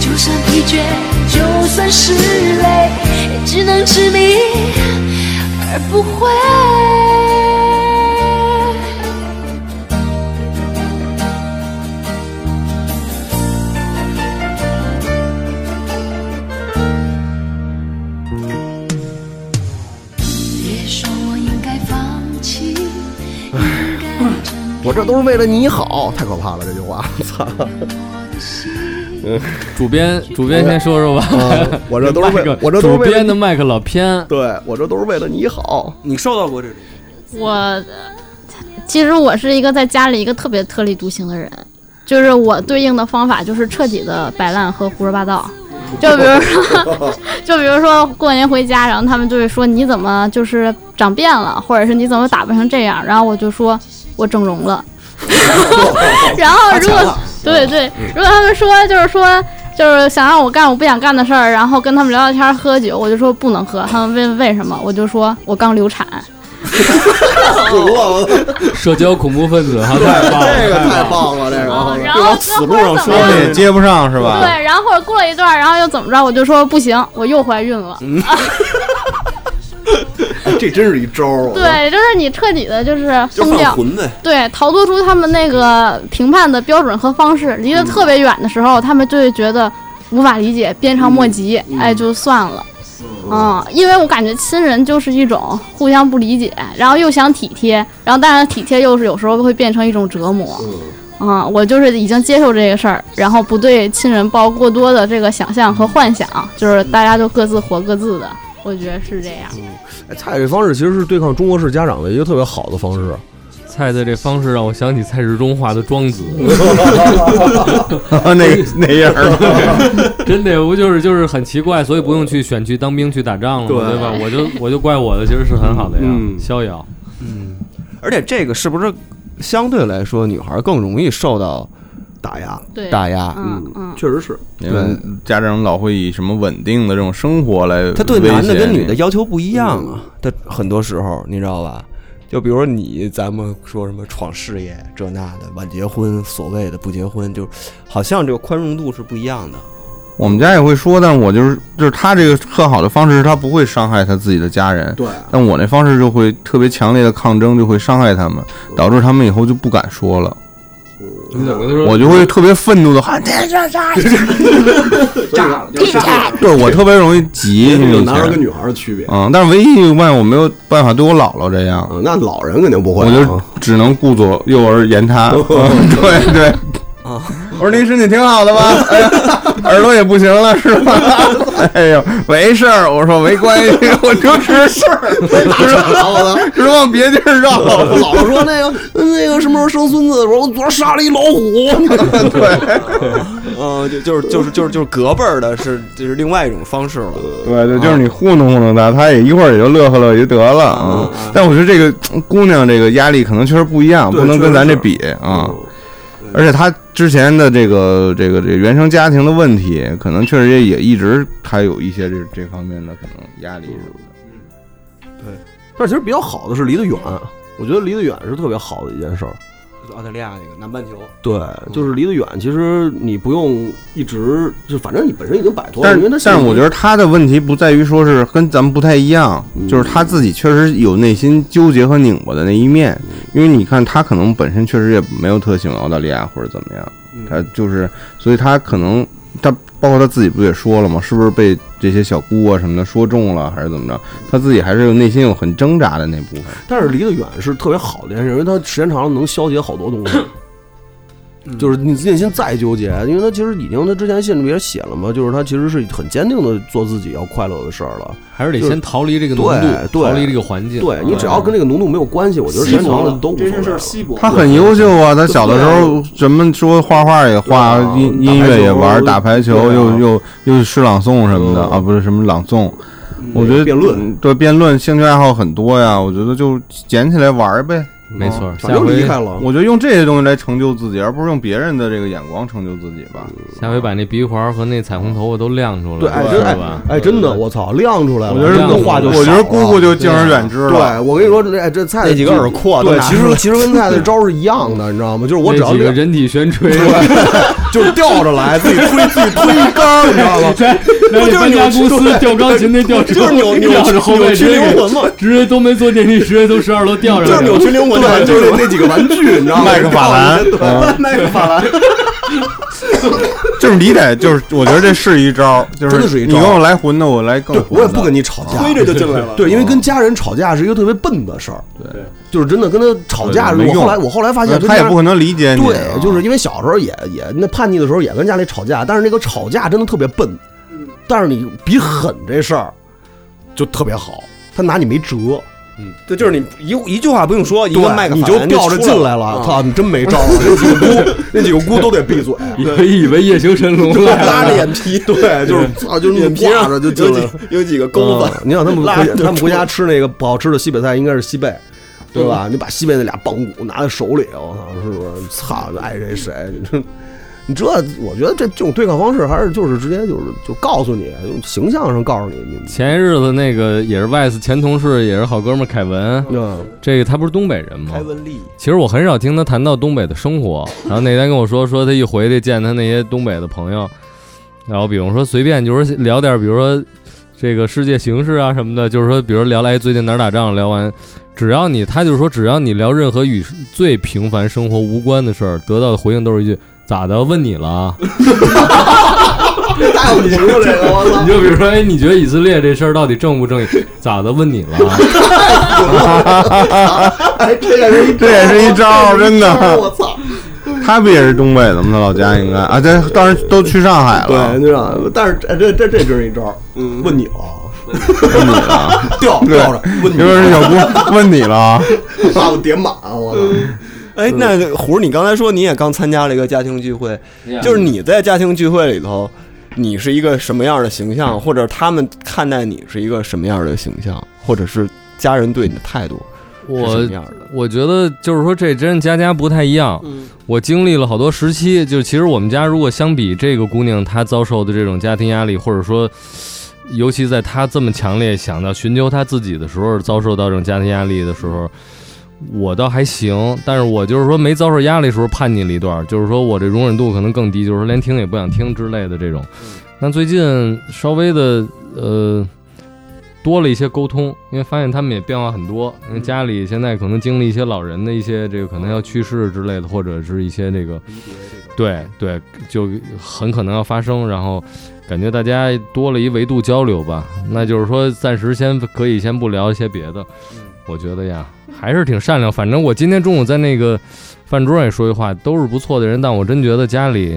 Speaker 2: 就算疲倦，就算是累，也只能执迷而不悔。别说我应该放弃，应该真
Speaker 4: 我这都是为了你好，太可怕了这句 话，操！
Speaker 2: 我的心。
Speaker 5: 主编，主编先说说吧。
Speaker 4: 我这都是
Speaker 5: 麦
Speaker 4: 为
Speaker 5: 克，
Speaker 4: 我这都是
Speaker 5: 主
Speaker 4: 为了
Speaker 5: 编的
Speaker 4: 你，
Speaker 5: 麦克老偏，
Speaker 4: 对我这都是为了你好。
Speaker 3: 你受到过这种？
Speaker 7: 我呃其实我是一个在家里一个特别特立独行的人，就是我对应的方法就是彻底的摆烂和胡说八道。就比如说， 就比如说过年回家，然后他们就会说你怎么就是长变了，或者是你怎么打扮成这样，然后我就说我整容了。 然后如果对对，如果他们说就是说就是想让我干我不想干的事儿，然后跟他们聊聊天儿喝酒，我就说不能喝。他们问为什么，我就说我刚流产。
Speaker 5: 社交恐怖分子，哈，太棒了，
Speaker 4: 这个太棒了，这个
Speaker 7: 哦嗯然后死路上说
Speaker 6: 那也接不上是吧？
Speaker 7: 对，然后或者过了一段儿，然后又怎么着，我就说不行，我又怀孕了。
Speaker 4: 哎这真是一招儿。啊
Speaker 7: 对，就是你彻底的就是疯掉，
Speaker 3: 混呗，
Speaker 7: 对，逃脱出他们那个评判的标准和方式，离得特别远的时候，他们就会觉得无法理解，鞭长莫及，哎，就算了。嗯，因为我感觉亲人就是一种互相不理解，然后又想体贴，然后但是体贴又是有时候会变成一种折磨。嗯，我就是已经接受这个事儿，然后不对亲人抱过多的这个想象和幻想，就是大家就各自活各自的，我觉得是这样。
Speaker 4: 哎蔡这方式其实是对抗中国式家长的一个特别好的方式。啊
Speaker 5: 蔡的这方式让我想起蔡世忠画的《庄子》，
Speaker 6: 那个那样儿，
Speaker 5: 真的不就是就是很奇怪，所以不用去选去当兵去打仗了嘛，
Speaker 4: 对
Speaker 5: 对吧？我就我就怪我的，其实是很好的呀，
Speaker 4: 嗯
Speaker 5: 逍遥。
Speaker 3: 而且这个是不是相对来说女孩更容易受到
Speaker 4: 打压，
Speaker 7: 对，
Speaker 3: 打压？
Speaker 7: 嗯嗯，
Speaker 4: 确实是。
Speaker 6: 因为家长老会以什么稳定的这种生活来，
Speaker 3: 他对男的跟女的，要求不一样啊，他很多时候你知道吧？就比如说你，咱们说什么闯事业这那的，晚结婚，所谓的不结婚，就好像这个宽容度是不一样 的。
Speaker 6: 我们家也会说，但我就是就是他这个特好的方式，是他不会伤害他自己的家人，
Speaker 4: 对，
Speaker 6: 但我那方式就会特别强烈的抗争，就会伤害他们，导致他们以后就不敢说了。
Speaker 5: 你怎么跟他说？
Speaker 6: 我就会特别愤怒的喊：“这这这，对我特别容易急，
Speaker 4: 这
Speaker 6: 你
Speaker 4: 就
Speaker 6: 以
Speaker 4: 男孩跟
Speaker 6: 前
Speaker 4: 女孩的区
Speaker 3: 啊
Speaker 4: 别。
Speaker 6: 嗯，但是唯一一个办法我没有办法对我姥姥这样，
Speaker 4: 嗯，那老人肯定不会
Speaker 6: 我
Speaker 4: 啊。
Speaker 6: 就只能顾左右而言 他。嗯对对，我说您身体挺好的吧？哎呀，耳朵也不行了是吧？哎呦，没事儿，我说没关系，我就是事儿，就是就是往别地儿绕。
Speaker 4: 我姥姥说那个 那个什么时候生孙子？我说我昨儿杀了一老虎。
Speaker 3: 嗯，就就是就是就是就是隔辈儿的是就是另外一种方式了。
Speaker 6: 对对，就是你糊弄糊弄他，他也一会儿也就乐呵乐呵就得了啊。但我觉得这个嗯姑娘这个压力可能确实不一样，
Speaker 4: 对
Speaker 6: 不能
Speaker 4: 确实
Speaker 6: 跟咱这
Speaker 4: 是
Speaker 6: 比啊。而且她之前的这个这个这个原生家庭的问题，可能确实也也一直她有一些这这方面的可能压力什么的。
Speaker 4: 但其实比较好的是离得远，我觉得离得远是特别好的一件事儿。
Speaker 3: 就是澳大利哦亚那个南 半球，
Speaker 4: 对，就是离得远，其实你不用一直就，反正你本身已经摆脱了，
Speaker 6: 但
Speaker 4: 因为
Speaker 6: 是
Speaker 4: 他
Speaker 6: 但是我觉
Speaker 4: 得
Speaker 6: 得她的问题不在于说是跟咱们不太一样，
Speaker 4: 嗯
Speaker 6: 就是她自己确实有内心纠结和拧巴的那一面。
Speaker 4: 嗯
Speaker 6: 因为你看她可能本身确实也没有特喜欢澳大利亚或者怎么样，
Speaker 4: 嗯
Speaker 6: 她就是，所以她可能她包括她自己不也说了吗？是不是被这些小姑啊什么的说中了，还是怎么着？她自己还是有内心有很挣扎的那部分。
Speaker 4: 但是离得远是特别好的一件事，因为它时间长了能消解好 多东西。嗯就是你内心再纠结，因为他其实已经，他之前信里面也写了嘛，就是他其实是很坚定的做自己要快乐的事儿了。
Speaker 5: 还是得先逃离这个浓
Speaker 4: 对
Speaker 5: 度，逃
Speaker 4: 对
Speaker 5: 离这个环境。嗯
Speaker 4: 对你只要跟这个浓度没有关系，我觉得时间长了都无
Speaker 3: 这
Speaker 4: 所谓
Speaker 3: 件
Speaker 4: 了。
Speaker 3: 事儿稀薄。
Speaker 6: 她很优秀啊，她小的时候什么说画画也画
Speaker 4: 对啊，
Speaker 6: 音
Speaker 4: 打
Speaker 6: 音
Speaker 4: 排
Speaker 6: 乐也
Speaker 4: 球
Speaker 6: 玩，打排球
Speaker 4: 对啊
Speaker 6: 又又又诗朗诵什么的
Speaker 4: 嗯
Speaker 6: 啊，不是什么朗诵。我觉得
Speaker 4: 辩论
Speaker 6: 对辩论兴趣爱好很多呀，我觉得就捡起来玩儿呗，
Speaker 5: 没错
Speaker 4: 早就
Speaker 5: 下回
Speaker 4: 离开了。
Speaker 6: 我觉得用这些东西来成就自己，而不是用别人的这个眼光成就自己吧。
Speaker 4: 嗯
Speaker 5: 下回把那鼻环和那彩虹头发都亮出来，
Speaker 4: 对，哎，
Speaker 5: 是
Speaker 4: 真哎
Speaker 5: 吧？
Speaker 4: 哎，真的，我操，亮出来了，
Speaker 6: 我觉得
Speaker 4: 这个话就
Speaker 6: 我觉
Speaker 4: 少
Speaker 6: 得
Speaker 4: 了
Speaker 6: 姑姑就敬而远之了。
Speaker 4: 对，啊我跟你说，这哎，这菜
Speaker 3: 那几个耳廓都
Speaker 4: 对，
Speaker 3: 拿
Speaker 4: 其
Speaker 3: 出
Speaker 4: 实
Speaker 3: 来
Speaker 4: 其实跟菜的招是一样的，你知道吗？就是我只要
Speaker 5: 那几个
Speaker 4: 亮
Speaker 5: 人体悬垂，
Speaker 4: 就是吊着来，自己推自己推一杆，你知道吗？
Speaker 9: 在那搬家公司吊钢 琴那吊车，
Speaker 4: 就是扭扭
Speaker 9: 吊着后
Speaker 4: 扭
Speaker 9: 背
Speaker 4: 曲
Speaker 9: 直接
Speaker 4: 灵
Speaker 9: 给
Speaker 4: 魂嘛，
Speaker 9: 直接都没坐电梯，直接从十二楼吊上
Speaker 4: 就是
Speaker 9: 来
Speaker 4: 扭
Speaker 9: 了。
Speaker 4: 曲灵魂，对，就是那那几个玩具，你知道吗？
Speaker 6: 麦克法兰 嗯
Speaker 4: 对，麦克法兰，
Speaker 6: 就是你得，就是我觉得这是一招，就
Speaker 4: 真的是一
Speaker 6: 你
Speaker 4: 招
Speaker 6: 跟我来混的，我来更
Speaker 4: 对
Speaker 6: 混的。
Speaker 4: 我也不跟你吵架，
Speaker 3: 推着就进来了。
Speaker 4: 对，因为跟家人吵架是一个特别笨的事儿，
Speaker 9: 对，
Speaker 4: 就是真的跟他吵架。
Speaker 6: 对没
Speaker 4: 我
Speaker 6: 用呃
Speaker 4: 后来我后来发现，
Speaker 6: 他也不可能理解你。啊
Speaker 4: 对，就是因为小时候也也那叛逆的时候也跟家里吵架，但是那个吵架真的特别笨，但是你比狠这事儿就特别好，他拿你没辙，
Speaker 3: 对，就是你一一句话不用说，一
Speaker 4: 对
Speaker 3: 个麦克
Speaker 4: 你
Speaker 3: 法
Speaker 4: 就
Speaker 3: 兰
Speaker 4: 吊着
Speaker 3: 出
Speaker 4: 进
Speaker 3: 来
Speaker 4: 来
Speaker 3: 啊
Speaker 4: 了，操，你真没招儿，那几个姑那几个姑都得闭嘴。
Speaker 5: 以以为夜行神龙来了。
Speaker 4: 拉着眼 皮，对，就是操，就是
Speaker 3: 眼皮
Speaker 4: 挂
Speaker 3: 上
Speaker 4: 着就进
Speaker 3: 有
Speaker 4: 来
Speaker 3: 几
Speaker 4: 了。
Speaker 3: 有几个钩子
Speaker 4: 嗯，你想他们
Speaker 3: 拉
Speaker 4: 回
Speaker 3: 着就
Speaker 4: 他们回
Speaker 3: 出
Speaker 4: 家
Speaker 3: 来
Speaker 4: 吃那个不好吃的西北菜，应该是西贝，对吧？你把西贝那俩棒骨拿在手里，我操，是不是？操，爱谁谁。你你这，我觉得这这种对抗方式还是就是直接就是就告诉你，用形象上告诉你，你
Speaker 5: 前些日子那个也是 Vice 前同事，也是好哥们儿凯文，
Speaker 4: 嗯
Speaker 5: 这个他不是东北人吗？
Speaker 3: 文丽，
Speaker 5: 其实我很少听他谈到东北的生活。然后那天跟我说，说他一回去见他那些东北的朋友，然后比如说随便就是聊点，比如说这个世界形势啊什么的，就是说，比如聊来最近哪儿打仗，聊完，只要你他就是说，只要你聊任何与最平凡生活无关的事儿，得到的回应都是一句“咋的？问你了 啊
Speaker 4: 太有名了，这个我”。
Speaker 5: 你就比如说，哎，你觉得以色列这事儿到底正不正义？咋的？问你了啊。
Speaker 4: 操！哎，这也是一
Speaker 6: 这也是一招，真的。
Speaker 4: 我操！
Speaker 6: 他不也是东北的吗？他老家应该啊，这当然都去上海了
Speaker 4: 对，。就让，但是这这这这真是一招。啊嗯，问你了，
Speaker 6: 问你了，
Speaker 4: 吊吊着，问
Speaker 6: 你
Speaker 4: 你
Speaker 6: 说
Speaker 4: 了
Speaker 6: 是小姑问你了，
Speaker 4: 把我点满，啊我操！
Speaker 3: 哎，那个虎儿，你刚才说你也刚参加了一个家庭聚会，就是你在家庭聚会里头，你是一个什么样的形象，或者他们看待你是一个什么样的形象，或者是家人对你的态度是什
Speaker 5: 我
Speaker 3: 么样
Speaker 6: 嗯
Speaker 3: 的？
Speaker 5: 我觉得就是说，这真是家家不太一样。我经历了好多时期，就其实我们家如果相比这个姑娘她遭受的这种家庭压力，或者说，尤其在她这么强烈想到寻求她自己的时候，遭受到这种家庭压力的时候，我倒还行。但是我就是说没遭受压力的时候叛逆了一段，就是说我这容忍度可能更低，就是说连听也不想听之类的这种。但最近稍微的呃。多了一些沟通，因为发现他们也变化很多。因为家里现在可能经历一些老人的一些这个可能要去世之类的，或者是一些这个，对对，就很可能要发生。然后感觉大家多了一维度交流吧。那就是说，暂时先可以先不聊一些别的。
Speaker 6: 嗯
Speaker 5: 我觉得呀，还是挺善良。反正我今天中午在那个饭桌上也说句话，都是不错的人。但我真觉得家里，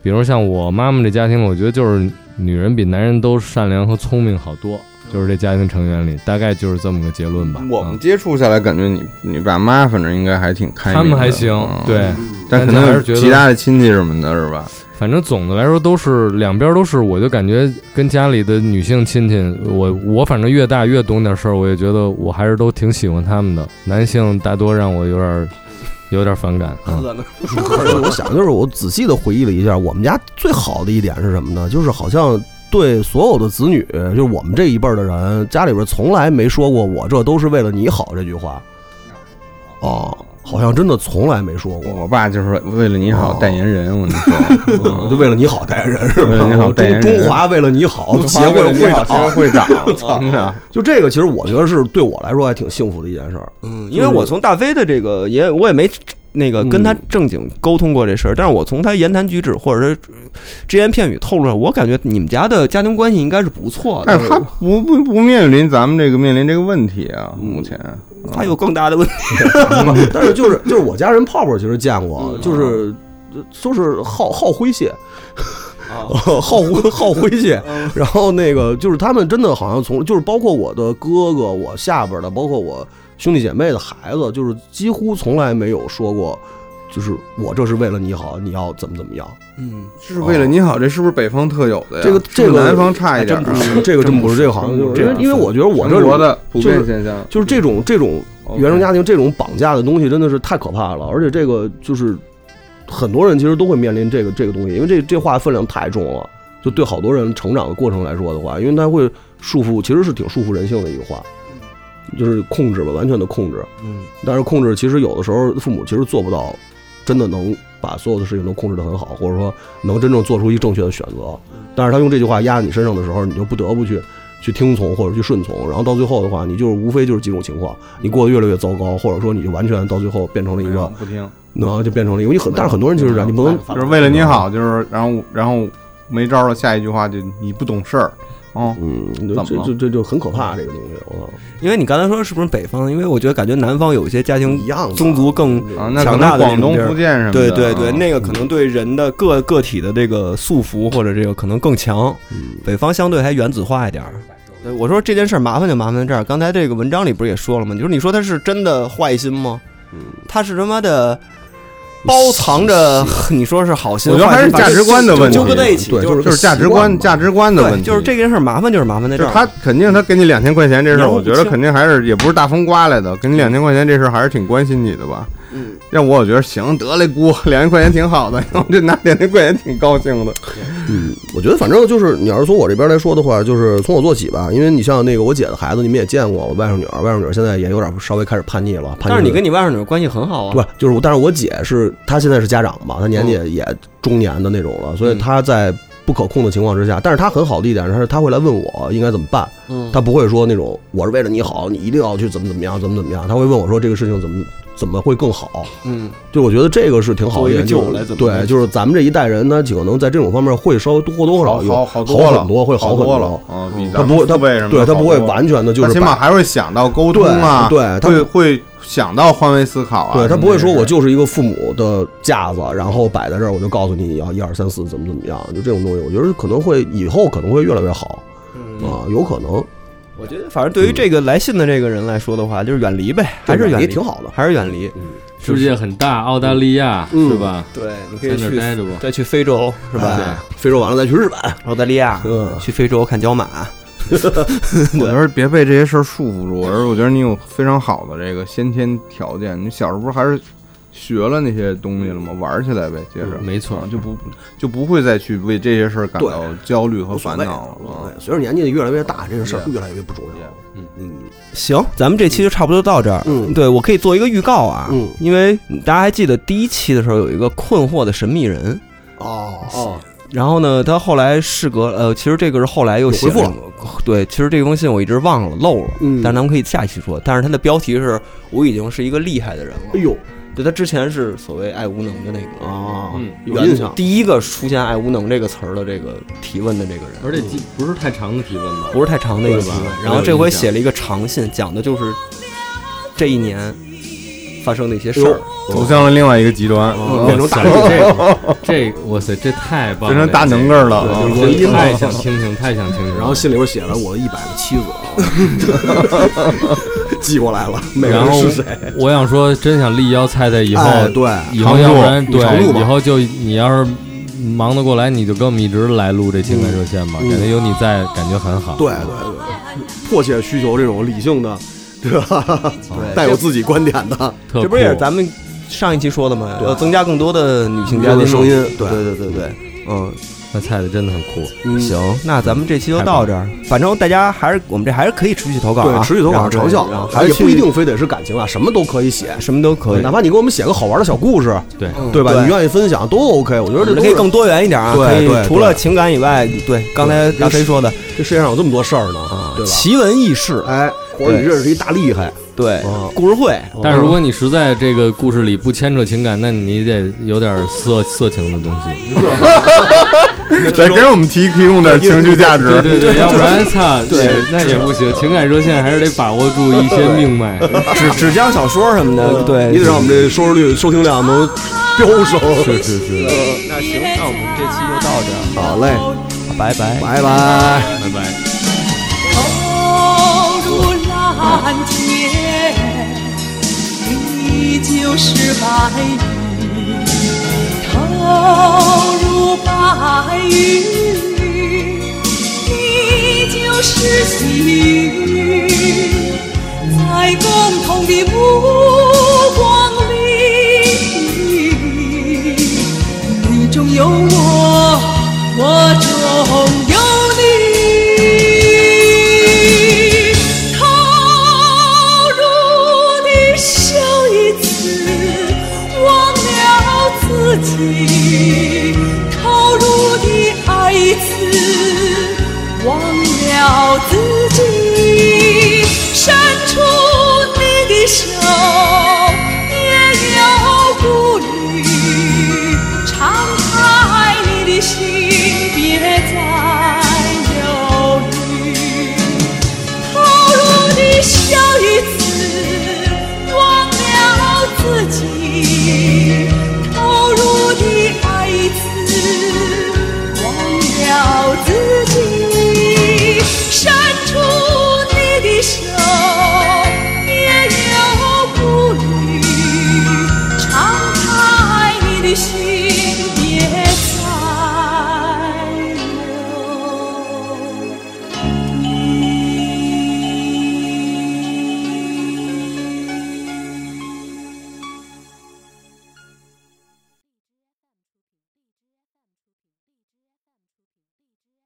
Speaker 5: 比如像我妈妈这家庭，我觉得就是女人比男人都善良和聪明好多。就是这家庭成员里，大概就是这么个结论吧。
Speaker 6: 我
Speaker 5: 嗯
Speaker 6: 们接触下来，感觉你你爸妈反正应该还挺开明
Speaker 5: 他
Speaker 6: 的，
Speaker 5: 们还行
Speaker 6: 嗯，
Speaker 5: 对，
Speaker 6: 但可
Speaker 5: 但是还
Speaker 6: 能
Speaker 5: 是觉得
Speaker 6: 其他的亲戚什么的，是吧？
Speaker 5: 反正总的来说都是两边都是，我就感觉跟家里的女性亲戚，我我反正越大越懂点事儿，我也觉得我还是都挺喜欢他们的。男性大多让我有点儿有点儿反感啊。嗯
Speaker 4: 可是我想，就是我仔细的回忆了一下，我们家最好的一点是什么呢？就是好像对所有的子女，就是我们这一辈儿的人，家里边从来没说过“我这都是为了你好”这句话。
Speaker 6: 嗯
Speaker 4: 哦，好像真的从来没说过，
Speaker 6: 我爸就是为了你好
Speaker 4: 哦
Speaker 6: 代言人，我跟你说，
Speaker 4: 就为了你好代言人是吧？
Speaker 6: 嗯为了你好代言
Speaker 4: 中
Speaker 6: 人
Speaker 4: 中华为了你哦好协会
Speaker 6: 为了你
Speaker 4: 会
Speaker 6: 好协会。
Speaker 4: 长
Speaker 6: 会长，真的。
Speaker 4: 就这个，其实我觉得是对我来说还挺幸福的一件事儿。
Speaker 3: 嗯，因为我从大飞的这个也我也没那个跟他
Speaker 6: 嗯
Speaker 3: 正经沟通过这事儿，但是我从他言谈举止或者是只言片语透露出来，我感觉你们家的家庭关系应该是不错
Speaker 6: 但
Speaker 3: 的。
Speaker 6: 是他不不不面临咱们这个面临这个问题啊，目前
Speaker 3: 他有更大的问题，
Speaker 4: 但是就是就是我家人泡泡其实见过，就是就是好好诙谐， 好诙好诙谐。然后那个就是他们真的好像从就是包括我的哥哥，我下边的，包括我兄弟姐妹的孩子，就是几乎从来没有说过，就是我这是为了你好，你要怎么怎么样。
Speaker 6: 是为了你好，这是不是北方特有的呀？
Speaker 4: 这个
Speaker 6: 是
Speaker 4: 这
Speaker 6: 不
Speaker 4: 个
Speaker 6: 是南方差一点
Speaker 4: 还
Speaker 6: 啊，
Speaker 4: 真不是，这个真不是，这个好像就是因为因为我觉得我
Speaker 6: 中国
Speaker 4: 这
Speaker 6: 的普遍现象
Speaker 4: 就是这种这种原生家庭这种绑架的东西真的是太可怕了，而且这个就是很多人其实都会面临这个这个东西，因为这这话分量太重了，就对好多人成长的过程来说的话，因为它会束缚，其实是挺束缚人性的一个话，就是控制吧，完全的控制。
Speaker 3: 嗯，
Speaker 4: 但是控制其实有的时候父母其实做不到，真的能把所有的事情都控制得很好，或者说能真正做出一正确的选择。
Speaker 6: 嗯
Speaker 4: 但是他用这句话压在你身上的时候，你就不得不去去听从或者去顺从，然后到最后的话，你就是无非就是几种情况，你过得越来越糟糕，或者说你就完全到最后变成了一个，
Speaker 6: 不听，
Speaker 3: 啊
Speaker 4: 然后就变成了一个，你很，但是很多人就是这样，你不能
Speaker 6: 就是为了你好，就是然后然后没招了，下一句话就你不懂事儿，哦，
Speaker 4: 嗯，这
Speaker 6: 怎么了
Speaker 4: 这这就很可怕，这个东西，我操，
Speaker 3: 因为你刚才说是不是北方？因为我觉得感觉南方有一些家庭
Speaker 4: 一样的
Speaker 3: 宗族更
Speaker 6: 啊，那可
Speaker 3: 强大
Speaker 6: 能
Speaker 3: 的
Speaker 6: 广东、
Speaker 3: 这种地儿
Speaker 6: 福建什么的，
Speaker 3: 对对对，
Speaker 6: 啊
Speaker 3: 那个可能对人的个个体的这个束缚或者这个可能更强，北方相对还原子化一点儿。嗯对，我说这件事儿麻烦就麻烦在这儿。刚才这个文章里不是也说了吗？你说你说他是真的坏心吗？他是他妈的包藏着， 你说是好心，
Speaker 6: 我觉得还是
Speaker 3: 坏心
Speaker 6: 价值观的问题
Speaker 3: 纠葛在一起，
Speaker 4: 对
Speaker 3: 就是
Speaker 6: 就是价值观价值观的问
Speaker 3: 对，
Speaker 6: 题，
Speaker 3: 就是这件事儿麻烦就是麻烦在
Speaker 6: 就
Speaker 3: 这
Speaker 6: 是
Speaker 3: 儿。
Speaker 6: 他肯定他给你两千块钱这事
Speaker 3: 你
Speaker 6: 儿，
Speaker 3: 要不
Speaker 6: 我觉得
Speaker 3: 清
Speaker 6: 肯定还是也不是大风刮来的，给你两千块钱这事儿还是挺关心你的吧。
Speaker 3: 嗯，
Speaker 6: 要我我觉得行得嘞，姑 两千块钱挺好的，我这拿两千块钱挺高兴的。
Speaker 4: 嗯，我觉得反正就是，你要是从我这边来说的话，就是从我做起吧。因为你像那个我姐的孩子，你们也见过，我外甥女儿，外甥女儿现在也有点稍微开始叛逆了。叛逆
Speaker 3: 但是你跟你外甥女关系很好啊，
Speaker 4: 不是就是我，但是我姐是她现在是家长嘛，她年纪
Speaker 6: 嗯
Speaker 4: 也中年的那种了，所以她在不可控的情况之下，但是她很好的一点是，她会来问我应该怎么办。
Speaker 3: 嗯，
Speaker 4: 她不会说那种我是为了你好，你一定要去怎么怎么样，怎么怎么样。她会问我说这个事情怎么怎么会更好。
Speaker 3: 嗯，
Speaker 4: 就我觉得这个是挺好的一点，
Speaker 3: 做一个
Speaker 4: 就
Speaker 3: 救来
Speaker 4: 是
Speaker 3: 怎么
Speaker 4: 对，就是咱们这一代人呢，可能在这种方面会稍微多多或少有
Speaker 6: 好好多了，
Speaker 4: 很多，会好很
Speaker 6: 多了。嗯，比
Speaker 4: 他
Speaker 6: 咱
Speaker 4: 不
Speaker 6: 们
Speaker 4: 会，他
Speaker 6: 父辈什么
Speaker 4: 对
Speaker 6: 的
Speaker 4: 他
Speaker 6: 好
Speaker 4: 不会
Speaker 6: 多了
Speaker 4: 完全的就
Speaker 6: 他
Speaker 4: 是
Speaker 6: 起码
Speaker 4: 把
Speaker 6: 还会想到沟通
Speaker 4: 对
Speaker 6: 啊，
Speaker 4: 对他
Speaker 6: 会会想到换位思考啊。
Speaker 4: 对他不会说我
Speaker 6: 就
Speaker 4: 就是一个父母的架子，然后摆在这儿，我就告诉你要一二三四怎么怎么样，就这种东西，我觉得可能会以后可能会越来越好啊，有可能
Speaker 3: 我觉得反正对于这个来信的这个人来说的话，就是远离呗，还是
Speaker 4: 远
Speaker 3: 离
Speaker 4: 离挺好的。
Speaker 3: 还是远离。
Speaker 5: 世界很大，澳大利亚
Speaker 4: 嗯
Speaker 5: 是吧？
Speaker 3: 对，你可
Speaker 5: 在
Speaker 3: 以
Speaker 5: 那儿
Speaker 3: 去
Speaker 5: 待着吧。
Speaker 3: 再去非洲是吧？
Speaker 4: 哎非洲完了再去日本，
Speaker 3: 澳大利亚，
Speaker 4: 嗯
Speaker 3: 去非洲看角马，
Speaker 6: 我觉得别被这些事儿束缚住，而是我觉得你有非常好的这个先天条件。你小时候不是还是学了那些东西了吗？玩儿起来呗，接着。
Speaker 5: 嗯没错
Speaker 6: 啊，就不就不会再去为这些事儿感
Speaker 4: 对
Speaker 6: 到焦虑和
Speaker 4: 无所
Speaker 6: 烦
Speaker 4: 谓
Speaker 6: 恼
Speaker 4: 无所
Speaker 6: 了啊
Speaker 4: 谓。随着年纪越来越大，这个事儿
Speaker 6: Yeah
Speaker 4: 越来越不重要。
Speaker 3: 行，咱们这期就差不多到这儿。
Speaker 4: 嗯
Speaker 3: 对我可以做一个预告啊，
Speaker 4: 嗯
Speaker 3: 因为大家还记得第一期的时候有一个困惑的神秘人，
Speaker 4: 哦，
Speaker 3: 然后呢，他后来事隔呃，其实这个是后来又写
Speaker 4: 有回复了
Speaker 3: 对，其实这封信我一直忘了漏了，
Speaker 4: 嗯
Speaker 3: 但是咱们可以下一期说。但是他的标题是“我已经是一个厉害的人了”，
Speaker 4: 哎呦
Speaker 3: 对他之前是所谓爱无能的那个
Speaker 4: 啊，有
Speaker 3: 原
Speaker 4: 印象。
Speaker 3: 第一个出现“爱无能”这个词儿的这个提问的这个人，嗯
Speaker 5: 而且记不是太长的提问吧？
Speaker 3: 不是太长的一个提问
Speaker 5: 对吧。
Speaker 3: 然后这回写了一个长信，讲的就是这一年发生的一些事儿。嗯
Speaker 6: 走向了另外一个极端，
Speaker 4: 哦
Speaker 6: 哦
Speaker 5: 变成大这这哇塞，这太棒了！
Speaker 6: 变成大能个了。啊
Speaker 5: 对，
Speaker 4: 罗伊
Speaker 5: 真
Speaker 4: 了
Speaker 5: 太想听听，太想听听。
Speaker 4: 然后信里边写了我一百个妻子， 寄过来了，每个
Speaker 5: 然
Speaker 4: 人
Speaker 5: 后
Speaker 4: 是谁？
Speaker 5: 我想说，真想力邀菜菜以后，
Speaker 4: 哎，对，
Speaker 5: 以后要不然
Speaker 4: 常驻常驻吧
Speaker 5: 对，以后就你要是忙得过来，你就跟我们一直来录这情感热线吧，
Speaker 4: 嗯
Speaker 5: 感觉有你在，感觉很好。
Speaker 4: 对对对， 迫切需求这种理性的，对吧？带有自己观点的，
Speaker 5: 特
Speaker 3: 这不是也是
Speaker 5: 酷
Speaker 3: 咱们上一期说的吗？要增加更多的女性
Speaker 4: 女
Speaker 3: 嘉
Speaker 4: 性
Speaker 3: 宾
Speaker 4: 的声音嗯
Speaker 3: 对
Speaker 4: 对
Speaker 3: 对对对，嗯，
Speaker 5: 那菜菜真的很酷，
Speaker 3: 行，那咱们这期就
Speaker 5: 太棒
Speaker 3: 到这儿。反正大家还是我们这还是可以持续投稿啊，
Speaker 4: 对，持续投
Speaker 3: 然后
Speaker 4: 稿长效
Speaker 3: 对然后，还
Speaker 4: 而
Speaker 3: 是
Speaker 4: 且不一
Speaker 3: 去
Speaker 4: 定非得是感情啊，什么都可以写，
Speaker 3: 什么都可以
Speaker 4: 哪，怕你给我们写个好玩的小故事，
Speaker 5: 对，
Speaker 4: 对吧？
Speaker 3: 对
Speaker 4: 你愿意分享都 OK，我觉得这
Speaker 3: 我们
Speaker 4: 都
Speaker 3: 可以
Speaker 4: 是
Speaker 3: 更多元一点啊。
Speaker 4: 对
Speaker 3: 可以
Speaker 4: 对
Speaker 3: 除了情感以外，对刚才大飞说的
Speaker 4: 这世界上有这么多事儿呢，啊，对吧？
Speaker 3: 奇闻异事，
Speaker 4: 哎，或者你认识一大厉害，
Speaker 3: 对
Speaker 4: 嗯
Speaker 3: 故事会，
Speaker 5: 但是如果你实在这个故事里不牵扯情感，那你得有点色色情的东西。
Speaker 6: 来给我们提提供点情绪价
Speaker 5: 对
Speaker 6: 值。
Speaker 5: 对 对，要不然操，对，那也不行。情感热线还是得把握住一些命 脉。
Speaker 3: 纸纸浆小说什么
Speaker 4: 哦
Speaker 3: 的，对，
Speaker 4: 你得让我们这收视率、收听 量能飙升。
Speaker 5: 是是是，
Speaker 3: 呃那行，那我们这期就到这儿，
Speaker 4: 好嘞，
Speaker 3: 拜拜。
Speaker 4: 拜拜。
Speaker 5: 拜拜。
Speaker 10: 头如蓝天，你就是白云；头如白云，你就是细雨。在共同的目中有我，我中有你。投入的笑一次，忘了自己；投入的爱一次，忘了自己。